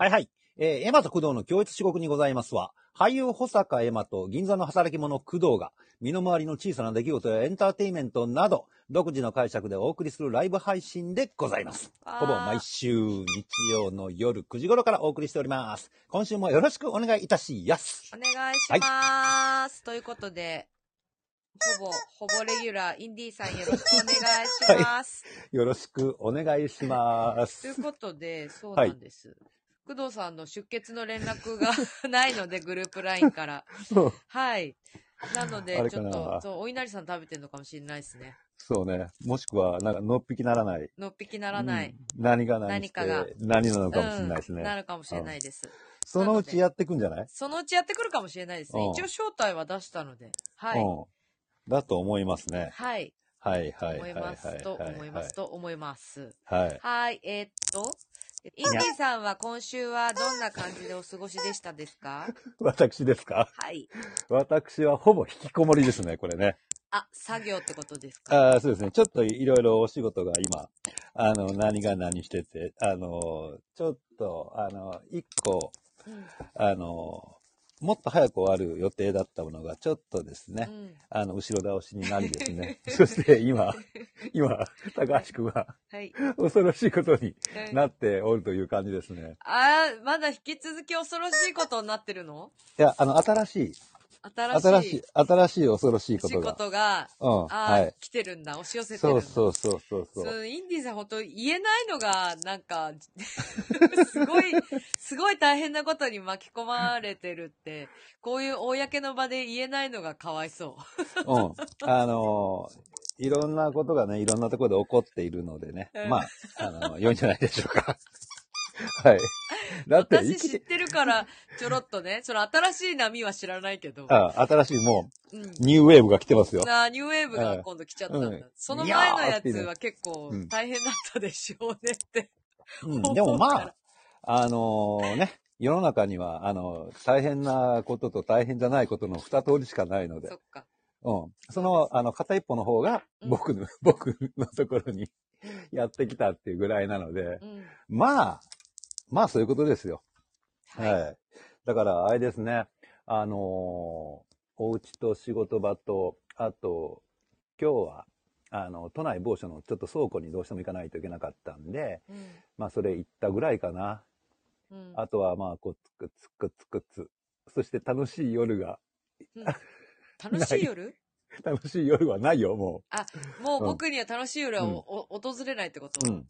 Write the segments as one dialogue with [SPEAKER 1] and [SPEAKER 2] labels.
[SPEAKER 1] はいはい。えー、エマと工藤の共越至極にございますは、俳優保坂エマと銀座の働き者工藤が、身の回りの小さな出来事やエンターテインメントなど、独自の解釈でお送りするライブ配信でございます。ほぼ毎週日曜の夜9時頃からお送りしております。今週もよろしくお願いいたしやす
[SPEAKER 2] お。願いします。ということで、ほぼ、ほぼレギュラー、インディーさんよろしくお願いします。
[SPEAKER 1] よろしくお願いしま
[SPEAKER 2] とい
[SPEAKER 1] す
[SPEAKER 2] う。ことで、そうなんです。工藤さんの出血の連絡が ないので、グループラインから。はい。なの
[SPEAKER 1] あ
[SPEAKER 2] で、
[SPEAKER 1] れ
[SPEAKER 2] ち
[SPEAKER 1] か
[SPEAKER 2] ょ
[SPEAKER 1] な
[SPEAKER 2] っと、そう、お稲荷さん食べてるのかもしれないですね。
[SPEAKER 1] そうね。もしくは、なんか、のっぴきならない。
[SPEAKER 2] のっぴきならない。
[SPEAKER 1] うん何が何して
[SPEAKER 2] 何かが
[SPEAKER 1] 何なの
[SPEAKER 2] うん
[SPEAKER 1] かもしれないですね。
[SPEAKER 2] なるかもしれないです。
[SPEAKER 1] そのうちやってくんじゃない、
[SPEAKER 2] そのうちやってくるかもしれないですね。
[SPEAKER 1] うん
[SPEAKER 2] 一応招待は出したので。はい。
[SPEAKER 1] うん。だと思いますね。
[SPEAKER 2] はい。
[SPEAKER 1] はいはい
[SPEAKER 2] 思
[SPEAKER 1] はいいはいは
[SPEAKER 2] ま
[SPEAKER 1] い。
[SPEAKER 2] す。と思います。と思います。
[SPEAKER 1] はい。
[SPEAKER 2] はい、えーっと、インディさんは今週はどんな感じでお過ごしでしたですか
[SPEAKER 1] 私ですか
[SPEAKER 2] はい。
[SPEAKER 1] 私はほぼ引きこもりですね、これね。
[SPEAKER 2] あ、作業ってことですか
[SPEAKER 1] あーそうですね。ちょっといろいろお仕事が今、あの、何が何してて、あの、ちょっと、あの、一個、
[SPEAKER 2] うん。
[SPEAKER 1] あの、もっと早く終わる予定だったものが、ちょっとですね、
[SPEAKER 2] うん
[SPEAKER 1] あの、後ろ倒しになりですね。 そして今、今、高橋くんは
[SPEAKER 2] はい。
[SPEAKER 1] 恐ろしいことに
[SPEAKER 2] うん
[SPEAKER 1] なっておるという感じですね。
[SPEAKER 2] あーまだ引き続き恐ろしいことになってるの
[SPEAKER 1] いや、あの、新しい、
[SPEAKER 2] 新しい。
[SPEAKER 1] 新しい、新しい恐ろしいこ
[SPEAKER 2] 仕
[SPEAKER 1] とが。
[SPEAKER 2] 事が、
[SPEAKER 1] うん、
[SPEAKER 2] あー
[SPEAKER 1] はい。
[SPEAKER 2] 来てるんだ。押し寄せてるん
[SPEAKER 1] そ
[SPEAKER 2] だ。
[SPEAKER 1] うそうそうそうそう。
[SPEAKER 2] そうインディさん本当言えないのが、なんか、 すごい、すごい大変なことに巻き込まれてるって、こういう公の場で言えないのがかわいそう。
[SPEAKER 1] うん。あのーいろんなことがね、いろんなところで起こっているのでね
[SPEAKER 2] う。ん
[SPEAKER 1] まあ、あの良いんじゃないでしょうか。 はい。だって、生
[SPEAKER 2] 私
[SPEAKER 1] き、
[SPEAKER 2] 知っててるから、ちょろっ とね、その新しい波は知らないけど、
[SPEAKER 1] あ新しいも
[SPEAKER 2] うん。
[SPEAKER 1] う、ニューウェーブが来てますよ。
[SPEAKER 2] なあニューウェーブが今度来ちゃったんだ。
[SPEAKER 1] うん
[SPEAKER 2] その前のや
[SPEAKER 1] い
[SPEAKER 2] つ
[SPEAKER 1] やー
[SPEAKER 2] は結構
[SPEAKER 1] うん
[SPEAKER 2] 大変だったでしょうねって。
[SPEAKER 1] うん
[SPEAKER 2] 思う。
[SPEAKER 1] でもま
[SPEAKER 2] から
[SPEAKER 1] あ、あのーね、世の中には、あの、大変なことと大変じゃないことの二通りしかないので
[SPEAKER 2] そ、っか。
[SPEAKER 1] うん。その、あの、片一歩の方が、
[SPEAKER 2] うん
[SPEAKER 1] 僕の、 僕のところに やってきたっていうぐらいなので、
[SPEAKER 2] うん。
[SPEAKER 1] まあ、まあそういうことですよ。
[SPEAKER 2] はい。
[SPEAKER 1] はい。だから、あれですね。あのーお家と仕事場と、あと、今日は、あの、都内某所のちょっと倉庫にどうしても行かないといけなかったんで、
[SPEAKER 2] うん。
[SPEAKER 1] まあ、それ行ったぐらいかな。
[SPEAKER 2] うん。
[SPEAKER 1] あとは、まあ、こつくつくつくつ。そして楽しい夜が、
[SPEAKER 2] うん楽しい夜
[SPEAKER 1] 楽しい夜はないよ、も
[SPEAKER 2] あ、もう僕には楽しい夜は
[SPEAKER 1] うん
[SPEAKER 2] お、お訪れないってこと、
[SPEAKER 1] う。うん。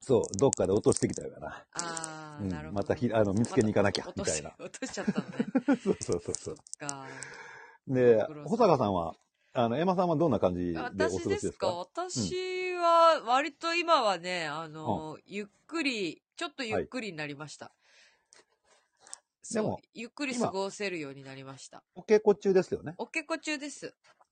[SPEAKER 1] そう、どっかで落としてきたよ な。
[SPEAKER 2] あ
[SPEAKER 1] う
[SPEAKER 2] ー、な
[SPEAKER 1] ん、
[SPEAKER 2] るほ
[SPEAKER 1] ま
[SPEAKER 2] ど。
[SPEAKER 1] たひ、あの、見つけに行かなきゃ
[SPEAKER 2] 落、
[SPEAKER 1] み
[SPEAKER 2] と
[SPEAKER 1] た
[SPEAKER 2] し
[SPEAKER 1] いな。
[SPEAKER 2] 落としちゃったのね。
[SPEAKER 1] そう そうそうそ
[SPEAKER 2] そっ
[SPEAKER 1] う。
[SPEAKER 2] か。
[SPEAKER 1] で
[SPEAKER 2] ご苦労、様
[SPEAKER 1] 保坂さんは、あの、エマさんはどんな感じでお過ごし
[SPEAKER 2] 私
[SPEAKER 1] で
[SPEAKER 2] ですす
[SPEAKER 1] か
[SPEAKER 2] か私は、割と今はね、あの、ゆっくり、ちょっとゆっくりになりました。そう
[SPEAKER 1] でも
[SPEAKER 2] ゆっくり過ごせるようになりました。
[SPEAKER 1] お稽古中ですよね。
[SPEAKER 2] お稽古中です。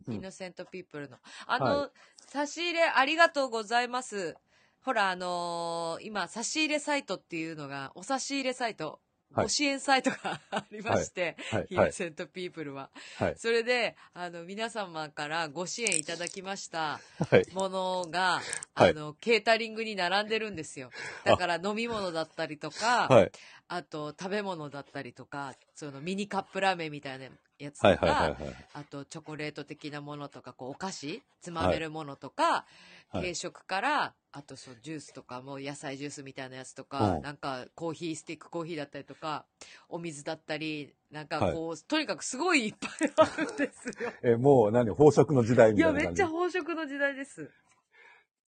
[SPEAKER 1] うん
[SPEAKER 2] イノセントピープルの。あの、差し入れありがとうございます。ほら、あのー今、差し入れサイトっていうのが、お差し入れサイト、
[SPEAKER 1] はい
[SPEAKER 2] ご支援サイトが ありまして、
[SPEAKER 1] はい、
[SPEAKER 2] イ
[SPEAKER 1] は
[SPEAKER 2] ノ
[SPEAKER 1] い、
[SPEAKER 2] セントピープルは。
[SPEAKER 1] はい、
[SPEAKER 2] それで、あの、皆様からご支援いただきました
[SPEAKER 1] はい。
[SPEAKER 2] ものが、
[SPEAKER 1] はい
[SPEAKER 2] あの、ケータリングに並んでるんですよ。だから飲み物だったりとか、
[SPEAKER 1] はい、
[SPEAKER 2] あと食べ物だったりとか、そのミニカップラーメンみたいなやつとか、
[SPEAKER 1] はい、はい、はい。
[SPEAKER 2] あとチョコレート的なものとか、こうお菓子、つまめるものとか、
[SPEAKER 1] はい
[SPEAKER 2] 軽食から、あとそうジュースとか、もう野菜ジュースみたいなやつと
[SPEAKER 1] う
[SPEAKER 2] か
[SPEAKER 1] ん、
[SPEAKER 2] なんかコーヒー、スティックコーヒーだったりとか、お水だったり、なんかこう、とにかくすごいいっぱいあるんです よ。
[SPEAKER 1] え、もう何宝飾の時代
[SPEAKER 2] い
[SPEAKER 1] みた
[SPEAKER 2] や、
[SPEAKER 1] いな
[SPEAKER 2] めっ
[SPEAKER 1] 感
[SPEAKER 2] ち
[SPEAKER 1] じ。
[SPEAKER 2] ゃ
[SPEAKER 1] っ
[SPEAKER 2] 飽食の時代です。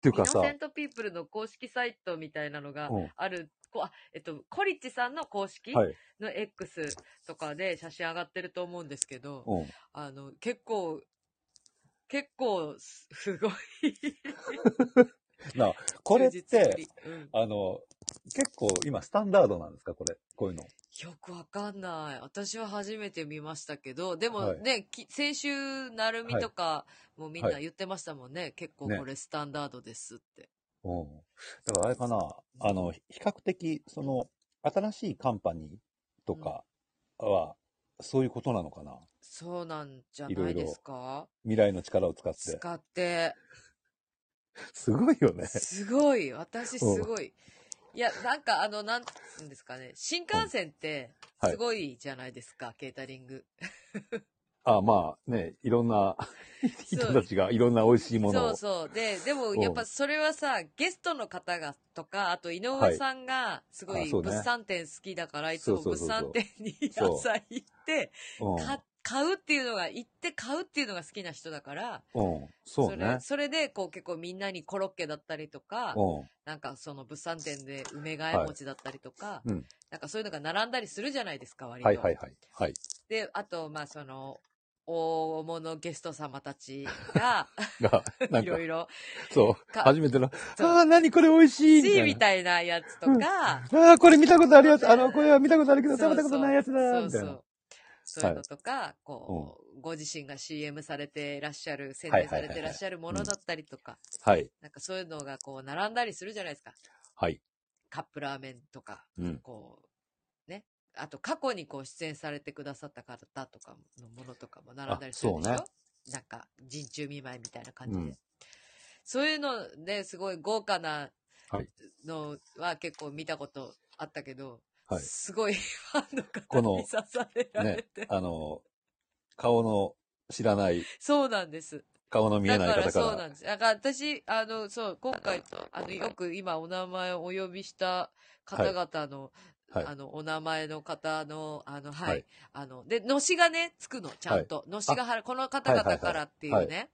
[SPEAKER 1] てい
[SPEAKER 2] イ
[SPEAKER 1] うか
[SPEAKER 2] ノ
[SPEAKER 1] さ、
[SPEAKER 2] セントピープルの公式サイトみたいなのが
[SPEAKER 1] うん
[SPEAKER 2] ある、こうあえっと、コリッチさんの公式
[SPEAKER 1] はい、
[SPEAKER 2] の X とかで写真上がってると思うんですけど、
[SPEAKER 1] うん。
[SPEAKER 2] あの、結構、結構、すすごい。
[SPEAKER 1] なあ、これっ
[SPEAKER 2] 充実ってぷ、りうん
[SPEAKER 1] あの、結構今スタンダードなんですかこれ、こういうの。
[SPEAKER 2] よくわかんない。私は初めて見ましたけど、で
[SPEAKER 1] は
[SPEAKER 2] も
[SPEAKER 1] い
[SPEAKER 2] ね、き先週、なるみとかもみん
[SPEAKER 1] は
[SPEAKER 2] な言ってましたもんね。結構
[SPEAKER 1] ね
[SPEAKER 2] これスタンダードですって。
[SPEAKER 1] うん。だからあれかな、あの、比較的、その、新しいカンパニーとかは、そういうことなのかな
[SPEAKER 2] そうなんじゃ
[SPEAKER 1] いろ
[SPEAKER 2] ないい
[SPEAKER 1] ろ
[SPEAKER 2] ですか
[SPEAKER 1] 未来の力を使って。
[SPEAKER 2] 使って。
[SPEAKER 1] すごいよね。
[SPEAKER 2] すごい。私すごい。いや、なんかあの、なんつうんですかね。新幹線って、
[SPEAKER 1] はい
[SPEAKER 2] すごいじゃないですか、ケータリング。
[SPEAKER 1] あまあね、いろんな人たちがいろんな美味しいもの
[SPEAKER 2] そ
[SPEAKER 1] を
[SPEAKER 2] う。そう。で、でも
[SPEAKER 1] うん
[SPEAKER 2] やっぱそれはさ、ゲストの方がとか、あと井上さんがすご
[SPEAKER 1] あ
[SPEAKER 2] い
[SPEAKER 1] そうね
[SPEAKER 2] 物産展好きだから、いつも
[SPEAKER 1] そう
[SPEAKER 2] 物
[SPEAKER 1] そうそうそう
[SPEAKER 2] 産店に
[SPEAKER 1] そう
[SPEAKER 2] 野菜行って、
[SPEAKER 1] うん
[SPEAKER 2] か買うっていうのが、行って買うっていうのが好きな人だから、
[SPEAKER 1] うん、そう
[SPEAKER 2] れ
[SPEAKER 1] ね。
[SPEAKER 2] それでこう結構みんなにコロッケだったりとか、
[SPEAKER 1] うん。
[SPEAKER 2] なんかその物産展で梅替え餅だったりとか、
[SPEAKER 1] いうん
[SPEAKER 2] なんかそういうのが並んだりするじゃないですか、割と。
[SPEAKER 1] はいはいはい。はい。
[SPEAKER 2] で、あと、まあその、大物ゲスト様たちが、
[SPEAKER 1] が、 なん
[SPEAKER 2] いろ
[SPEAKER 1] か、
[SPEAKER 2] いろ、
[SPEAKER 1] そう、
[SPEAKER 2] か
[SPEAKER 1] 初めての、
[SPEAKER 2] そう
[SPEAKER 1] ああ、何これ美味しいみ
[SPEAKER 2] チー
[SPEAKER 1] たい
[SPEAKER 2] み
[SPEAKER 1] な。
[SPEAKER 2] たいなやつとか、
[SPEAKER 1] ああー、これ見たことあるやつ、あの、これは見たことあるけど
[SPEAKER 2] そ
[SPEAKER 1] 食べ
[SPEAKER 2] う
[SPEAKER 1] たことないやつだ、みたい
[SPEAKER 2] そう
[SPEAKER 1] な
[SPEAKER 2] そう。そういうのとか、こう、ご自身が CM されてらっしゃる、宣
[SPEAKER 1] はい
[SPEAKER 2] 伝
[SPEAKER 1] は
[SPEAKER 2] さ
[SPEAKER 1] いはいはい
[SPEAKER 2] れてらっしゃるものだったりとか、
[SPEAKER 1] はい。
[SPEAKER 2] なんかそういうのがこう、並んだりするじゃないですか。
[SPEAKER 1] はい。
[SPEAKER 2] カップラーメンとか、
[SPEAKER 1] うん。
[SPEAKER 2] こう、ね。あと、過去にこう、出演されてくださった方とかのものとかも並んだりするでしょ
[SPEAKER 1] あそう
[SPEAKER 2] なんか、人中見舞いみたいな感じで。
[SPEAKER 1] うん
[SPEAKER 2] そういうのですごい豪華な
[SPEAKER 1] はい
[SPEAKER 2] のは結構見たことあったけど、
[SPEAKER 1] はい
[SPEAKER 2] すごいファンの
[SPEAKER 1] こ
[SPEAKER 2] 方
[SPEAKER 1] の
[SPEAKER 2] に刺されられて。
[SPEAKER 1] あの、顔の知らない、
[SPEAKER 2] そうなんです。
[SPEAKER 1] 顔の見え
[SPEAKER 2] だ
[SPEAKER 1] ない
[SPEAKER 2] か
[SPEAKER 1] 方からら。
[SPEAKER 2] そうなんです。だから私、あの、そう、今回、あの、よく今お名前をお呼びした方々の、
[SPEAKER 1] はい
[SPEAKER 2] あの、お名前の方の、あの、はい、
[SPEAKER 1] はい
[SPEAKER 2] あの、で、のしがね、つくの、ちゃんと。のしがはら、この方々からっていうね、
[SPEAKER 1] はい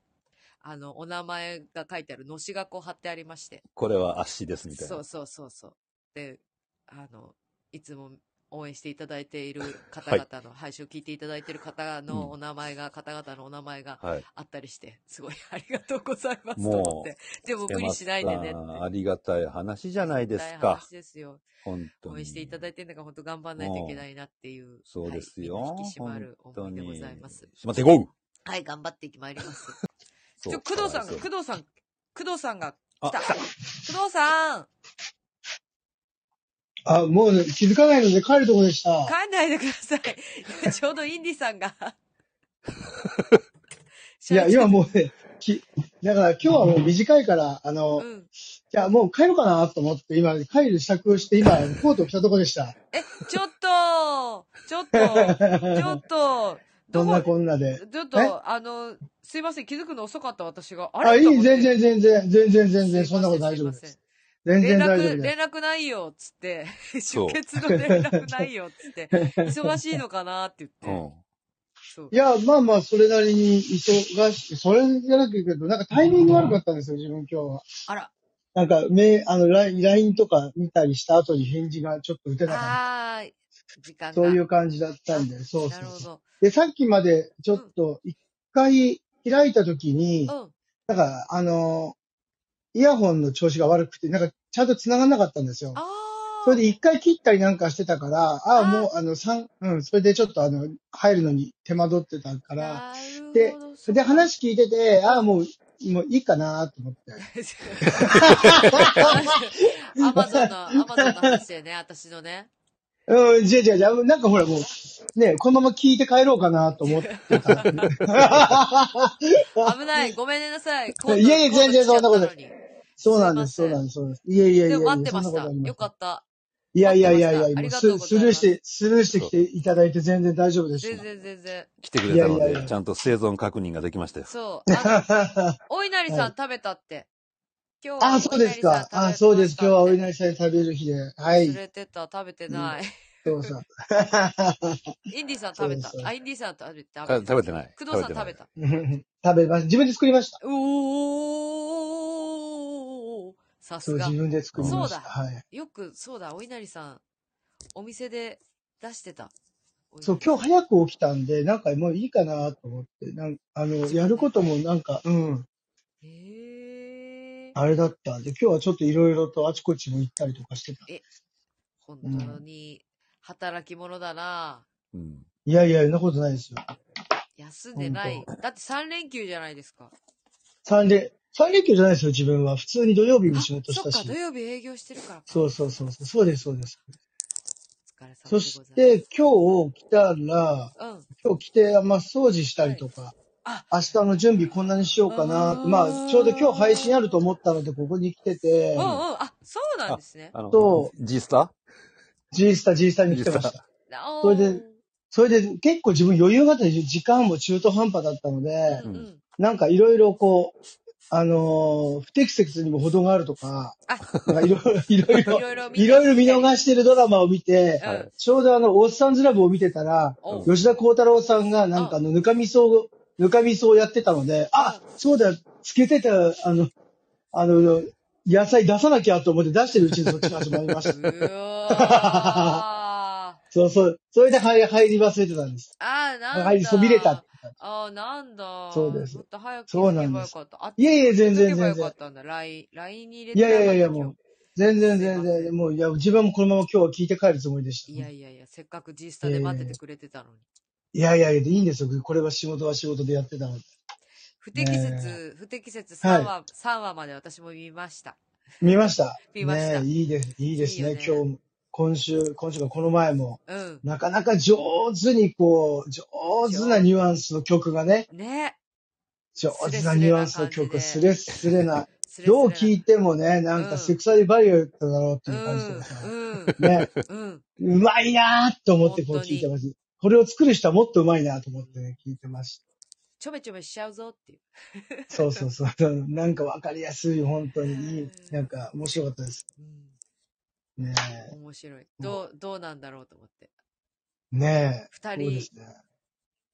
[SPEAKER 2] あの、お名前が書いてあるのしがこう貼ってありまして。
[SPEAKER 1] これは足です、みたい
[SPEAKER 2] そ
[SPEAKER 1] な
[SPEAKER 2] う。そうそうそう。で、あの、いつも応援していただいている方々の、配信を聞いていただいている方
[SPEAKER 1] うん
[SPEAKER 2] のお名前が、方々のお名前が
[SPEAKER 1] はい。
[SPEAKER 2] あったりして、すごい ありがとうございますと
[SPEAKER 1] もう
[SPEAKER 2] 思って。でも無理しないでねって。
[SPEAKER 1] 山さんありがたい話じゃないです
[SPEAKER 2] 大
[SPEAKER 1] か
[SPEAKER 2] 話。ですよ。
[SPEAKER 1] 本当に。
[SPEAKER 2] 応援していただいてるんだから、本当頑張らないといけないなっていう。
[SPEAKER 1] そうですよ
[SPEAKER 2] はい、引き締まる思いでございます。
[SPEAKER 1] しまっていこう
[SPEAKER 2] はい、頑張っていきまいります。ち
[SPEAKER 1] そ
[SPEAKER 2] ょ、
[SPEAKER 1] う
[SPEAKER 2] 工藤さん
[SPEAKER 1] か
[SPEAKER 2] が、
[SPEAKER 1] わいそう
[SPEAKER 2] 工藤さん、工藤さんが
[SPEAKER 1] あ
[SPEAKER 2] 来た。工藤さん
[SPEAKER 3] あ、もうね、気づかないので帰るとこでした。
[SPEAKER 2] 帰んないでください。 ちょうどインディさんが。
[SPEAKER 3] いや、今もうね、き、だから今日はもう短いから、あの、
[SPEAKER 2] うん。
[SPEAKER 3] じゃあもう帰ろうかなと思って、今、帰る支度をして、今、コート着たとこでした。
[SPEAKER 2] え、ちょっと、ちょっと、ちょっと、
[SPEAKER 3] ど
[SPEAKER 2] ど
[SPEAKER 3] んな
[SPEAKER 2] こ、
[SPEAKER 3] こんなで。
[SPEAKER 2] ちょっ
[SPEAKER 3] え
[SPEAKER 2] と、あの、すいません、気づくの遅かった私が。あれ
[SPEAKER 3] あ、い
[SPEAKER 2] と思
[SPEAKER 3] い、
[SPEAKER 2] って
[SPEAKER 3] 全然、全然、全然、全然、
[SPEAKER 2] すいませ
[SPEAKER 3] そんなこと大丈夫です
[SPEAKER 2] い
[SPEAKER 3] す。全然
[SPEAKER 2] ません
[SPEAKER 3] 大丈夫で
[SPEAKER 2] 連絡、
[SPEAKER 3] す。
[SPEAKER 2] 連絡ないよ、つって。 出
[SPEAKER 1] そう
[SPEAKER 2] 血の連絡ないよ、つって。忙しいのかなって
[SPEAKER 1] う
[SPEAKER 2] 言って。
[SPEAKER 1] ん。
[SPEAKER 2] そう
[SPEAKER 3] い。や、まあまあ、それなりに忙しく、それじゃなくてけど、なんかタイミング悪かったんですよ、自分今日は。
[SPEAKER 2] あら。
[SPEAKER 3] なんか、め、あの、ライン LINE とか見たりした後に返事がちょっと打てなかっ
[SPEAKER 2] あー、時間
[SPEAKER 3] た。
[SPEAKER 2] が。
[SPEAKER 3] そういう感じだったんで、そう
[SPEAKER 2] な
[SPEAKER 3] そう
[SPEAKER 2] る
[SPEAKER 3] そう
[SPEAKER 2] ほ。ど。
[SPEAKER 3] で、さっきまでちょっと一回開いたときに、
[SPEAKER 2] うん。
[SPEAKER 3] なんかあの、イヤホンの調子が悪くて、なんかちゃんと繋がんなかったんですよ。
[SPEAKER 2] あー。
[SPEAKER 3] それで一回切ったりなんかしてたから、あ
[SPEAKER 2] あ
[SPEAKER 3] あ、
[SPEAKER 2] ー
[SPEAKER 3] もうあの三、うん、それでちょっとあの、入るのに手間取ってたか
[SPEAKER 2] な
[SPEAKER 3] ら、
[SPEAKER 2] るほど
[SPEAKER 3] で
[SPEAKER 2] そう
[SPEAKER 3] で、話聞いてて、ああ、もう、もういいかなと思って。
[SPEAKER 2] アマゾンの、アマゾンの話だよね、私のね。
[SPEAKER 3] うん、じゃじゃじゃ、なんかほらもう、ね、このまま聞いて帰ろうかなと思ってた。
[SPEAKER 2] 危ない、ごめんなさい。
[SPEAKER 3] いやいや全然そんなことない
[SPEAKER 2] い。
[SPEAKER 3] そうなんです、
[SPEAKER 2] すい
[SPEAKER 3] そう
[SPEAKER 2] ません
[SPEAKER 3] なんです、そうなんです。いやいやい
[SPEAKER 2] で
[SPEAKER 3] やい
[SPEAKER 2] も
[SPEAKER 3] や
[SPEAKER 2] 待ってま
[SPEAKER 3] そん
[SPEAKER 2] し
[SPEAKER 3] なこと
[SPEAKER 2] た
[SPEAKER 3] あり。ません
[SPEAKER 2] よかった。
[SPEAKER 3] いやいやいやいや、
[SPEAKER 2] あり
[SPEAKER 3] 今
[SPEAKER 2] がとう
[SPEAKER 3] ス
[SPEAKER 2] ございます
[SPEAKER 3] スルーして、スルーしてきていただいて全然大丈夫です
[SPEAKER 2] 全
[SPEAKER 3] よ。
[SPEAKER 2] 然全 然。
[SPEAKER 1] 来てくれた
[SPEAKER 3] い
[SPEAKER 1] の
[SPEAKER 3] やいやい
[SPEAKER 1] で、
[SPEAKER 3] や
[SPEAKER 1] ちゃんと生存確認ができましたよ。
[SPEAKER 2] そう。あ
[SPEAKER 3] あ、
[SPEAKER 2] のお稲荷さん食べたって。今日は
[SPEAKER 3] そうですか。あ、そうです。今日はお稲荷さん食べる日で。は
[SPEAKER 2] 荷連
[SPEAKER 3] い。
[SPEAKER 2] れてた、食べてない。
[SPEAKER 3] そうさ。
[SPEAKER 2] インディさん食べた
[SPEAKER 3] そうで。す
[SPEAKER 2] あ、インディさん食べた。
[SPEAKER 1] あ食べてない。
[SPEAKER 2] 工藤さん
[SPEAKER 1] てな
[SPEAKER 2] 食
[SPEAKER 1] い
[SPEAKER 2] べた。
[SPEAKER 3] 食べます。自分で作りました。
[SPEAKER 2] おーさ
[SPEAKER 3] そ
[SPEAKER 2] す
[SPEAKER 3] う、
[SPEAKER 2] が
[SPEAKER 3] 自。分で作りまし
[SPEAKER 2] そうだ
[SPEAKER 3] た。はい。
[SPEAKER 2] よく、そうだ、お稲荷さん、お店で出してた。お稲荷
[SPEAKER 3] そう、今日早く起きたんで、なんかもういいかなと思って、なんあの、やることもなんか、うん、
[SPEAKER 2] へえ。
[SPEAKER 3] あれだったんで、今日はちょっといろいろとあちこちも行ったりとかしてた。
[SPEAKER 2] 本当に、働き者だな。
[SPEAKER 1] うん。
[SPEAKER 3] いやいや、そんなことないですよ。
[SPEAKER 2] 休んでない。だって3連休じゃないですか。
[SPEAKER 3] 三連、三連休じゃないですよ、自分は。普通に土曜日に
[SPEAKER 2] あ
[SPEAKER 3] 仕事し
[SPEAKER 2] そ
[SPEAKER 3] た
[SPEAKER 2] っか、
[SPEAKER 3] し
[SPEAKER 2] 土。曜日営業してるからか。
[SPEAKER 3] そうそうそうそう。そうです、そうです。
[SPEAKER 2] お疲れ様でございます。
[SPEAKER 3] そして、今日来たら、
[SPEAKER 2] うん。
[SPEAKER 3] 今日来て、まあ、掃除したりとか、
[SPEAKER 2] あ
[SPEAKER 3] 明日の準備こんなにしようかな
[SPEAKER 2] あー
[SPEAKER 3] まあ、ちょうど今日配信あると思ったので、ここに来てて
[SPEAKER 2] うんう、ん。あ、そうななんですね。
[SPEAKER 1] あの、
[SPEAKER 3] そ
[SPEAKER 1] ジスタ
[SPEAKER 3] G スタ、G スタに来てまし
[SPEAKER 1] 実
[SPEAKER 3] た。
[SPEAKER 2] あー
[SPEAKER 3] それでそれで結構自分余裕があったし時間も中途半端だったので、
[SPEAKER 2] うんうん。
[SPEAKER 3] なんかいろいろこう、あのー不適切にも程があるとか、
[SPEAKER 2] あ、
[SPEAKER 3] なんかいろ いろ、
[SPEAKER 2] い
[SPEAKER 3] いろいろ、
[SPEAKER 2] ろいろ見て
[SPEAKER 3] いろいろ見逃してるドラマを見て、
[SPEAKER 2] うん
[SPEAKER 3] ちょうどあの、おっさんずラブを見てたら、
[SPEAKER 2] おう
[SPEAKER 3] 吉田幸太郎さんがなんかあの、ぬかみそを、ぬかみそをやってたので、あ、そうだ、つけてた、あの、あの、野菜出さなきゃと思って出してるうちにそっちに始まりま した。
[SPEAKER 2] うわー
[SPEAKER 3] そうそう。それで入り入り忘れてたんです。
[SPEAKER 2] あー、なんだ。
[SPEAKER 3] 入りそびれたって。
[SPEAKER 2] ああ、なんだ。
[SPEAKER 3] そうです
[SPEAKER 2] もっと早く
[SPEAKER 3] そう
[SPEAKER 2] 聞
[SPEAKER 3] な
[SPEAKER 2] け
[SPEAKER 3] ん
[SPEAKER 2] ば
[SPEAKER 3] で
[SPEAKER 2] よ
[SPEAKER 3] す
[SPEAKER 2] かった。あ
[SPEAKER 3] いやいや全然
[SPEAKER 2] 聞けばよかったんだ。LINE、LINE に入れて
[SPEAKER 3] いやいやいやいや
[SPEAKER 2] なかった
[SPEAKER 3] もう全然全
[SPEAKER 2] すいませ
[SPEAKER 3] 然、もう、いや、自分もこのまま今日は聞いて帰るつもりでした。
[SPEAKER 2] 今日いやいやいや、せっかく G スタで待っててくれてたのに。
[SPEAKER 3] いやいやいや、いいんですよ。これは仕事は仕事でやってたので。
[SPEAKER 2] 不適切、不適切3話、三話まで私も見ました。
[SPEAKER 3] 見ました。
[SPEAKER 2] 見ました
[SPEAKER 3] ねえいいです、いいですね。
[SPEAKER 2] いいよね
[SPEAKER 3] 今日も、今週、今週がこの前も、
[SPEAKER 2] うん。
[SPEAKER 3] なかなか上手にこう、上手なニュアンスの曲がね、
[SPEAKER 2] ね。
[SPEAKER 3] 上
[SPEAKER 2] スレ
[SPEAKER 3] 手
[SPEAKER 2] スレな感じ
[SPEAKER 3] な
[SPEAKER 2] で
[SPEAKER 3] ニュアンスの曲がスレスレな、
[SPEAKER 2] スレスレ
[SPEAKER 3] どう聴いてもね、なん
[SPEAKER 2] うん
[SPEAKER 3] かセクシャルバリューだろうって
[SPEAKER 2] う
[SPEAKER 3] いう感じ
[SPEAKER 2] ん
[SPEAKER 3] でさ、、
[SPEAKER 2] うん、
[SPEAKER 3] ね、
[SPEAKER 2] うん。
[SPEAKER 3] うまいなーって思ってこう
[SPEAKER 2] 本当に
[SPEAKER 3] 聴いてます。これを作る人はもっとうまいなと思ってね、聴いてまし
[SPEAKER 2] ちょめちょめしちゃうぞって いう。
[SPEAKER 3] た。そうそうそう。なんかわかりやすい、本当にいい、なんか面白かったです。
[SPEAKER 2] うん
[SPEAKER 3] ね
[SPEAKER 2] 面白い。どう、どうなんだろうと思って。
[SPEAKER 3] え。ね
[SPEAKER 2] 二
[SPEAKER 3] え。そうで
[SPEAKER 2] 人
[SPEAKER 3] す、ね。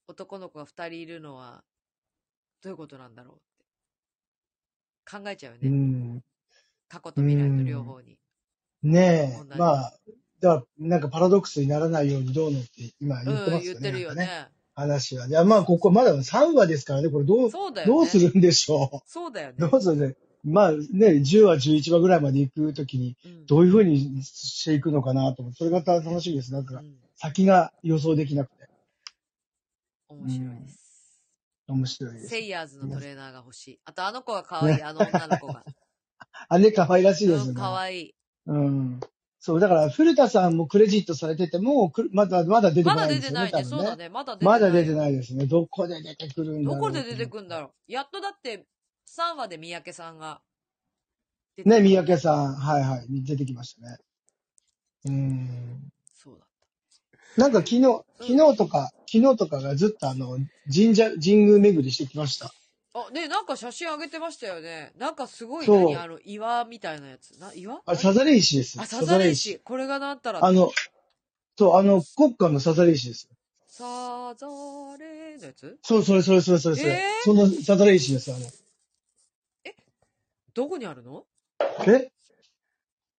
[SPEAKER 2] 男の子が二人いるのは、どういうことなんだろうって。考えちゃうよ
[SPEAKER 3] う
[SPEAKER 2] ね。
[SPEAKER 3] ん。
[SPEAKER 2] 過去と未来と両方に。
[SPEAKER 3] ね
[SPEAKER 2] 同
[SPEAKER 3] え、
[SPEAKER 2] じ
[SPEAKER 3] まあ、だからなんかパラドックスにならないようにどうのって今
[SPEAKER 2] う
[SPEAKER 3] 言ってま
[SPEAKER 2] ん、
[SPEAKER 3] す
[SPEAKER 2] 言っ
[SPEAKER 3] よね。
[SPEAKER 2] てるよ
[SPEAKER 3] なんか
[SPEAKER 2] ね。
[SPEAKER 3] 話は。いや、まあ、ここまだ3話ですからね、これどう、
[SPEAKER 2] そうだよね。
[SPEAKER 3] どうするんでしょ
[SPEAKER 2] そうだよ
[SPEAKER 3] う。ど
[SPEAKER 2] ね。
[SPEAKER 3] うするね。まあね、10話、11話ぐらいまで行くときに、
[SPEAKER 2] うん
[SPEAKER 3] どういうふうにしていくのかなと思って、それが楽しみです。なん
[SPEAKER 2] う
[SPEAKER 3] か、
[SPEAKER 2] ん
[SPEAKER 3] 先が予想できなくて。
[SPEAKER 2] 面白いです。
[SPEAKER 3] 面白いです
[SPEAKER 2] セ。イヤーズのトレーナーが欲しい。あと、あの子が可愛い、 あの女の子が。
[SPEAKER 3] あれ可愛らしいです
[SPEAKER 2] う
[SPEAKER 3] よ
[SPEAKER 2] ん、
[SPEAKER 3] ね。
[SPEAKER 2] 可愛い。
[SPEAKER 3] うん。そう、だから、古田さんもクレジットされてても、くまだ、まだ出て
[SPEAKER 2] ま
[SPEAKER 3] こな
[SPEAKER 2] だ
[SPEAKER 3] いん
[SPEAKER 2] 出
[SPEAKER 3] で
[SPEAKER 2] て
[SPEAKER 3] すよ
[SPEAKER 2] な
[SPEAKER 3] ね、
[SPEAKER 2] いね。
[SPEAKER 3] 多分
[SPEAKER 2] そうだ。ね。まだ出
[SPEAKER 3] ね
[SPEAKER 2] てない。
[SPEAKER 3] まだ出てないですね。どこで出てくるんだ
[SPEAKER 2] ど
[SPEAKER 3] ろう
[SPEAKER 2] こで出てくんだ
[SPEAKER 3] ろ
[SPEAKER 2] ろう。やっとだって、3話で三宅さんが。出て
[SPEAKER 3] う。ね、三宅
[SPEAKER 2] ん。
[SPEAKER 3] さん。はいはい。出てきましたね。うん。
[SPEAKER 2] そうだ。
[SPEAKER 3] なんか昨日、昨日とか、昨日とかがずっとあの、神社、神宮巡りしてきました。
[SPEAKER 2] あ、ね、なんか写真あげてましたよね。なんかすごい、
[SPEAKER 3] そう
[SPEAKER 2] 何あの、岩みたいなやつ。な、岩
[SPEAKER 3] あ、サザレ石です。
[SPEAKER 2] あ、サザレ
[SPEAKER 3] 石。
[SPEAKER 2] 石。これがなったら。
[SPEAKER 3] あの、そう、あの、国家のサザレ石です。
[SPEAKER 2] サザレのやつ
[SPEAKER 3] そう、それ、それ、それ、それ、それ。
[SPEAKER 2] えー
[SPEAKER 3] そのサザレ石です、あの。
[SPEAKER 2] どこにあるの
[SPEAKER 3] え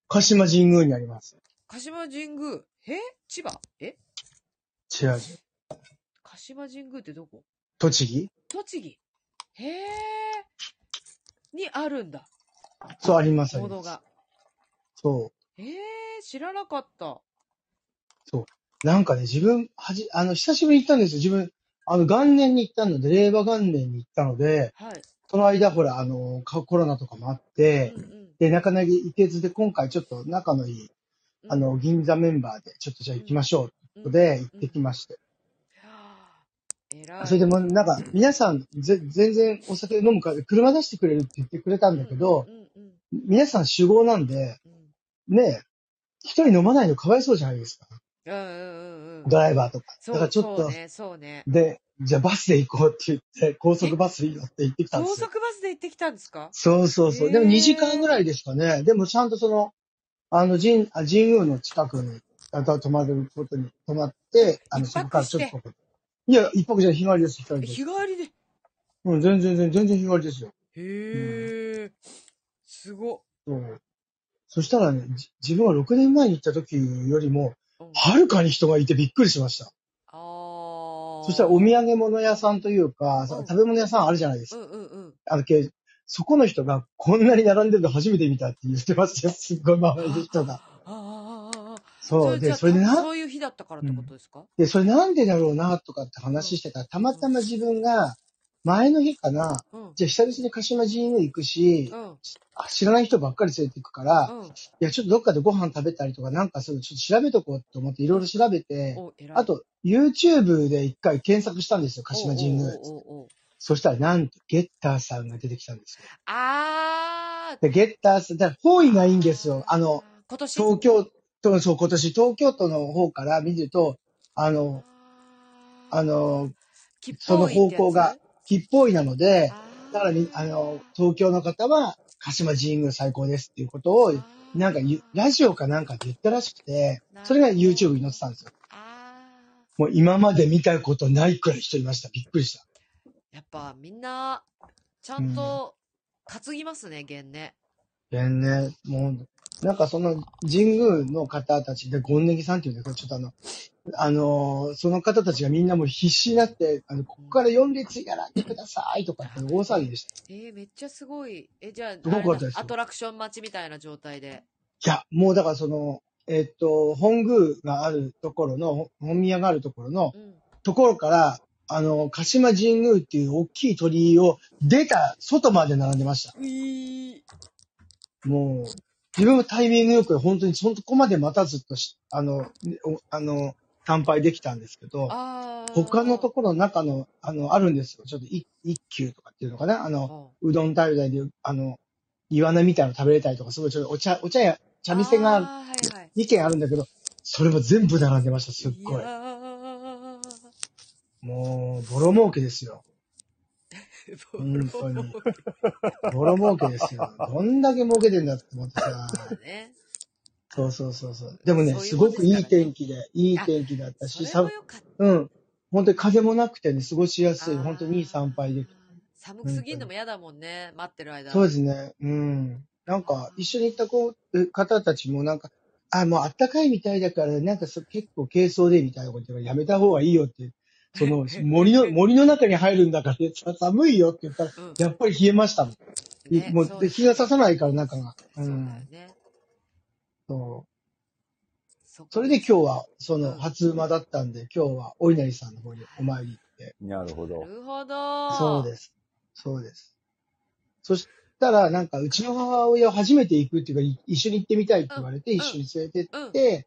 [SPEAKER 3] 鹿島神宮にあります。
[SPEAKER 2] 鹿島神宮。え千葉え
[SPEAKER 3] 違う。
[SPEAKER 2] 鹿島神宮ってどこ
[SPEAKER 3] 栃木
[SPEAKER 2] 栃木。へえ。にあるんだ。
[SPEAKER 3] そう、あります、あり
[SPEAKER 2] も
[SPEAKER 3] ま
[SPEAKER 2] の
[SPEAKER 3] す。
[SPEAKER 2] が。
[SPEAKER 3] そう。
[SPEAKER 2] へえ、知らなかった。
[SPEAKER 3] なんかね、自分、はじ、あの、久しぶりに行ったんですよ。自分、あの、元年に行ったので、令和元年に行ったので、
[SPEAKER 2] はい。
[SPEAKER 3] その間、ほら、あの、かコロナとかもあっ
[SPEAKER 2] う
[SPEAKER 3] て
[SPEAKER 2] ん、うん。
[SPEAKER 3] で、なかなか行けずで、今回ちょっと仲のいい、
[SPEAKER 2] うん
[SPEAKER 3] あ、の、銀座メンバーで、ちょっとじゃあ行きましょう、
[SPEAKER 2] う
[SPEAKER 3] というんことで、行ってきまして。
[SPEAKER 2] はあ偉い。
[SPEAKER 3] それでも、なんか、皆さん、ぜ、全然お酒飲むから、車出してくれるって言ってくれたんだけど
[SPEAKER 2] う、んうんうん
[SPEAKER 3] 皆さん主語なんで、
[SPEAKER 2] うん。
[SPEAKER 3] ねえ、一人飲まないのかわいそうじゃないですか。
[SPEAKER 2] うんうんうんうん。
[SPEAKER 3] ドライバーとか。
[SPEAKER 2] そう
[SPEAKER 3] だからちょっ
[SPEAKER 2] そう
[SPEAKER 3] と、
[SPEAKER 2] ね、そうね。
[SPEAKER 3] で、じゃあバスで行こうって言って、高速バスに乗って行ってきたん
[SPEAKER 2] 高
[SPEAKER 3] です
[SPEAKER 2] 速
[SPEAKER 3] よ
[SPEAKER 2] バ。スで行ってきたんですか
[SPEAKER 3] そうそうそう。でも
[SPEAKER 2] へー
[SPEAKER 3] 2時間ぐらいですかね。でもちゃんとその、あの神、あ神宮の近くに、あとは泊まることに泊まって、あの、
[SPEAKER 2] 一泊
[SPEAKER 3] そこからちょっ
[SPEAKER 2] し
[SPEAKER 3] と。いや、一泊じゃない日帰りです、日帰りです。
[SPEAKER 2] 日帰りで。
[SPEAKER 3] うん、全然、全然、全然日帰りですよ。
[SPEAKER 2] へえ。すごっ。
[SPEAKER 3] うん。そしたらね、じ自分は6年前に行った時よりも、
[SPEAKER 2] うん
[SPEAKER 3] はるかに人がいてびっくりしました。
[SPEAKER 2] あー
[SPEAKER 3] そしたらお土産物屋さんというか、
[SPEAKER 2] うん
[SPEAKER 3] 食べ物屋さんあるじゃないですか
[SPEAKER 2] うんうんうん。
[SPEAKER 3] あのけ、そこの人がこんなに並んでるの初めて見たって言ってますよ。すっごい周りの人が。
[SPEAKER 2] ああああああ。
[SPEAKER 3] そう。
[SPEAKER 2] じゃ
[SPEAKER 3] で、
[SPEAKER 2] あ
[SPEAKER 3] それでな、
[SPEAKER 2] そういう日だったからってことですか
[SPEAKER 3] で、それなんでだろうな、とかって話してたら、たまたま自分が、前の日かな、
[SPEAKER 2] うん。
[SPEAKER 3] じゃあ久々に鹿島神宮行くし
[SPEAKER 2] う、ん。
[SPEAKER 3] あ知らない人ばっかり連れて行くから、い
[SPEAKER 2] うん。
[SPEAKER 3] や、ちょっとどっかでご飯食べたりとかなんかする、ちょっと調べとこうと思っていろいろ調べて、
[SPEAKER 2] お、偉い。
[SPEAKER 3] あと、YouTube で一回検索したんですよ、鹿島神宮
[SPEAKER 2] お。おおおお
[SPEAKER 3] そしたら、なんと、ゲッターさんが出てきたんですよ。
[SPEAKER 2] ああ
[SPEAKER 3] でゲッターズ、だから方位がいいんですよ。あの、、
[SPEAKER 2] 今年。
[SPEAKER 3] 東京都の、そう、今年東京都の方から見ると、あの、あの、
[SPEAKER 2] 吉
[SPEAKER 3] そ
[SPEAKER 2] 報
[SPEAKER 3] の
[SPEAKER 2] 院ってや
[SPEAKER 3] 方
[SPEAKER 2] つ、
[SPEAKER 3] 向が吉方位なので、だから
[SPEAKER 2] ら、
[SPEAKER 3] み、あの、東京の方は、鹿島神宮最高ですっていうことを、なんかゆ、ラジオかなんかで言ったらしくて、それが YouTube に載ってたんですよ。
[SPEAKER 2] あー
[SPEAKER 3] もう今まで見たことないくらい人いました。びっくりした。
[SPEAKER 2] やっぱみんな、ちゃんと担ぎますね、弦ね。
[SPEAKER 3] でね、もう、なんかその神宮の方たちで、ゴンネギさんっていうんですけど、ちょっとあの、あのーその方たちがみんなもう必死になって、あの、ここから4列やらってくださいとかって大騒ぎでした。
[SPEAKER 2] えー、めっちゃすごい。え、じゃあ、
[SPEAKER 3] ごかった
[SPEAKER 2] あれだ
[SPEAKER 3] ですよ
[SPEAKER 2] アトラクション待ちみたいな状態で。
[SPEAKER 3] いや、もうだからその、えっと、本宮があるところの、本宮があるところの、
[SPEAKER 2] うん。
[SPEAKER 3] ところから、あの、鹿島神宮っていう大きい鳥居を出た外まで並んでました。
[SPEAKER 2] ういー
[SPEAKER 3] もう、自分もタイミングよく本当にそのとこまで待たずっとし、あの、ねおあの、参拝できたんですけど、
[SPEAKER 2] あー
[SPEAKER 3] 他のところの中の、あの、あるんですよ。ちょっと一一休とかっていうのかな。あの、うどん食べたりで、あの、イワナみたいなの食べれたりとか、すごいちょっとお茶、お茶や、茶店がある、
[SPEAKER 2] あーはいはい。
[SPEAKER 3] 2軒あるんだけど、それも全部並んでました、すっごい
[SPEAKER 2] や。ー
[SPEAKER 3] もう、ボロ儲けですよ。本当にボロ儲けですよ。どんだけ儲けてんだって思ってさ。
[SPEAKER 2] ね。
[SPEAKER 3] そうそうそうそう。でもね、
[SPEAKER 2] そうい
[SPEAKER 3] す
[SPEAKER 2] うもん
[SPEAKER 3] ご
[SPEAKER 2] ですか
[SPEAKER 3] く
[SPEAKER 2] らね
[SPEAKER 3] いい天気で、いい天気だった
[SPEAKER 2] そ
[SPEAKER 3] し、
[SPEAKER 2] れ
[SPEAKER 3] さ
[SPEAKER 2] もよかった。
[SPEAKER 3] うん。本当に風もなくてね、過ごしやすい。本当にいい参拝できる。
[SPEAKER 2] 寒くすぎんのも嫌だもんね。待ってる間。
[SPEAKER 3] そうですね。うん。なんか、一緒に行った子、え方たちもなんか、あ、もうあったかいみたいだから、なんかそ結構軽装でみたいなこと言うからやめた方がいいよって。そ の森の、森の中に入るんだから、さ寒いよって言ったら、
[SPEAKER 2] うん
[SPEAKER 3] やっぱり冷えましたもん。い
[SPEAKER 2] ね
[SPEAKER 3] もう
[SPEAKER 2] そう
[SPEAKER 3] で日が差さないから中が。
[SPEAKER 2] そううだよ
[SPEAKER 3] ん。
[SPEAKER 2] ね。
[SPEAKER 3] そう。
[SPEAKER 2] そっか
[SPEAKER 3] それで今日は、そ
[SPEAKER 2] うん
[SPEAKER 3] の、初馬だったんで、今日は、お稲荷さんの方にお参り行って。
[SPEAKER 1] なるほど
[SPEAKER 2] な。るほど。
[SPEAKER 3] そうです。そうです。そしたら、なんか、うちの母親を初めて行くっていうか、い一緒に行ってみたいって言われて、
[SPEAKER 2] ん
[SPEAKER 3] 一緒に連れて
[SPEAKER 2] うん
[SPEAKER 3] っ。て、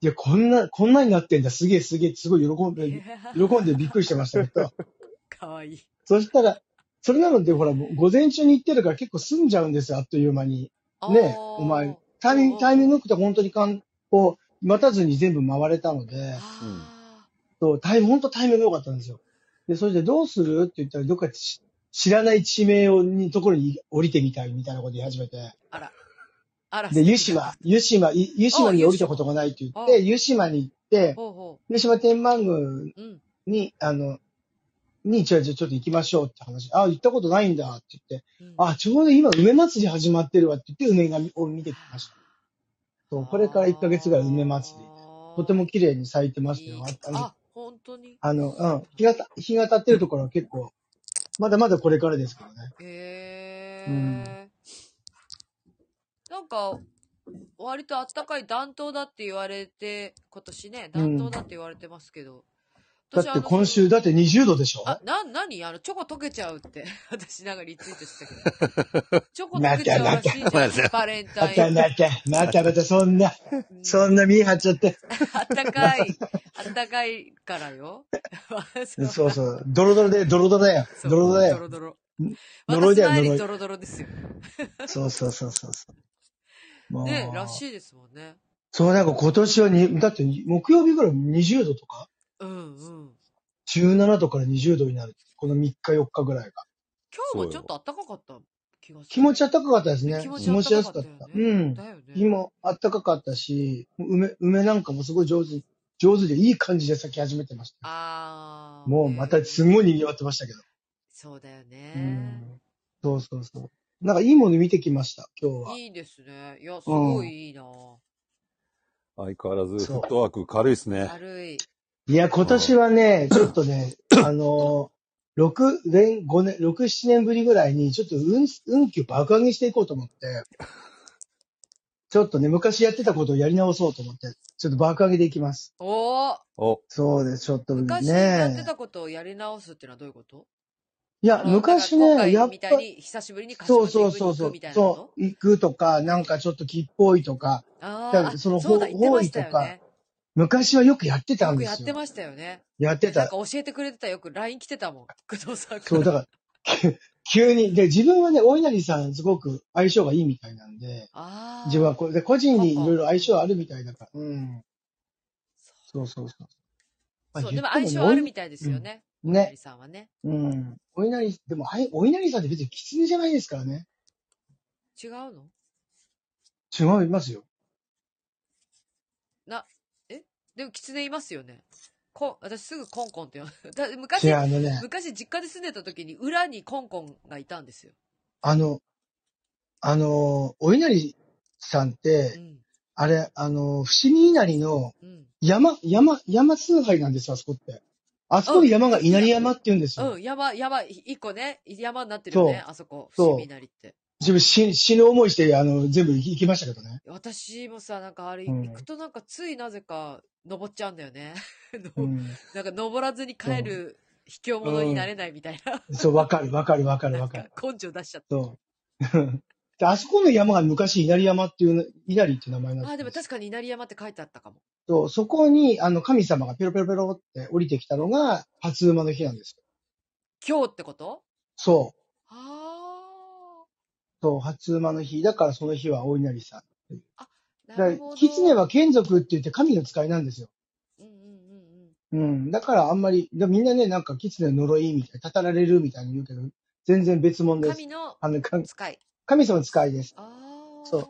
[SPEAKER 3] いや、こんな、こんなになってんだ、すげえすげえ、すごい喜ん
[SPEAKER 2] い
[SPEAKER 3] で、
[SPEAKER 2] や
[SPEAKER 3] 喜んでびっくりしてましたけど、
[SPEAKER 2] かわいい。
[SPEAKER 3] そしたら、それなので、ほら、もう午前中に行ってるから結構済んじゃうんですよ、あっという間に。ねお前タイミング、タイミングよくて本当に観光、待たずに全部回れたので、
[SPEAKER 2] あ
[SPEAKER 3] そう、タイム、本当タイミング良かったんですよ。で、それでどうするって言ったら、どっかち知らない地名を、に、ところに降りてみたいみたいなこと言い始めて。
[SPEAKER 2] ーあら。あら。
[SPEAKER 3] で、湯島、湯島、い湯島に降りたことがないって言
[SPEAKER 2] あ湯島
[SPEAKER 3] って、湯島に行って、
[SPEAKER 2] ほうほ
[SPEAKER 3] 湯島天満宮
[SPEAKER 2] う。うん。
[SPEAKER 3] に、あの、に、ちょ、ちょ、ちょっと行きましょうって話。あ、行ったことないんだって言って、
[SPEAKER 2] うん、
[SPEAKER 3] あ、ちょうど今梅祭り始まってるわって言って、梅がを見てきました。そう、これから1ヶ月ぐらい梅祭り。とても綺麗に咲いてますよ。
[SPEAKER 2] いい
[SPEAKER 3] あの
[SPEAKER 2] あ、本当に。
[SPEAKER 3] あの、うん、日がた、日が経ってるところは結構、まだまだこれからですからね。
[SPEAKER 2] へえ
[SPEAKER 3] うん。
[SPEAKER 2] なんか、割とあったかい暖冬だって言われて、今年ね、暖冬だって言われてますけど。
[SPEAKER 3] だっ
[SPEAKER 2] 私
[SPEAKER 3] て今週、。だって20度でしょ
[SPEAKER 2] あのそのあ、な、なにあの、チョコ溶けちゃうって。 私なんかリツイートしたけ ど。チョコ溶けちゃうらしい
[SPEAKER 1] な
[SPEAKER 2] じ
[SPEAKER 1] きゃ
[SPEAKER 2] ゃ
[SPEAKER 1] なき
[SPEAKER 2] ん
[SPEAKER 1] ゃ。
[SPEAKER 2] バレン
[SPEAKER 3] ま
[SPEAKER 2] タイ
[SPEAKER 3] た
[SPEAKER 2] ン。
[SPEAKER 3] また、またまた、そんな、
[SPEAKER 2] うん
[SPEAKER 3] そんな見え張っちゃって。
[SPEAKER 2] あったかい、あったかいからよ。
[SPEAKER 3] そうそう、ドロドロで、ドロドロだよ。
[SPEAKER 2] そう
[SPEAKER 3] ドロドロだ
[SPEAKER 2] ド
[SPEAKER 3] よ。
[SPEAKER 2] ロドロ。
[SPEAKER 3] 呪いだよ
[SPEAKER 2] 私の愛に
[SPEAKER 3] 呪い
[SPEAKER 2] ドロドロですよ。
[SPEAKER 3] そうそうそうそうそう。もう
[SPEAKER 2] ね、らしいですもんね。
[SPEAKER 3] そう、なんか今年はに、だって木曜日ぐらい20度とか、
[SPEAKER 2] うんうん。
[SPEAKER 3] 17度から20度になる。この3日4日ぐらいが。
[SPEAKER 2] 今日もちょっと暖かかった気がする。
[SPEAKER 3] 気持ち暖かかったですね。
[SPEAKER 2] 気
[SPEAKER 3] 気
[SPEAKER 2] 持
[SPEAKER 3] 持
[SPEAKER 2] ち
[SPEAKER 3] ち
[SPEAKER 2] 暖か
[SPEAKER 3] や
[SPEAKER 2] か
[SPEAKER 3] すか
[SPEAKER 2] っ
[SPEAKER 3] っ
[SPEAKER 2] よね
[SPEAKER 3] たた。うん。
[SPEAKER 2] だよね。
[SPEAKER 3] 日もあったかかったし、梅、梅なんかもすごい上手に、上手でいい感じで咲き始めてました。
[SPEAKER 2] あー。
[SPEAKER 3] もうまたす
[SPEAKER 2] い。
[SPEAKER 3] ごい賑わってましたけど。
[SPEAKER 2] そうだよね
[SPEAKER 3] う。ん。そうそうそう。なんかいいもの見てきました、今日は。
[SPEAKER 2] いいですね。いや、すごいいいな、
[SPEAKER 1] 相変わらず、
[SPEAKER 3] そう
[SPEAKER 1] フットワーク軽いですね。
[SPEAKER 2] 軽い。
[SPEAKER 3] いや、今年はね、ちょっとね、あのー、6年、5年、6、7年ぶりぐらいに、ちょっと運、運気を爆上げしていこうと思って、ちょっとね、昔やってたことをやり直そうと思って、ちょっと爆上げでいきます。
[SPEAKER 2] おー
[SPEAKER 1] お、
[SPEAKER 3] そうです、ちょっとね。
[SPEAKER 2] 昔やってたことをやり直すっていうのはどういうこと
[SPEAKER 3] いや、昔ね、や
[SPEAKER 2] や
[SPEAKER 3] っ
[SPEAKER 2] み
[SPEAKER 3] ぱ
[SPEAKER 2] たい、に、久しぶりに
[SPEAKER 3] そう
[SPEAKER 2] 賢
[SPEAKER 3] そう
[SPEAKER 2] い
[SPEAKER 3] そう
[SPEAKER 2] 行
[SPEAKER 3] そ
[SPEAKER 2] く
[SPEAKER 3] う
[SPEAKER 2] みたい、なこと
[SPEAKER 3] そう、行くとか、なんかちょっと木っぽいとか、だ
[SPEAKER 2] あ
[SPEAKER 3] か
[SPEAKER 2] あ、
[SPEAKER 3] らその
[SPEAKER 2] そうだ、言
[SPEAKER 3] ほ
[SPEAKER 2] ってましたよ
[SPEAKER 3] 方位
[SPEAKER 2] ね。
[SPEAKER 3] 昔はよくやってた
[SPEAKER 2] よ
[SPEAKER 3] ん
[SPEAKER 2] く
[SPEAKER 3] で
[SPEAKER 2] やっ
[SPEAKER 3] す
[SPEAKER 2] て
[SPEAKER 3] よ。
[SPEAKER 2] ましたよね。
[SPEAKER 3] やって
[SPEAKER 2] なん
[SPEAKER 3] た
[SPEAKER 2] か。教えてくれてたよ。よく LINE 来てたもん。工藤さんから。
[SPEAKER 3] そう、だから、急に。で、自分はね、お稲荷さんすごく相性がいいみたいなんで、
[SPEAKER 2] ああ。
[SPEAKER 3] 自分はこれで個人にいろいろ相性あるみたいだから。うん。そうそうそう。まあ
[SPEAKER 2] そう、で
[SPEAKER 3] 言っ
[SPEAKER 2] も
[SPEAKER 3] て
[SPEAKER 2] 相性ある
[SPEAKER 3] も
[SPEAKER 2] みたいですよね。
[SPEAKER 3] おい
[SPEAKER 2] ね。
[SPEAKER 3] ね。
[SPEAKER 2] さんはね。
[SPEAKER 3] うん。お稲荷、でも、はいお稲荷さんって別に狐じゃないですからね。
[SPEAKER 2] 違うの
[SPEAKER 3] 違いますよ。
[SPEAKER 2] でも、狐いますよね。こん、私すぐコンコンって呼ぶ。 だ
[SPEAKER 3] 違
[SPEAKER 2] 昔
[SPEAKER 3] う、、あのね、
[SPEAKER 2] 昔実家で住んでた時に裏にコンコンがいたんですよ。
[SPEAKER 3] あの、あの、お稲荷さんっ
[SPEAKER 2] う
[SPEAKER 3] て、
[SPEAKER 2] ん。
[SPEAKER 3] あれ、あの、伏見稲荷の
[SPEAKER 2] うん。
[SPEAKER 3] 山、山、山崇拝なんですよ、あそこって。あそこの山が稲荷山って言うんですよ。
[SPEAKER 2] うん、山、山、い一個ね、山になってるよね、あそこ、
[SPEAKER 3] そう
[SPEAKER 2] 伏見稲荷って。
[SPEAKER 3] 自分死死ぬ思いして、あの、全部行き行きましたけどね。
[SPEAKER 2] 私もさ、なんかあれ、
[SPEAKER 3] うん
[SPEAKER 2] 行くとなんかついなぜか登っちゃうんだよね。
[SPEAKER 3] う
[SPEAKER 2] の
[SPEAKER 3] ん。
[SPEAKER 2] なんか登らずに帰る卑怯者になれないみたいな。
[SPEAKER 3] そう、わかる、わかる、わかる、
[SPEAKER 2] な
[SPEAKER 3] わ
[SPEAKER 2] んか
[SPEAKER 3] かる。
[SPEAKER 2] 根性出しちゃっ
[SPEAKER 3] そう。 で、あそこの山が昔稲荷山っていう、稲荷って名前なん
[SPEAKER 2] た。あ、
[SPEAKER 3] で
[SPEAKER 2] ですも
[SPEAKER 3] よ
[SPEAKER 2] 確かに稲荷山って書いてあったかも。
[SPEAKER 3] そう、そこに、あの、神様がペロペロペロって降りてきたのが、初馬の日なんですよ。
[SPEAKER 2] 今日ってこと
[SPEAKER 3] そう、
[SPEAKER 2] あ
[SPEAKER 3] そう、初馬の日。だからその日はお稲荷さん。
[SPEAKER 2] あ。な
[SPEAKER 3] だ
[SPEAKER 2] る
[SPEAKER 3] か
[SPEAKER 2] ほ
[SPEAKER 3] ら、
[SPEAKER 2] ど。
[SPEAKER 3] 狐は眷属って言って神の使いなんですよ。
[SPEAKER 2] うんうんうんうん。
[SPEAKER 3] うん。だからあんまり、でみんなね、なんか、狐の呪いみたいな、たたられるみたいに言うけど、全然別物です。
[SPEAKER 2] 神の
[SPEAKER 3] あの、か
[SPEAKER 2] 使い。
[SPEAKER 3] 神様の使いです。
[SPEAKER 2] ああ。
[SPEAKER 3] そう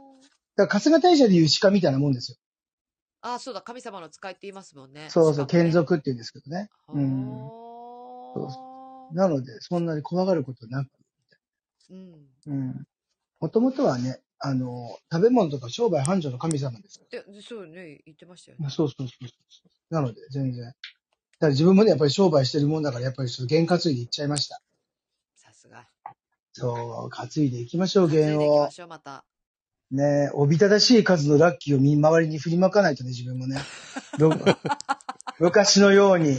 [SPEAKER 3] だから、春日大社でいう鹿みたいなもんですよ。
[SPEAKER 2] ああ、そうだ、神様の使いって言いますもんね。
[SPEAKER 3] そうそう、
[SPEAKER 2] しかもね
[SPEAKER 3] 眷。属って言うんですけどね。うん。そう
[SPEAKER 2] ああ。
[SPEAKER 3] なので、そんなに怖がることなく。
[SPEAKER 2] うん。
[SPEAKER 3] うん。もともとはね、あの、食べ物とか商売繁盛の神様ですか
[SPEAKER 2] で、でそうよね、言ってましたよね。
[SPEAKER 3] ら。そうそうそうそう。なので、全然。だから自分もね、やっぱり商売してるもんだから、やっぱりちょっと験担いで行っちゃいました。
[SPEAKER 2] さすが。
[SPEAKER 3] そう、担いでいきましょう、
[SPEAKER 2] 担い
[SPEAKER 3] 験
[SPEAKER 2] でいき
[SPEAKER 3] を
[SPEAKER 2] ま。しょう、また。
[SPEAKER 3] ねえ、おびただしい数のラッキーをみ周りに振りまかないとね、自分もね。ろ 昔のように。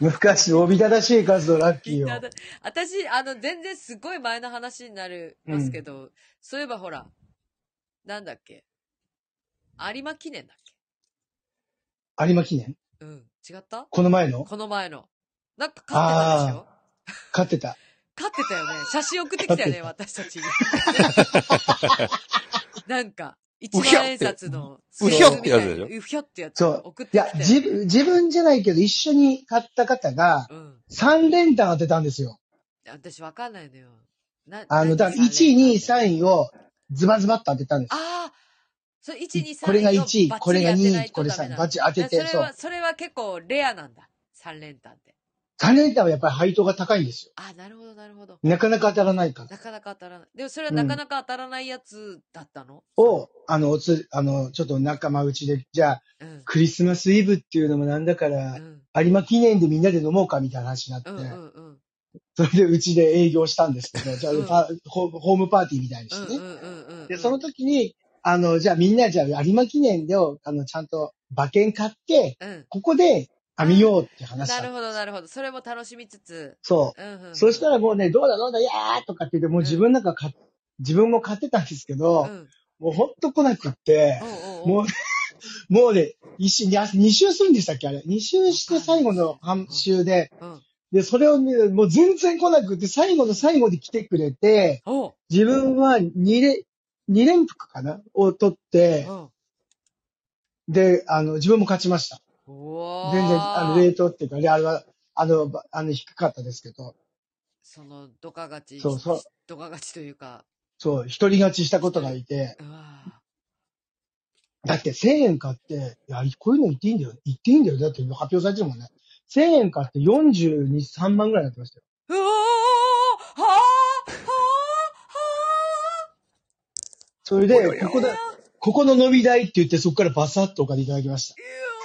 [SPEAKER 3] 昔、おびただしい数のラッキ
[SPEAKER 2] みん
[SPEAKER 3] ー
[SPEAKER 2] な
[SPEAKER 3] を。
[SPEAKER 2] で私、あの、全然すごい前の話になりますけど、そういえばほら、なんだっけ。有馬記念だっ
[SPEAKER 3] 有馬記念
[SPEAKER 2] け。うん。違った
[SPEAKER 3] この前の
[SPEAKER 2] この前の。なんか勝ってたでしょ
[SPEAKER 3] 勝ってた。
[SPEAKER 2] 勝ってたよね。写真送ってきたよね、私たちに。なんか、一万円札の、
[SPEAKER 3] うひょ
[SPEAKER 1] ってやつでしょ
[SPEAKER 2] うひょってやつ。
[SPEAKER 3] そう
[SPEAKER 2] 送っ
[SPEAKER 3] い
[SPEAKER 2] て
[SPEAKER 3] や
[SPEAKER 2] き、た
[SPEAKER 3] 自
[SPEAKER 2] よ。
[SPEAKER 3] 分、自分じゃないけど、一緒に買った方が、
[SPEAKER 2] うん。
[SPEAKER 3] 3連単当てたんですよ。
[SPEAKER 2] 私わかんないのよ。な
[SPEAKER 3] あの、だから1位、2位、3位を、ズバズバっと当てたんです。
[SPEAKER 2] ああ、それ1、2、3
[SPEAKER 3] これが1位、
[SPEAKER 2] バッチリ
[SPEAKER 3] これが
[SPEAKER 2] 当てな
[SPEAKER 3] 2
[SPEAKER 2] い
[SPEAKER 3] 位、
[SPEAKER 2] と
[SPEAKER 3] これ
[SPEAKER 2] ダメな
[SPEAKER 3] 3位、
[SPEAKER 2] ん
[SPEAKER 3] バ
[SPEAKER 2] だ
[SPEAKER 3] ッチリ当てて、
[SPEAKER 2] そ
[SPEAKER 3] そ
[SPEAKER 2] れ
[SPEAKER 3] う
[SPEAKER 2] は、。それは結構レアなんだ。3連単って。
[SPEAKER 3] 3連単はやっぱり配当が高いんです
[SPEAKER 2] ああ、なるほど、なるほど。
[SPEAKER 3] よ。なかなか当たらないから。
[SPEAKER 2] なかなか当たらない。でもそれはなかなか当たらないやつだったの、
[SPEAKER 3] を、あの、おつ、あの、ちょっと仲間内で、じゃあ、
[SPEAKER 2] うん、
[SPEAKER 3] クリスマスイブっていうのもなんだか
[SPEAKER 2] う
[SPEAKER 3] ら、
[SPEAKER 2] ん。
[SPEAKER 3] 有馬記念でみんなで飲もうかみたいな話になって、
[SPEAKER 2] うん。うん。うん。
[SPEAKER 3] それでうちで営業したんですけど、じゃあ、
[SPEAKER 2] うん
[SPEAKER 3] パホームホームパーティーみたいに
[SPEAKER 2] うん。
[SPEAKER 3] して
[SPEAKER 2] う
[SPEAKER 3] ね。
[SPEAKER 2] ん。うん。うん。
[SPEAKER 3] で、その時に、あの、じゃあみんな、じゃあ有馬記念でを、あの、ちゃんと馬券買って、
[SPEAKER 2] うん。
[SPEAKER 3] ここで編みようって話
[SPEAKER 2] な
[SPEAKER 3] した
[SPEAKER 2] る
[SPEAKER 3] の。
[SPEAKER 2] ほど、なるほど。それも楽しみつつ。
[SPEAKER 3] そ
[SPEAKER 2] うん、うん。
[SPEAKER 3] う。そした
[SPEAKER 2] ら、
[SPEAKER 3] らもうね、どうだどうだ、いやーとかって言って、もう自分なんか買っ自分も買ってたんですけど、
[SPEAKER 2] うん。
[SPEAKER 3] もうほんと来なくって
[SPEAKER 2] お、うおうお
[SPEAKER 3] も
[SPEAKER 2] う
[SPEAKER 3] う、もうね、一周、二二周するんでしたっけあれ。二周して最後の半周で、
[SPEAKER 2] うん。
[SPEAKER 3] で、それをね、もう全然来なくて、最後の最後で来てくれて、
[SPEAKER 2] おう
[SPEAKER 3] 自分は二連、二連服かなを取って、
[SPEAKER 2] うん。
[SPEAKER 3] で、あの、自分も勝ちました。
[SPEAKER 2] お
[SPEAKER 3] 全然、あの、冷凍っていうか、ね、あれは、あの、ばあの、低かったですけど、
[SPEAKER 2] その、ドカ勝ち。
[SPEAKER 3] そうそう
[SPEAKER 2] ドカ勝ちというか。
[SPEAKER 3] そう、一人勝ちしたことがいて、
[SPEAKER 2] うわー
[SPEAKER 3] だって1000円買って、いや、こういうの言っていいんだよ。言っていいんだよ。だって発表されてるもんね。1000円買って42、3万ぐらいになってましたよ
[SPEAKER 2] うおーはあはあは
[SPEAKER 3] それ
[SPEAKER 1] おいおいお
[SPEAKER 3] で、
[SPEAKER 1] い
[SPEAKER 3] ここだ、ここの飲み代って言って、そこからバサッとお金いただきました。